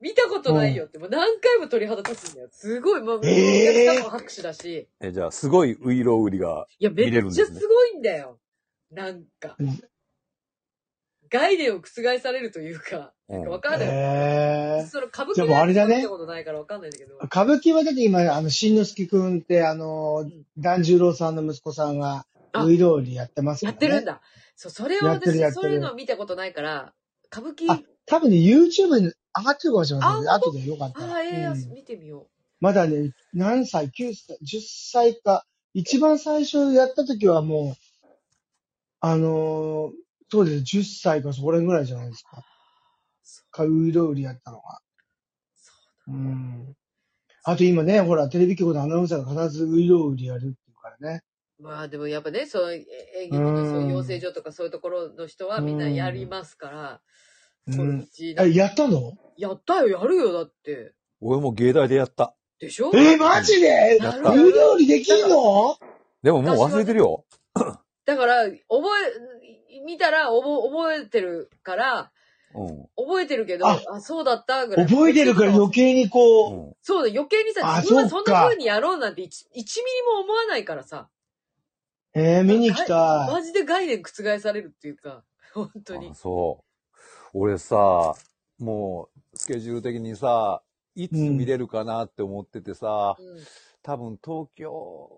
[SPEAKER 2] 見たことないよって、もう何回も鳥肌立つんだよ。すごい、もう、
[SPEAKER 3] え
[SPEAKER 2] お
[SPEAKER 3] ー
[SPEAKER 2] 客様も拍手だし。
[SPEAKER 1] え、じゃあ、すごいウイロウリが、
[SPEAKER 2] いや、め
[SPEAKER 1] 見れる
[SPEAKER 2] っ
[SPEAKER 1] ん
[SPEAKER 2] ち
[SPEAKER 1] で
[SPEAKER 2] ゃ
[SPEAKER 1] すね
[SPEAKER 2] すごいんだよ。なんか
[SPEAKER 3] うん。
[SPEAKER 2] 概念を覆されるというか、
[SPEAKER 1] うん
[SPEAKER 2] わかん ない。
[SPEAKER 3] ええ
[SPEAKER 2] その歌舞伎
[SPEAKER 3] じゃあ
[SPEAKER 2] の
[SPEAKER 3] もうあれだね
[SPEAKER 2] 見たことないからわかんないんだけど。
[SPEAKER 3] 歌舞伎はだって今、あの、しんのすけくんって、あの
[SPEAKER 2] ん、
[SPEAKER 3] 團十郎さんの息子さんが、
[SPEAKER 2] あ
[SPEAKER 3] ウイロウリやってますか
[SPEAKER 2] や
[SPEAKER 3] ら
[SPEAKER 2] っ
[SPEAKER 3] ね。
[SPEAKER 2] てるんだ。そう、それを
[SPEAKER 3] やってるや
[SPEAKER 2] 私、
[SPEAKER 3] ってる
[SPEAKER 2] そういうのを見たことないから、歌舞伎、
[SPEAKER 3] あ多分ね、YouTube に上がってるかもしれませんね。
[SPEAKER 2] あ本
[SPEAKER 3] 後でよかっ
[SPEAKER 2] あ
[SPEAKER 3] たら。
[SPEAKER 2] あ、ええ
[SPEAKER 3] うん
[SPEAKER 2] 見てみよ
[SPEAKER 3] まだね、何歳 ?9 歳 ?10 歳か。一番最初やった時はもう、あのーそうです。10歳かそこら辺ぐらいじゃないですか。
[SPEAKER 2] う。そ
[SPEAKER 3] か、ウイロウリやったのが。
[SPEAKER 2] そううだ。
[SPEAKER 3] ん。あと今ね、ほら、テレビ局のアナウンサーが必ずウイロウリやるっていうからね。
[SPEAKER 2] まあでもやっぱね、そのえ営業のそういう養成所とかそういうところの人はみんなやりますから、
[SPEAKER 3] うん
[SPEAKER 2] これうち、
[SPEAKER 3] え、やったの
[SPEAKER 2] やったよ、やるよ、だって。
[SPEAKER 1] 俺も芸大でやった。
[SPEAKER 2] でしょ
[SPEAKER 3] えー、マジで
[SPEAKER 1] やった
[SPEAKER 3] ウイロウリできんの
[SPEAKER 1] でももう忘れてるよ。
[SPEAKER 2] だから、覚え、見たら覚覚えてるから、
[SPEAKER 1] うん。
[SPEAKER 2] 覚えてるけど、
[SPEAKER 3] あ
[SPEAKER 2] あ、そうだったぐらい。
[SPEAKER 3] 覚えてるから余計に
[SPEAKER 1] う
[SPEAKER 3] こう、
[SPEAKER 1] ん。
[SPEAKER 2] そうだ、余計にさ、
[SPEAKER 3] あ
[SPEAKER 2] 自分は
[SPEAKER 3] そ
[SPEAKER 2] そ
[SPEAKER 3] うんか
[SPEAKER 2] な風にやろうなんて 1, ミリも思わないからさ。
[SPEAKER 3] えー、見に行きた
[SPEAKER 2] マジで概念覆されるっていうか、 本当に
[SPEAKER 1] あ。そう。俺さ、もう、スケジュール的にさ、いつ見れるかなって思っててさ、
[SPEAKER 2] うん、
[SPEAKER 1] 多分東京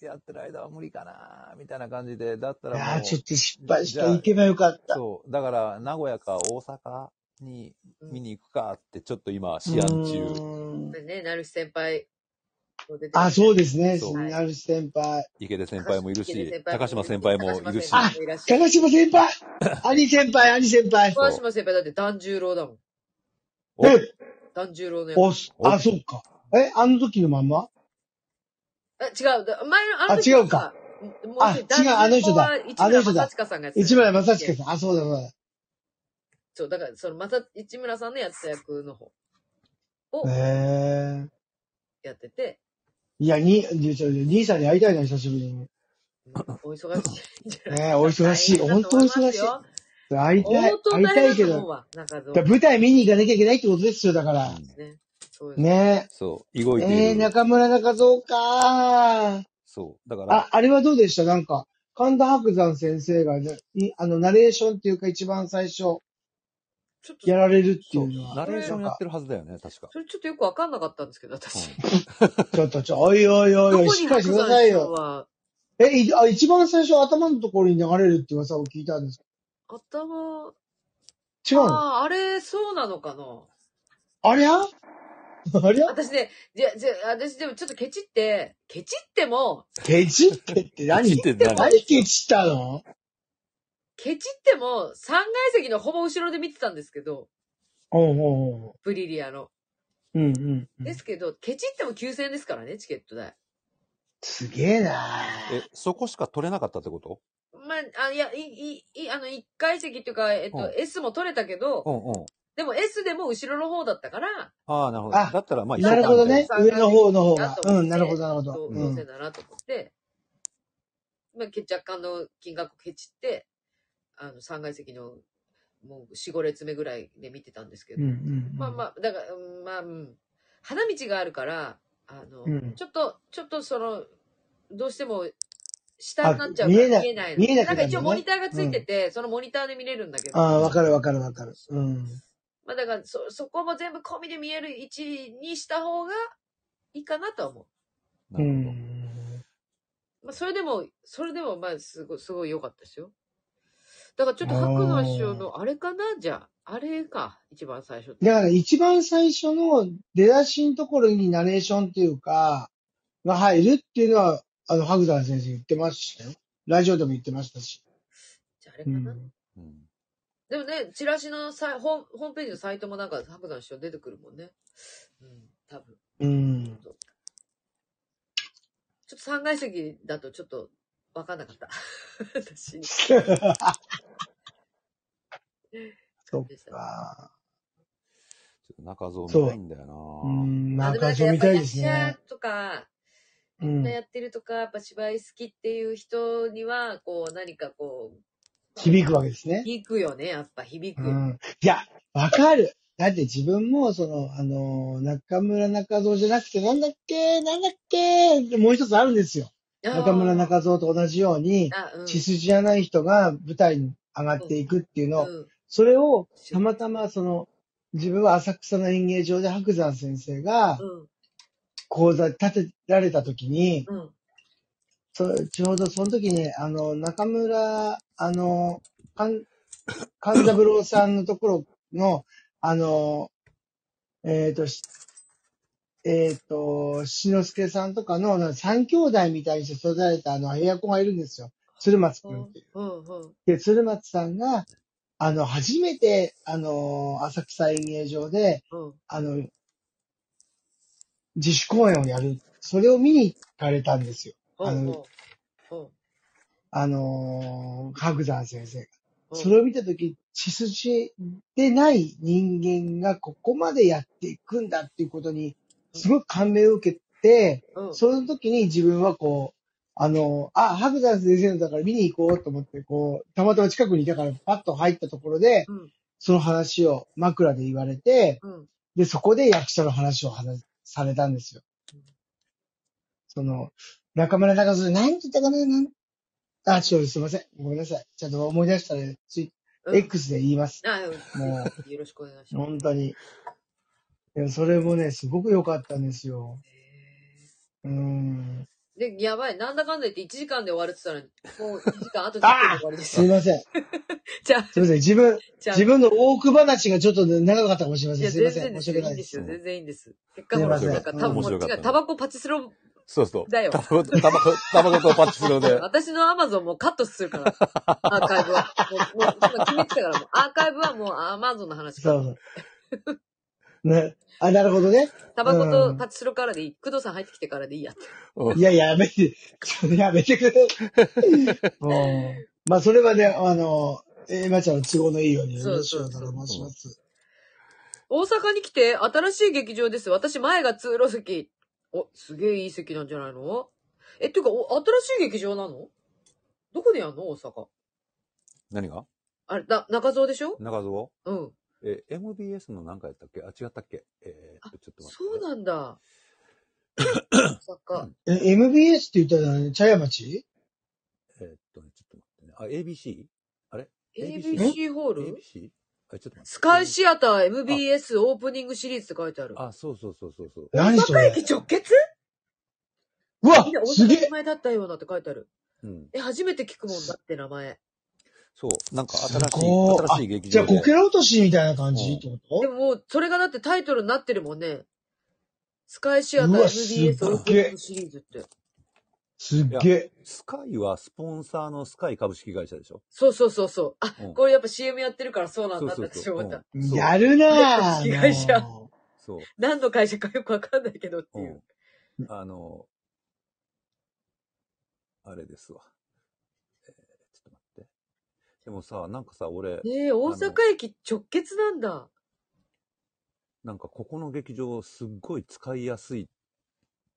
[SPEAKER 1] やってる間は無理かな、みたいな感じで、だった
[SPEAKER 3] い。い
[SPEAKER 1] らも
[SPEAKER 3] やー、ちょっ
[SPEAKER 1] う、
[SPEAKER 3] と失敗し
[SPEAKER 1] じ
[SPEAKER 3] た。
[SPEAKER 1] ゃあ
[SPEAKER 3] 行けばよかった。
[SPEAKER 1] そう、だから名古屋か大阪に見に行くかって、ちょっと今、
[SPEAKER 3] う
[SPEAKER 1] 試案中、
[SPEAKER 3] ーん
[SPEAKER 2] でね、なるし先輩も出てる
[SPEAKER 3] あ、そうですね。
[SPEAKER 1] そう
[SPEAKER 3] なる先輩。
[SPEAKER 1] 池出先輩もいる
[SPEAKER 2] 池
[SPEAKER 1] し
[SPEAKER 2] 田、
[SPEAKER 1] 高島先輩もいるし、
[SPEAKER 2] 高島先輩もいらっしゃる
[SPEAKER 3] 高島先 輩兄先輩兄先輩
[SPEAKER 1] そう
[SPEAKER 2] 高島先輩だって團十郎だもん。
[SPEAKER 1] お
[SPEAKER 3] え
[SPEAKER 2] 團十郎の役。
[SPEAKER 3] おすあ、そっか。え、あの時のまんま
[SPEAKER 2] あ、違う。だ前の、あの
[SPEAKER 3] あ違うか。
[SPEAKER 2] も
[SPEAKER 3] あ違うあの人だ
[SPEAKER 2] 一
[SPEAKER 3] あの
[SPEAKER 2] 村
[SPEAKER 3] 人だ
[SPEAKER 2] 正親さんがやってた
[SPEAKER 3] 市村正親さん。あ、そうだそう
[SPEAKER 2] そう、だから、その、また、市村さんのやってた役の方を
[SPEAKER 3] だ。へえ。
[SPEAKER 2] やってて、
[SPEAKER 3] いや、に、兄さんに会いたいな、久しぶり
[SPEAKER 2] う
[SPEAKER 3] に。
[SPEAKER 2] んお忙しいんじゃない
[SPEAKER 3] ねえ、お忙しい。本当お忙しい。
[SPEAKER 2] 相
[SPEAKER 3] 会いたい。
[SPEAKER 2] 当
[SPEAKER 3] 会い
[SPEAKER 2] 大変
[SPEAKER 3] た
[SPEAKER 2] だ
[SPEAKER 3] いけ
[SPEAKER 2] と思う
[SPEAKER 3] ど。
[SPEAKER 2] わ、中
[SPEAKER 3] だ
[SPEAKER 2] 蔵
[SPEAKER 3] から。舞台見に行かなきゃいけないってことですよ、だか
[SPEAKER 1] う
[SPEAKER 3] ら。
[SPEAKER 1] ん
[SPEAKER 2] ね。そうです。
[SPEAKER 3] ね
[SPEAKER 1] そう、動
[SPEAKER 3] え。
[SPEAKER 1] いてい
[SPEAKER 3] え
[SPEAKER 1] る。
[SPEAKER 3] ー、中村中蔵か
[SPEAKER 1] そう。だから、
[SPEAKER 3] あ、あれはどうでしたなんか、神田伯山先生がね、いあの、ナレーションっていうか一番最初、
[SPEAKER 2] ちょっと、
[SPEAKER 3] やられるってい
[SPEAKER 1] そうう
[SPEAKER 3] の、は、
[SPEAKER 1] ナレーションや
[SPEAKER 3] なん
[SPEAKER 1] っ
[SPEAKER 3] か
[SPEAKER 1] てるはずだよね、確か。
[SPEAKER 2] それちょっとよくわかんなかったんですけど、私。
[SPEAKER 3] ちょっとちょ、おいおいおい
[SPEAKER 2] ど
[SPEAKER 3] おい、
[SPEAKER 2] こ
[SPEAKER 3] し
[SPEAKER 2] に
[SPEAKER 3] っかりして
[SPEAKER 2] 白
[SPEAKER 3] ください
[SPEAKER 2] 山さん
[SPEAKER 3] よ。
[SPEAKER 2] は、
[SPEAKER 3] え、いあ一番最初頭のところに流れるって噂を聞いたんです
[SPEAKER 2] 頭、
[SPEAKER 3] 違うのあ
[SPEAKER 2] ああ、あれ、そうなのかな
[SPEAKER 3] りゃ ありゃ
[SPEAKER 2] 私ね、じゃ、じゃ、私でもちょっとケチって、ケチっても、
[SPEAKER 3] ケチってって
[SPEAKER 1] 何
[SPEAKER 3] 何
[SPEAKER 1] って 何
[SPEAKER 3] 何ケチったの
[SPEAKER 2] ケチっても、3階席のほぼ後ろで見てたんですけど、
[SPEAKER 3] うんうんうん。
[SPEAKER 2] ブリリアの。
[SPEAKER 3] うんうんうん。
[SPEAKER 2] ですけど、ケチっても9000円ですからね、チケット代。
[SPEAKER 3] すげえな
[SPEAKER 1] え、そこしか取れなかったってこと
[SPEAKER 2] まあ、あいや、い、い、い、あの、1階席っていうか、えっ
[SPEAKER 1] う
[SPEAKER 2] と
[SPEAKER 1] ん、
[SPEAKER 2] S も取れたけど、
[SPEAKER 1] うんうん。
[SPEAKER 2] でも S でも後ろの方だったから、
[SPEAKER 1] ああ、なるほど。
[SPEAKER 3] あ
[SPEAKER 1] だったら、まあ、
[SPEAKER 3] なるほどね
[SPEAKER 2] 一。緒だ
[SPEAKER 3] 上の方の方
[SPEAKER 2] だ
[SPEAKER 3] が
[SPEAKER 2] と。思って
[SPEAKER 3] うん、なるほど、なるほど。
[SPEAKER 2] どう
[SPEAKER 3] う
[SPEAKER 2] どうせ
[SPEAKER 3] ん。
[SPEAKER 2] ならと思って、まあ、け若干の金額をケチって、あの、3階席の、もう4、5列目ぐらいで見てたんですけ
[SPEAKER 3] う
[SPEAKER 2] ど、
[SPEAKER 3] んうん。
[SPEAKER 2] まあまあ、だから、うんまあ、うん花道があるから、あの、
[SPEAKER 3] うん
[SPEAKER 2] ちょっと、ちょっとその、どうしても、下になっちゃう
[SPEAKER 3] あ
[SPEAKER 2] から
[SPEAKER 3] 見えない
[SPEAKER 2] 見えないの。
[SPEAKER 3] 見えなくな
[SPEAKER 2] なんか
[SPEAKER 3] るのね
[SPEAKER 2] 一応モニターがついてて、そのモニターで見れるんだけど。
[SPEAKER 3] ああ、わかるわかるわかる。うん。
[SPEAKER 2] まあだから、そ、そこも全部込みで見える位置にした方がいいかなとは思
[SPEAKER 1] な
[SPEAKER 3] う
[SPEAKER 1] るほど。
[SPEAKER 3] ん。
[SPEAKER 2] う。まあそれでも、それでもまあすごい、すごい良かったですよ。だからちょっと白馬師匠のあれかなじゃあ。あれか。一番最初って。
[SPEAKER 3] だから一番最初の出だしのところにナレーションっていうか、が入るっていうのは、あの、ハグダー先生言ってましたよ。ラジオでも言ってましたし。
[SPEAKER 2] じゃああれ
[SPEAKER 3] う
[SPEAKER 2] かな、
[SPEAKER 3] ん。
[SPEAKER 1] うん
[SPEAKER 2] でもね、チラシのさいホームホームページのサイトもなんか白山師匠出てくるもんね。うん、多分。
[SPEAKER 3] うん。
[SPEAKER 2] ちょっと3階席だとちょっと分かんなかった。 私に。
[SPEAKER 3] そっか。
[SPEAKER 1] ちょっと中像見たいんだよなぁ
[SPEAKER 3] うん。
[SPEAKER 2] あ
[SPEAKER 3] まあ、
[SPEAKER 2] でもなんか
[SPEAKER 3] 感想
[SPEAKER 2] やっ
[SPEAKER 3] 見
[SPEAKER 2] ぱ
[SPEAKER 3] たい
[SPEAKER 2] 役
[SPEAKER 3] です
[SPEAKER 2] 者
[SPEAKER 3] ね。
[SPEAKER 2] とか、
[SPEAKER 3] う
[SPEAKER 2] みん
[SPEAKER 3] ん
[SPEAKER 2] な。やってるとか、やっぱ芝居好きっていう人には、こう、何かこう、
[SPEAKER 3] 響くわけですね。
[SPEAKER 2] 響くよね、やっぱ響く。
[SPEAKER 3] うんいや、わかる。だって自分も、その、あのー、中村中蔵じゃなくて、なんだっけ、なんだっけ、でもう一つあるんですよ。
[SPEAKER 2] あー
[SPEAKER 3] 中村中蔵と同じように、
[SPEAKER 2] あ、うん。
[SPEAKER 3] 血筋じゃない人が舞台に上がっていくっていうのを、
[SPEAKER 2] うん
[SPEAKER 3] それを、たまたま、その、自分は浅草の演芸場で白山先生が
[SPEAKER 2] うん。
[SPEAKER 3] 講座立てられた時に、
[SPEAKER 2] うん。
[SPEAKER 3] そちょうどその時に、あの、中村、あの、かん、勘三郎さんのところの、あの、えっ、と、しえっ、と、しのすけさんとかのなんか三兄弟みたいにして育てられたあの、エアコンがいるんですよ。鶴松くんっていう。
[SPEAKER 2] うん。うん。
[SPEAKER 3] で、鶴松さんが、あの、初めて、あの、浅草演芸場で、
[SPEAKER 2] うん。
[SPEAKER 3] あの、自主公演をやる。それを見に行かれたんですよ。あの
[SPEAKER 2] ほうほう。
[SPEAKER 3] あのー、白山先生が。
[SPEAKER 2] うん
[SPEAKER 3] それを見たとき、血筋でない人間がここまでやっていくんだっていうことに、すごく感銘を受けて、
[SPEAKER 2] うん。うん。
[SPEAKER 3] その時に自分はこう、あのー、あ、白山先生のだから見に行こうと思って、こう、たまたま近くにいたからパッと入ったところで、
[SPEAKER 2] うん
[SPEAKER 3] その話を枕で言われて、
[SPEAKER 2] うん。
[SPEAKER 3] で、そこで役者の話を話されたんですよ
[SPEAKER 2] うん。
[SPEAKER 3] その、中村中蔵、何て言ったかな、なんあ、ちょ、すいません。ごめんなさい。ちょっと思い出したら、ツイ
[SPEAKER 2] うん
[SPEAKER 3] X で言います。
[SPEAKER 2] あ、うん
[SPEAKER 3] も
[SPEAKER 2] よろしくお願いし
[SPEAKER 3] う、
[SPEAKER 2] ます。
[SPEAKER 3] 本当に。でもそれもね、すごく良かったんですよ。うーん。
[SPEAKER 2] で、やばい。なんだかんだ言って1時間で終わるって言ったら、もう1時間、あと10分で
[SPEAKER 3] あ
[SPEAKER 2] 終わりです
[SPEAKER 3] すい
[SPEAKER 2] よ。
[SPEAKER 3] ません。
[SPEAKER 2] じゃあ、
[SPEAKER 3] すいません。自分、
[SPEAKER 2] じゃあ、
[SPEAKER 3] 自分の多く話がちょっとね長かったかもしれま
[SPEAKER 2] い
[SPEAKER 3] せん。
[SPEAKER 2] や、
[SPEAKER 3] すいま
[SPEAKER 2] 全
[SPEAKER 3] せん。
[SPEAKER 2] 然で
[SPEAKER 3] 申し
[SPEAKER 2] すよ。
[SPEAKER 3] 訳
[SPEAKER 2] い
[SPEAKER 3] な
[SPEAKER 2] いん
[SPEAKER 3] いで
[SPEAKER 2] です
[SPEAKER 3] す。
[SPEAKER 2] よ。全然いいんです。結果ほら、
[SPEAKER 3] すいま
[SPEAKER 2] な
[SPEAKER 3] せ
[SPEAKER 2] ん
[SPEAKER 3] ん
[SPEAKER 2] か、たぶ
[SPEAKER 1] 面白かった
[SPEAKER 2] ん、タバコパチスロ、
[SPEAKER 1] そうそう。
[SPEAKER 2] だよ
[SPEAKER 1] タバコ、タバコ、タバコとパチスロで。
[SPEAKER 2] 私のアマゾンもうカットする から、アーカイブは。もう、もう、今決めてたから、もう、アーカイブはもうアマゾンの話
[SPEAKER 3] そうそう。ね。あ、なるほどね。
[SPEAKER 2] タバコ
[SPEAKER 3] う
[SPEAKER 2] と
[SPEAKER 3] ん
[SPEAKER 2] パチスロからでいい。工藤さん入ってきてからでいいやって。
[SPEAKER 1] うん
[SPEAKER 3] いや、やめて、 ちょっとやめ てくれ。もうまあ、それはね、あの、エマちゃんの都合のいいように、
[SPEAKER 2] そうそうそう
[SPEAKER 3] よろしくお願いします。
[SPEAKER 2] 大阪に来て、新しい劇場です。私、前が通路席。お、すげえいい席なんじゃないのえ、っていうか、お新しい劇場なのどこでやんの大阪。
[SPEAKER 1] 何が
[SPEAKER 2] あれ、だ、中蔵でしょ
[SPEAKER 1] 中蔵
[SPEAKER 2] うん。
[SPEAKER 1] え、MBS の何かやったっけあ、違ったっけえーっと、ちょっと待って。
[SPEAKER 2] そうなんだ。そこ。
[SPEAKER 3] え、MBS って言ったら、ね、茶屋町
[SPEAKER 1] えーっとね、ちょっと待ってね。あ、ABC? ABC
[SPEAKER 2] ABC ホール
[SPEAKER 1] ABC? あ、ちょっと待って。
[SPEAKER 2] スカイシアター MBS オープニングシリーズって書いてある。
[SPEAKER 1] あ、そうそうそうそうそう。
[SPEAKER 3] 何そ
[SPEAKER 2] 大阪
[SPEAKER 3] れ
[SPEAKER 2] 駅直結
[SPEAKER 3] うわ
[SPEAKER 2] みんな
[SPEAKER 3] すげ
[SPEAKER 2] 大
[SPEAKER 3] え
[SPEAKER 2] 阪前だったようなって書いてある。
[SPEAKER 1] うん。
[SPEAKER 2] え、初めて聞くもんだって名前。
[SPEAKER 1] そう。なんか新しい、
[SPEAKER 3] すご
[SPEAKER 1] 新
[SPEAKER 3] い
[SPEAKER 1] しい劇場で。
[SPEAKER 3] じゃあ、こけら落としみたいな感じ
[SPEAKER 1] うん
[SPEAKER 3] ってこ
[SPEAKER 2] で
[SPEAKER 3] と
[SPEAKER 2] ももう、それがだってタイトルになってるもんね。スカイシアター
[SPEAKER 3] うわすっげえ
[SPEAKER 2] MBS オープニングシリーズって。
[SPEAKER 3] すっげえ。
[SPEAKER 1] スカイはスポンサーのスカイ株式会社でしょ。
[SPEAKER 2] そうそうそうそう。あ、
[SPEAKER 1] うん
[SPEAKER 2] これやっぱ CM やってるからそうなんだって私
[SPEAKER 1] そう
[SPEAKER 2] 思
[SPEAKER 1] そ
[SPEAKER 2] っ
[SPEAKER 1] う
[SPEAKER 2] た。
[SPEAKER 1] うんそう。
[SPEAKER 3] や るなぁ。
[SPEAKER 2] 被害者
[SPEAKER 3] も
[SPEAKER 1] そう。
[SPEAKER 2] 何の会社かよくわかんないけどっ
[SPEAKER 1] う
[SPEAKER 2] ていう。
[SPEAKER 1] ん。あの、あれですわ。えーちょっと待って。でもさ、なんかさ、俺、
[SPEAKER 2] ねえ、大阪駅直結なんだ。
[SPEAKER 1] なんかここの劇場すっごい使いやすいっ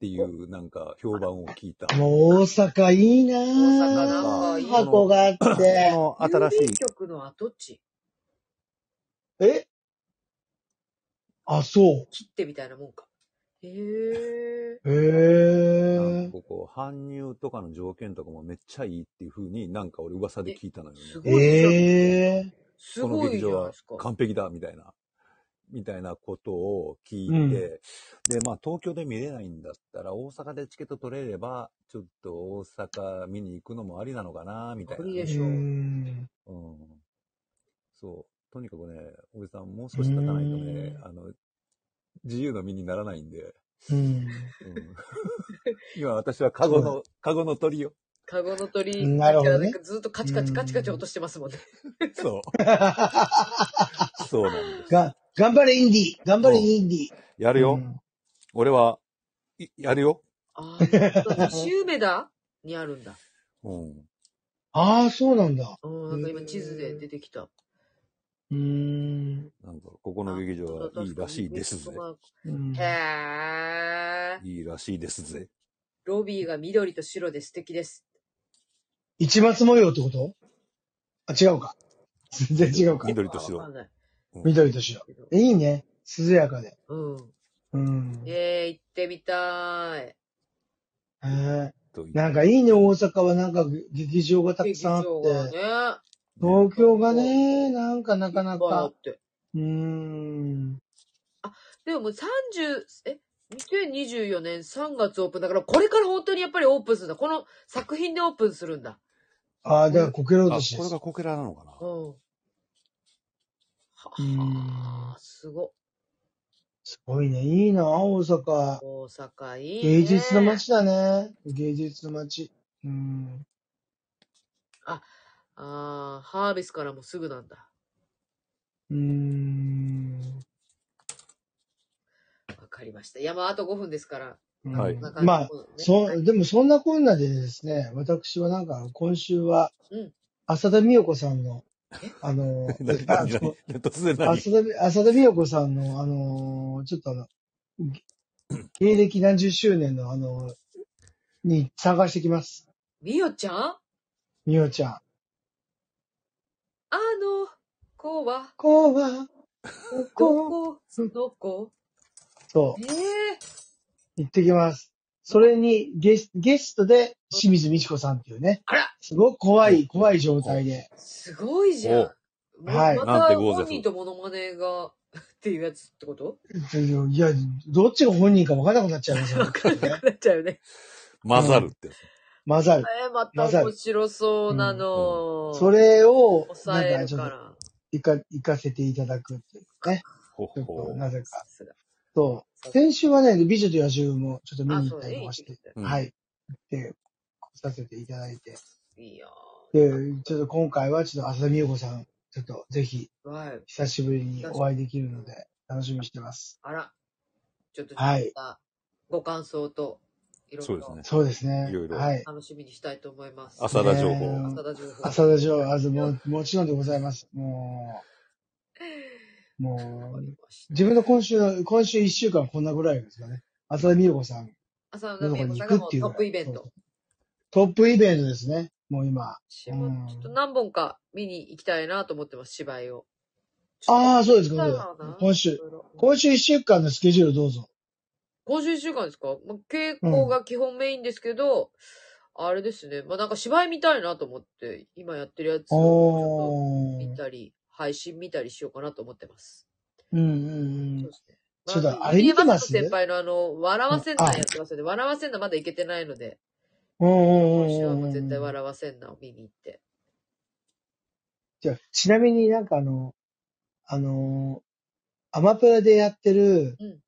[SPEAKER 1] ていう、なんか評判を聞いた。
[SPEAKER 3] うもう大阪いいな
[SPEAKER 2] 大
[SPEAKER 1] 阪なんか
[SPEAKER 3] ぁ。
[SPEAKER 2] いい
[SPEAKER 3] 箱があっ
[SPEAKER 1] こ
[SPEAKER 3] て。
[SPEAKER 1] の新し
[SPEAKER 2] 郵便
[SPEAKER 1] い、
[SPEAKER 2] 局の跡地、
[SPEAKER 3] えあ、そ
[SPEAKER 2] 切ってみたいなもんか。へえ。
[SPEAKER 3] う。へ
[SPEAKER 1] なん
[SPEAKER 3] ぇ
[SPEAKER 1] かこ
[SPEAKER 3] ー。
[SPEAKER 1] こ、搬入とかの条件とかもめっちゃいいっていう風になんか俺噂で聞いたのよね。
[SPEAKER 2] すごい
[SPEAKER 3] えぇー。
[SPEAKER 2] す
[SPEAKER 1] この
[SPEAKER 2] ご
[SPEAKER 1] 劇
[SPEAKER 2] いじゃ
[SPEAKER 1] 場
[SPEAKER 2] ない
[SPEAKER 1] は
[SPEAKER 2] ですか。
[SPEAKER 1] 完璧だ、みたいな、みたいなことを聞いて、
[SPEAKER 3] うん
[SPEAKER 1] で、まあ東京で見れないんだったら、大阪でチケット取れれば、ちょっと大阪見に行くのもありなのかな、みたいな、
[SPEAKER 2] ありで
[SPEAKER 3] う
[SPEAKER 2] しょ
[SPEAKER 3] ーん
[SPEAKER 1] うん。そう。とにかくね、おじさん、もう少し経たないとね
[SPEAKER 3] う、ん
[SPEAKER 1] あの、自由の身にならないん で、
[SPEAKER 3] うん。
[SPEAKER 1] うん、今私はカゴ
[SPEAKER 3] そ
[SPEAKER 1] の、カゴの鳥を、
[SPEAKER 2] カゴの鳥、
[SPEAKER 3] なるほどね
[SPEAKER 2] んかずっとカチカチカチカチ落としてますもんね。
[SPEAKER 1] そう、そうなんです。
[SPEAKER 3] が、頑張れインディ頑張れインディ
[SPEAKER 1] や
[SPEAKER 3] あ
[SPEAKER 1] るよ。俺は、いやるよ。
[SPEAKER 2] ああ、西梅田にあるんだ。
[SPEAKER 1] うん。
[SPEAKER 3] ああ、そうなんだ。
[SPEAKER 2] うん、なんか今地図で出てきた。
[SPEAKER 3] うーん。
[SPEAKER 1] なんか、ここの劇場はいいらしいですぜ。
[SPEAKER 3] うん
[SPEAKER 2] へえ。
[SPEAKER 1] いいらしいですぜ。
[SPEAKER 2] ロビーが緑と白で素敵です。
[SPEAKER 3] 一松模様ってことあ、違うか。全然違うか。
[SPEAKER 1] 緑と白
[SPEAKER 2] わかんない
[SPEAKER 3] 緑と白。
[SPEAKER 2] けど
[SPEAKER 3] いいね。涼やかで。
[SPEAKER 2] うん。
[SPEAKER 3] うん。
[SPEAKER 2] え
[SPEAKER 3] へ
[SPEAKER 2] ー、行ってみたい。
[SPEAKER 3] え
[SPEAKER 1] と言って
[SPEAKER 3] なんかいいね、大阪は。なんか劇場がたくさんあって。
[SPEAKER 2] 劇場はね。
[SPEAKER 1] ね
[SPEAKER 3] 東京がね、なんかなかな
[SPEAKER 2] バー
[SPEAKER 3] か
[SPEAKER 2] っ。て。
[SPEAKER 3] うーん。
[SPEAKER 2] でももう30、え、2024年3月オープンだから、これから本当にやっぱりオープンするんだ。この作品でオープンするんだ。
[SPEAKER 3] ああ、だからこけら
[SPEAKER 1] あ、
[SPEAKER 3] 落と
[SPEAKER 1] こ
[SPEAKER 3] しで
[SPEAKER 1] れ
[SPEAKER 3] す
[SPEAKER 1] が。コケラなのかな
[SPEAKER 2] うん。は
[SPEAKER 3] うん
[SPEAKER 2] はあ、すごっ。
[SPEAKER 3] すごいね。いいな、大阪。
[SPEAKER 2] 大阪いい、ね。
[SPEAKER 3] 芸術の。街だね。芸術の街。うん。
[SPEAKER 2] ああ、ハービスからもすぐなんだ。
[SPEAKER 3] うーん。
[SPEAKER 2] わかりました。いや、まあ、あと5分ですから。
[SPEAKER 3] うん
[SPEAKER 1] はい、
[SPEAKER 3] まあ、そ
[SPEAKER 2] は
[SPEAKER 3] う、
[SPEAKER 2] い
[SPEAKER 3] でもそんなこんなでですね、私はなんか今週は
[SPEAKER 2] うん、
[SPEAKER 3] 浅田美代子さんの、あの
[SPEAKER 1] 何
[SPEAKER 3] あ
[SPEAKER 1] 何何突然何
[SPEAKER 3] 浅田、浅田美代子さんの、あのーちょっとあの、芸歴何十周年のあの、に探してきます。
[SPEAKER 2] みよちゃんあ
[SPEAKER 3] 美代ちゃん。
[SPEAKER 2] の子は、
[SPEAKER 3] こうは、
[SPEAKER 2] ど
[SPEAKER 3] こう。
[SPEAKER 2] この子
[SPEAKER 3] そ
[SPEAKER 2] え
[SPEAKER 3] う、
[SPEAKER 2] え
[SPEAKER 3] 行ってきます。それにゲス、ゲストで清水美智子さんっていうね、
[SPEAKER 2] あら
[SPEAKER 3] すごく怖い、怖い状態で。
[SPEAKER 2] すごいじゃん。もう
[SPEAKER 3] はい
[SPEAKER 2] ま
[SPEAKER 1] なんて
[SPEAKER 2] た
[SPEAKER 1] ゴージャス
[SPEAKER 2] 本人とモノマネが、っていうやつってこと
[SPEAKER 3] いや、どっちが本人か分からなくなっちゃいますよ
[SPEAKER 2] わかんなくなっちゃうよね。
[SPEAKER 1] 混ざるってやつ。
[SPEAKER 3] 混ざる。
[SPEAKER 2] えー、また面白そうなの。
[SPEAKER 3] それを、
[SPEAKER 2] 抑
[SPEAKER 3] な
[SPEAKER 2] え
[SPEAKER 3] んか
[SPEAKER 2] る
[SPEAKER 3] ちょ
[SPEAKER 2] か
[SPEAKER 3] っと、
[SPEAKER 2] ら。
[SPEAKER 3] 行か、行かせていただくっていうね。
[SPEAKER 1] ほ
[SPEAKER 3] ちょっ
[SPEAKER 1] ほ
[SPEAKER 3] と、
[SPEAKER 1] う。
[SPEAKER 3] なぜ
[SPEAKER 2] さ
[SPEAKER 3] か。
[SPEAKER 2] すが
[SPEAKER 3] そう。先週はね、美女と野獣もちょっと見に行ったりとかして
[SPEAKER 2] あ
[SPEAKER 1] う
[SPEAKER 2] そうだね、
[SPEAKER 1] ん
[SPEAKER 3] はい。で、させていただいて。
[SPEAKER 2] いいよ。
[SPEAKER 3] で、ちょっと今回はちょっと浅田美代子さん、ちょっとぜひ、
[SPEAKER 2] はい。
[SPEAKER 3] 久しぶりにお会いできるので、楽しみにしてます。
[SPEAKER 2] あら。ちょっと、
[SPEAKER 3] はい
[SPEAKER 2] ご感想と、いろい
[SPEAKER 1] そうです
[SPEAKER 2] ろ
[SPEAKER 1] ね。
[SPEAKER 3] そうですね。
[SPEAKER 1] いろいろ
[SPEAKER 3] はい。
[SPEAKER 2] 楽しみにしたいと思います。
[SPEAKER 1] 浅田情報。
[SPEAKER 3] ね
[SPEAKER 2] 浅田情報。
[SPEAKER 3] 浅田城は、もう、もちろんでございます。もう、も
[SPEAKER 2] わか
[SPEAKER 3] う
[SPEAKER 2] り、ました
[SPEAKER 3] 自分の今週の、今週一週間こんなぐらいですかね。浅田美代子さん
[SPEAKER 2] 浅田
[SPEAKER 3] のとこ
[SPEAKER 2] 美代子
[SPEAKER 3] に
[SPEAKER 2] さ
[SPEAKER 3] 行
[SPEAKER 2] ん
[SPEAKER 3] く
[SPEAKER 2] がも
[SPEAKER 3] っ
[SPEAKER 2] う
[SPEAKER 3] ていう
[SPEAKER 2] トッ
[SPEAKER 3] ぐらい。
[SPEAKER 2] プイベン
[SPEAKER 3] そ
[SPEAKER 2] ト
[SPEAKER 3] う。。トップイベントですね。もう今。
[SPEAKER 2] 私もちょっと何本か見に行きたいなと思ってます、芝居を。
[SPEAKER 3] ああ、そうですか。
[SPEAKER 2] そ
[SPEAKER 3] そうう
[SPEAKER 2] だ
[SPEAKER 3] です
[SPEAKER 2] な
[SPEAKER 3] 今週
[SPEAKER 2] い、ろいろ
[SPEAKER 3] 今週一週間のスケジュールどうぞ。
[SPEAKER 2] 今週一週間ですか、まあ、稽古が基本メインですけど、あれですね。まあ、なんか芝居見たいなと思って、今やってるやつを
[SPEAKER 3] お
[SPEAKER 2] 見
[SPEAKER 3] ー。
[SPEAKER 2] たり、配信見たりしようかなと思ってます。
[SPEAKER 3] うんう
[SPEAKER 2] そ
[SPEAKER 3] ん
[SPEAKER 2] うですね。
[SPEAKER 3] そうだあれ見てます
[SPEAKER 2] 入江雅人先輩のあの、笑わせんなやってますよね。笑わせんなまだいけてないので、
[SPEAKER 3] うん。うんうんうん
[SPEAKER 2] 今週は
[SPEAKER 3] うん
[SPEAKER 2] も
[SPEAKER 3] う
[SPEAKER 2] うん絶対笑わせんなを見に行って。
[SPEAKER 3] じゃあちなみになんかあの、あのー、アマプラでやってる、
[SPEAKER 2] うん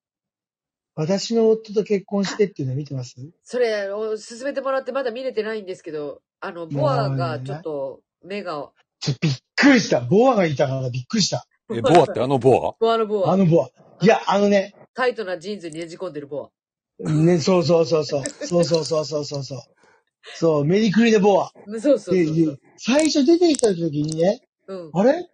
[SPEAKER 3] 私の夫と結婚してっていうの見てます
[SPEAKER 2] それを進めてもらってまだ見れてないんですけど、あの、ボアがちょっと目が、
[SPEAKER 3] ちょ、びっくりした。ボアがいたからびっくりした。
[SPEAKER 1] え、ボアってあのボ
[SPEAKER 2] ボアのボ
[SPEAKER 3] あ
[SPEAKER 2] ア、
[SPEAKER 3] のボア。いや、あのね、
[SPEAKER 2] タイトなジーンズにねじ込んでるボア。
[SPEAKER 3] ね、そうそうそう そう。そうそうそうそうそうそう。そう、メリクリでボア。
[SPEAKER 2] うんそうそう
[SPEAKER 3] で
[SPEAKER 2] そうそう。
[SPEAKER 3] 最初出てきた時にね、
[SPEAKER 2] うん。
[SPEAKER 3] あれ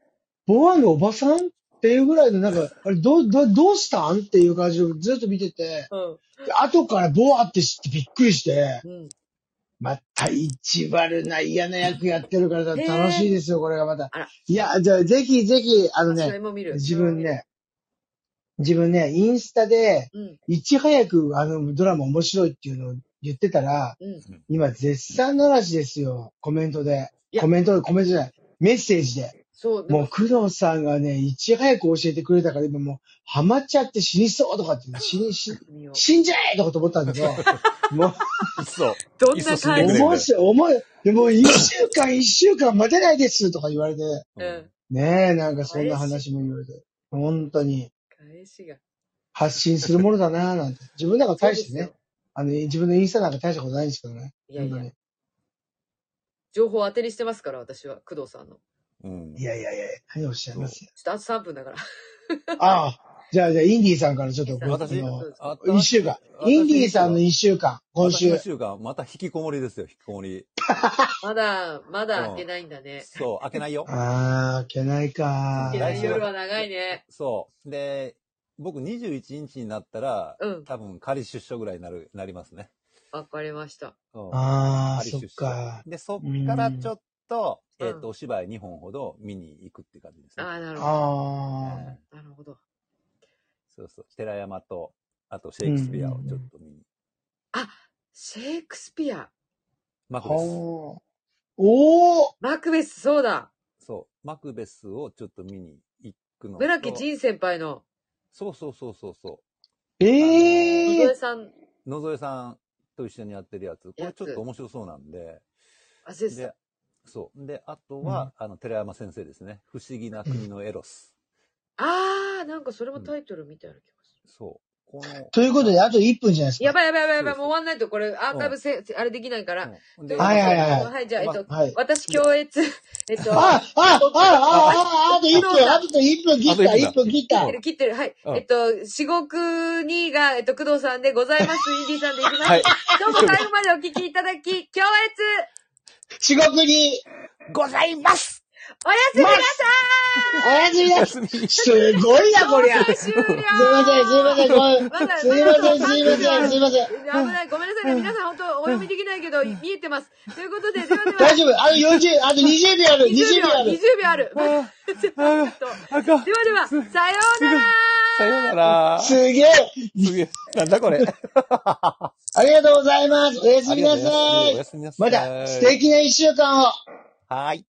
[SPEAKER 3] ボアのおばさんっていうぐらいの、なんか、あれ、ど、ど、どうしたんっていう感じをずっと見てて、
[SPEAKER 2] うん。
[SPEAKER 3] で後からボアって知ってびっくりして、
[SPEAKER 2] うん。
[SPEAKER 3] また一悪な嫌な役やってるからだ
[SPEAKER 2] ねえ
[SPEAKER 3] 楽しいですよ、これがまた
[SPEAKER 2] あら。
[SPEAKER 3] いや、じゃあぜひぜひ、あの
[SPEAKER 2] それ
[SPEAKER 3] ね、
[SPEAKER 2] も見る。
[SPEAKER 3] 自分。ね、自分ね、インスタで、
[SPEAKER 2] うん。
[SPEAKER 3] いち早くあのドラマ面白いっていうのを言ってたら、
[SPEAKER 2] うん。
[SPEAKER 3] 今絶賛の嵐ですよ、コメントで
[SPEAKER 2] い。や
[SPEAKER 3] コメントで、コメントじゃない、メッセージで。
[SPEAKER 2] そう、で
[SPEAKER 3] も
[SPEAKER 2] も
[SPEAKER 3] う、工藤さんがね、いち早く教えてくれたから、今もう、ハマっちゃって死にそうとかって、死に、死
[SPEAKER 2] 見よう
[SPEAKER 3] 死んじゃえとかと思った んだけど、もう、
[SPEAKER 1] ア。そう。
[SPEAKER 2] どん
[SPEAKER 1] いっ
[SPEAKER 2] な
[SPEAKER 1] そ進んで
[SPEAKER 2] 感
[SPEAKER 1] く
[SPEAKER 2] じ
[SPEAKER 1] れ
[SPEAKER 3] 面白い、重い、でもう一週間、一週間待てないですとか言われて、
[SPEAKER 2] うん。
[SPEAKER 3] ねえ、なんかそんな話も言われて、本当に
[SPEAKER 2] 返しが。
[SPEAKER 3] 発信するものだなぁなんて、自分なんか大してね、あの、自分のインスタなんか大したことないんですけどね、
[SPEAKER 2] いや
[SPEAKER 3] 本
[SPEAKER 2] い
[SPEAKER 3] 当
[SPEAKER 2] や
[SPEAKER 3] に。。
[SPEAKER 2] 情報を当てにしてますから、私は、工藤さんの。
[SPEAKER 1] うん
[SPEAKER 3] い。やいやいや、何をおっしゃいますよ。
[SPEAKER 2] ちょっとあと3分だから。
[SPEAKER 3] ああ、じゃあ、じゃあ、インディーさんからちょっとこう、
[SPEAKER 1] 私
[SPEAKER 3] あの、
[SPEAKER 1] あ
[SPEAKER 3] 一週間。インディーさんの一週間、今
[SPEAKER 1] 私
[SPEAKER 3] 週
[SPEAKER 1] の。週間、また引きこもりですよ、引きこもり。
[SPEAKER 2] まだ、まだ開けないんだね。
[SPEAKER 1] そう、開けないよ。
[SPEAKER 3] ああ、いけないか
[SPEAKER 2] 開け
[SPEAKER 1] や
[SPEAKER 2] な
[SPEAKER 1] 来
[SPEAKER 2] い
[SPEAKER 1] 週
[SPEAKER 2] 夜は長いね。
[SPEAKER 1] そう。で、僕21日になったら、
[SPEAKER 2] うん。
[SPEAKER 1] 多分仮出所ぐらいになる、なりますね。
[SPEAKER 2] わかりました。
[SPEAKER 1] うん
[SPEAKER 3] ああ、
[SPEAKER 1] 仮
[SPEAKER 3] そっ
[SPEAKER 1] 出所
[SPEAKER 3] か。
[SPEAKER 1] で、そっからちょっと、
[SPEAKER 2] うん
[SPEAKER 1] えっ、と、お芝居2本ほど見に行くって感じです
[SPEAKER 2] あ
[SPEAKER 1] ね。
[SPEAKER 2] あ、なるほど。
[SPEAKER 1] う
[SPEAKER 3] ああ、
[SPEAKER 1] ん
[SPEAKER 2] なるほど。
[SPEAKER 1] そうそう。寺山と、あとシェイクスピアをちょっと見に。
[SPEAKER 2] シェイクスピア。
[SPEAKER 1] マクベス。
[SPEAKER 3] ほう。おお
[SPEAKER 2] マクベス、そうだ。
[SPEAKER 1] そう。マクベスをちょっと見に行くのと。
[SPEAKER 2] 村木仁先輩の、
[SPEAKER 1] そうそうそうそうそ
[SPEAKER 2] 野
[SPEAKER 3] ええ
[SPEAKER 2] 添さん、
[SPEAKER 1] う。野添さんと一緒にやってるやつ。これちょっと面白そうなんで。
[SPEAKER 2] あ、そうです
[SPEAKER 1] で、そう。で、あとは、あの、寺山先生ですね。不思議な国のエロス。
[SPEAKER 2] ああ、なんかそれもタイトルみたいな気がする。
[SPEAKER 1] そう。この。
[SPEAKER 3] ということで、あと1分じゃないですか。
[SPEAKER 2] やばいやばいやばいやばい、
[SPEAKER 1] そうです
[SPEAKER 2] もう終わんないと、これ、アーカイブせ、あれできないから。
[SPEAKER 1] うんで
[SPEAKER 3] はいはいはい
[SPEAKER 2] はい、じゃあ、えっと、
[SPEAKER 3] はい。
[SPEAKER 2] 私、共越、えっと、
[SPEAKER 3] あ、あ、あ、あ、あ、あと1分、あと1分切った、1分切っ
[SPEAKER 2] 切
[SPEAKER 3] た
[SPEAKER 2] って。る、切ってる。はい。
[SPEAKER 1] うん
[SPEAKER 2] えっと、四国にが、えっと、工藤さんでございます。インディーさんでいきます。
[SPEAKER 1] はい
[SPEAKER 2] どうも最後までお聞きいただき、強烈、
[SPEAKER 3] 地獄に、
[SPEAKER 1] ございます
[SPEAKER 2] おやすみなさい
[SPEAKER 3] おやすみ
[SPEAKER 1] お
[SPEAKER 3] な
[SPEAKER 1] や
[SPEAKER 3] さ
[SPEAKER 1] すみ
[SPEAKER 3] い。すごい な、こりゃ。すい
[SPEAKER 2] 終了
[SPEAKER 3] ません、すいません、ごめん。
[SPEAKER 2] まだ
[SPEAKER 3] すいません、すいません、すいません。
[SPEAKER 2] 危ない。ごめんなさいね。皆さん本当お読みできないけど、見えてます。ということで、ではでは
[SPEAKER 3] 大、丈夫。あと40、あと20秒ある、20秒ある。
[SPEAKER 2] 20秒ある。
[SPEAKER 1] あ
[SPEAKER 2] 絶対
[SPEAKER 1] あ
[SPEAKER 2] ちょっと
[SPEAKER 1] あかん
[SPEAKER 2] ではでは、さようなら
[SPEAKER 1] さようなら
[SPEAKER 3] すげえ。
[SPEAKER 1] すげえ。なんだこれ。
[SPEAKER 3] ありがとうございます。おやすみな
[SPEAKER 1] ありがとうございますお
[SPEAKER 3] さい
[SPEAKER 1] や。すみなさい。
[SPEAKER 3] また素敵な一週間を。
[SPEAKER 1] はーい。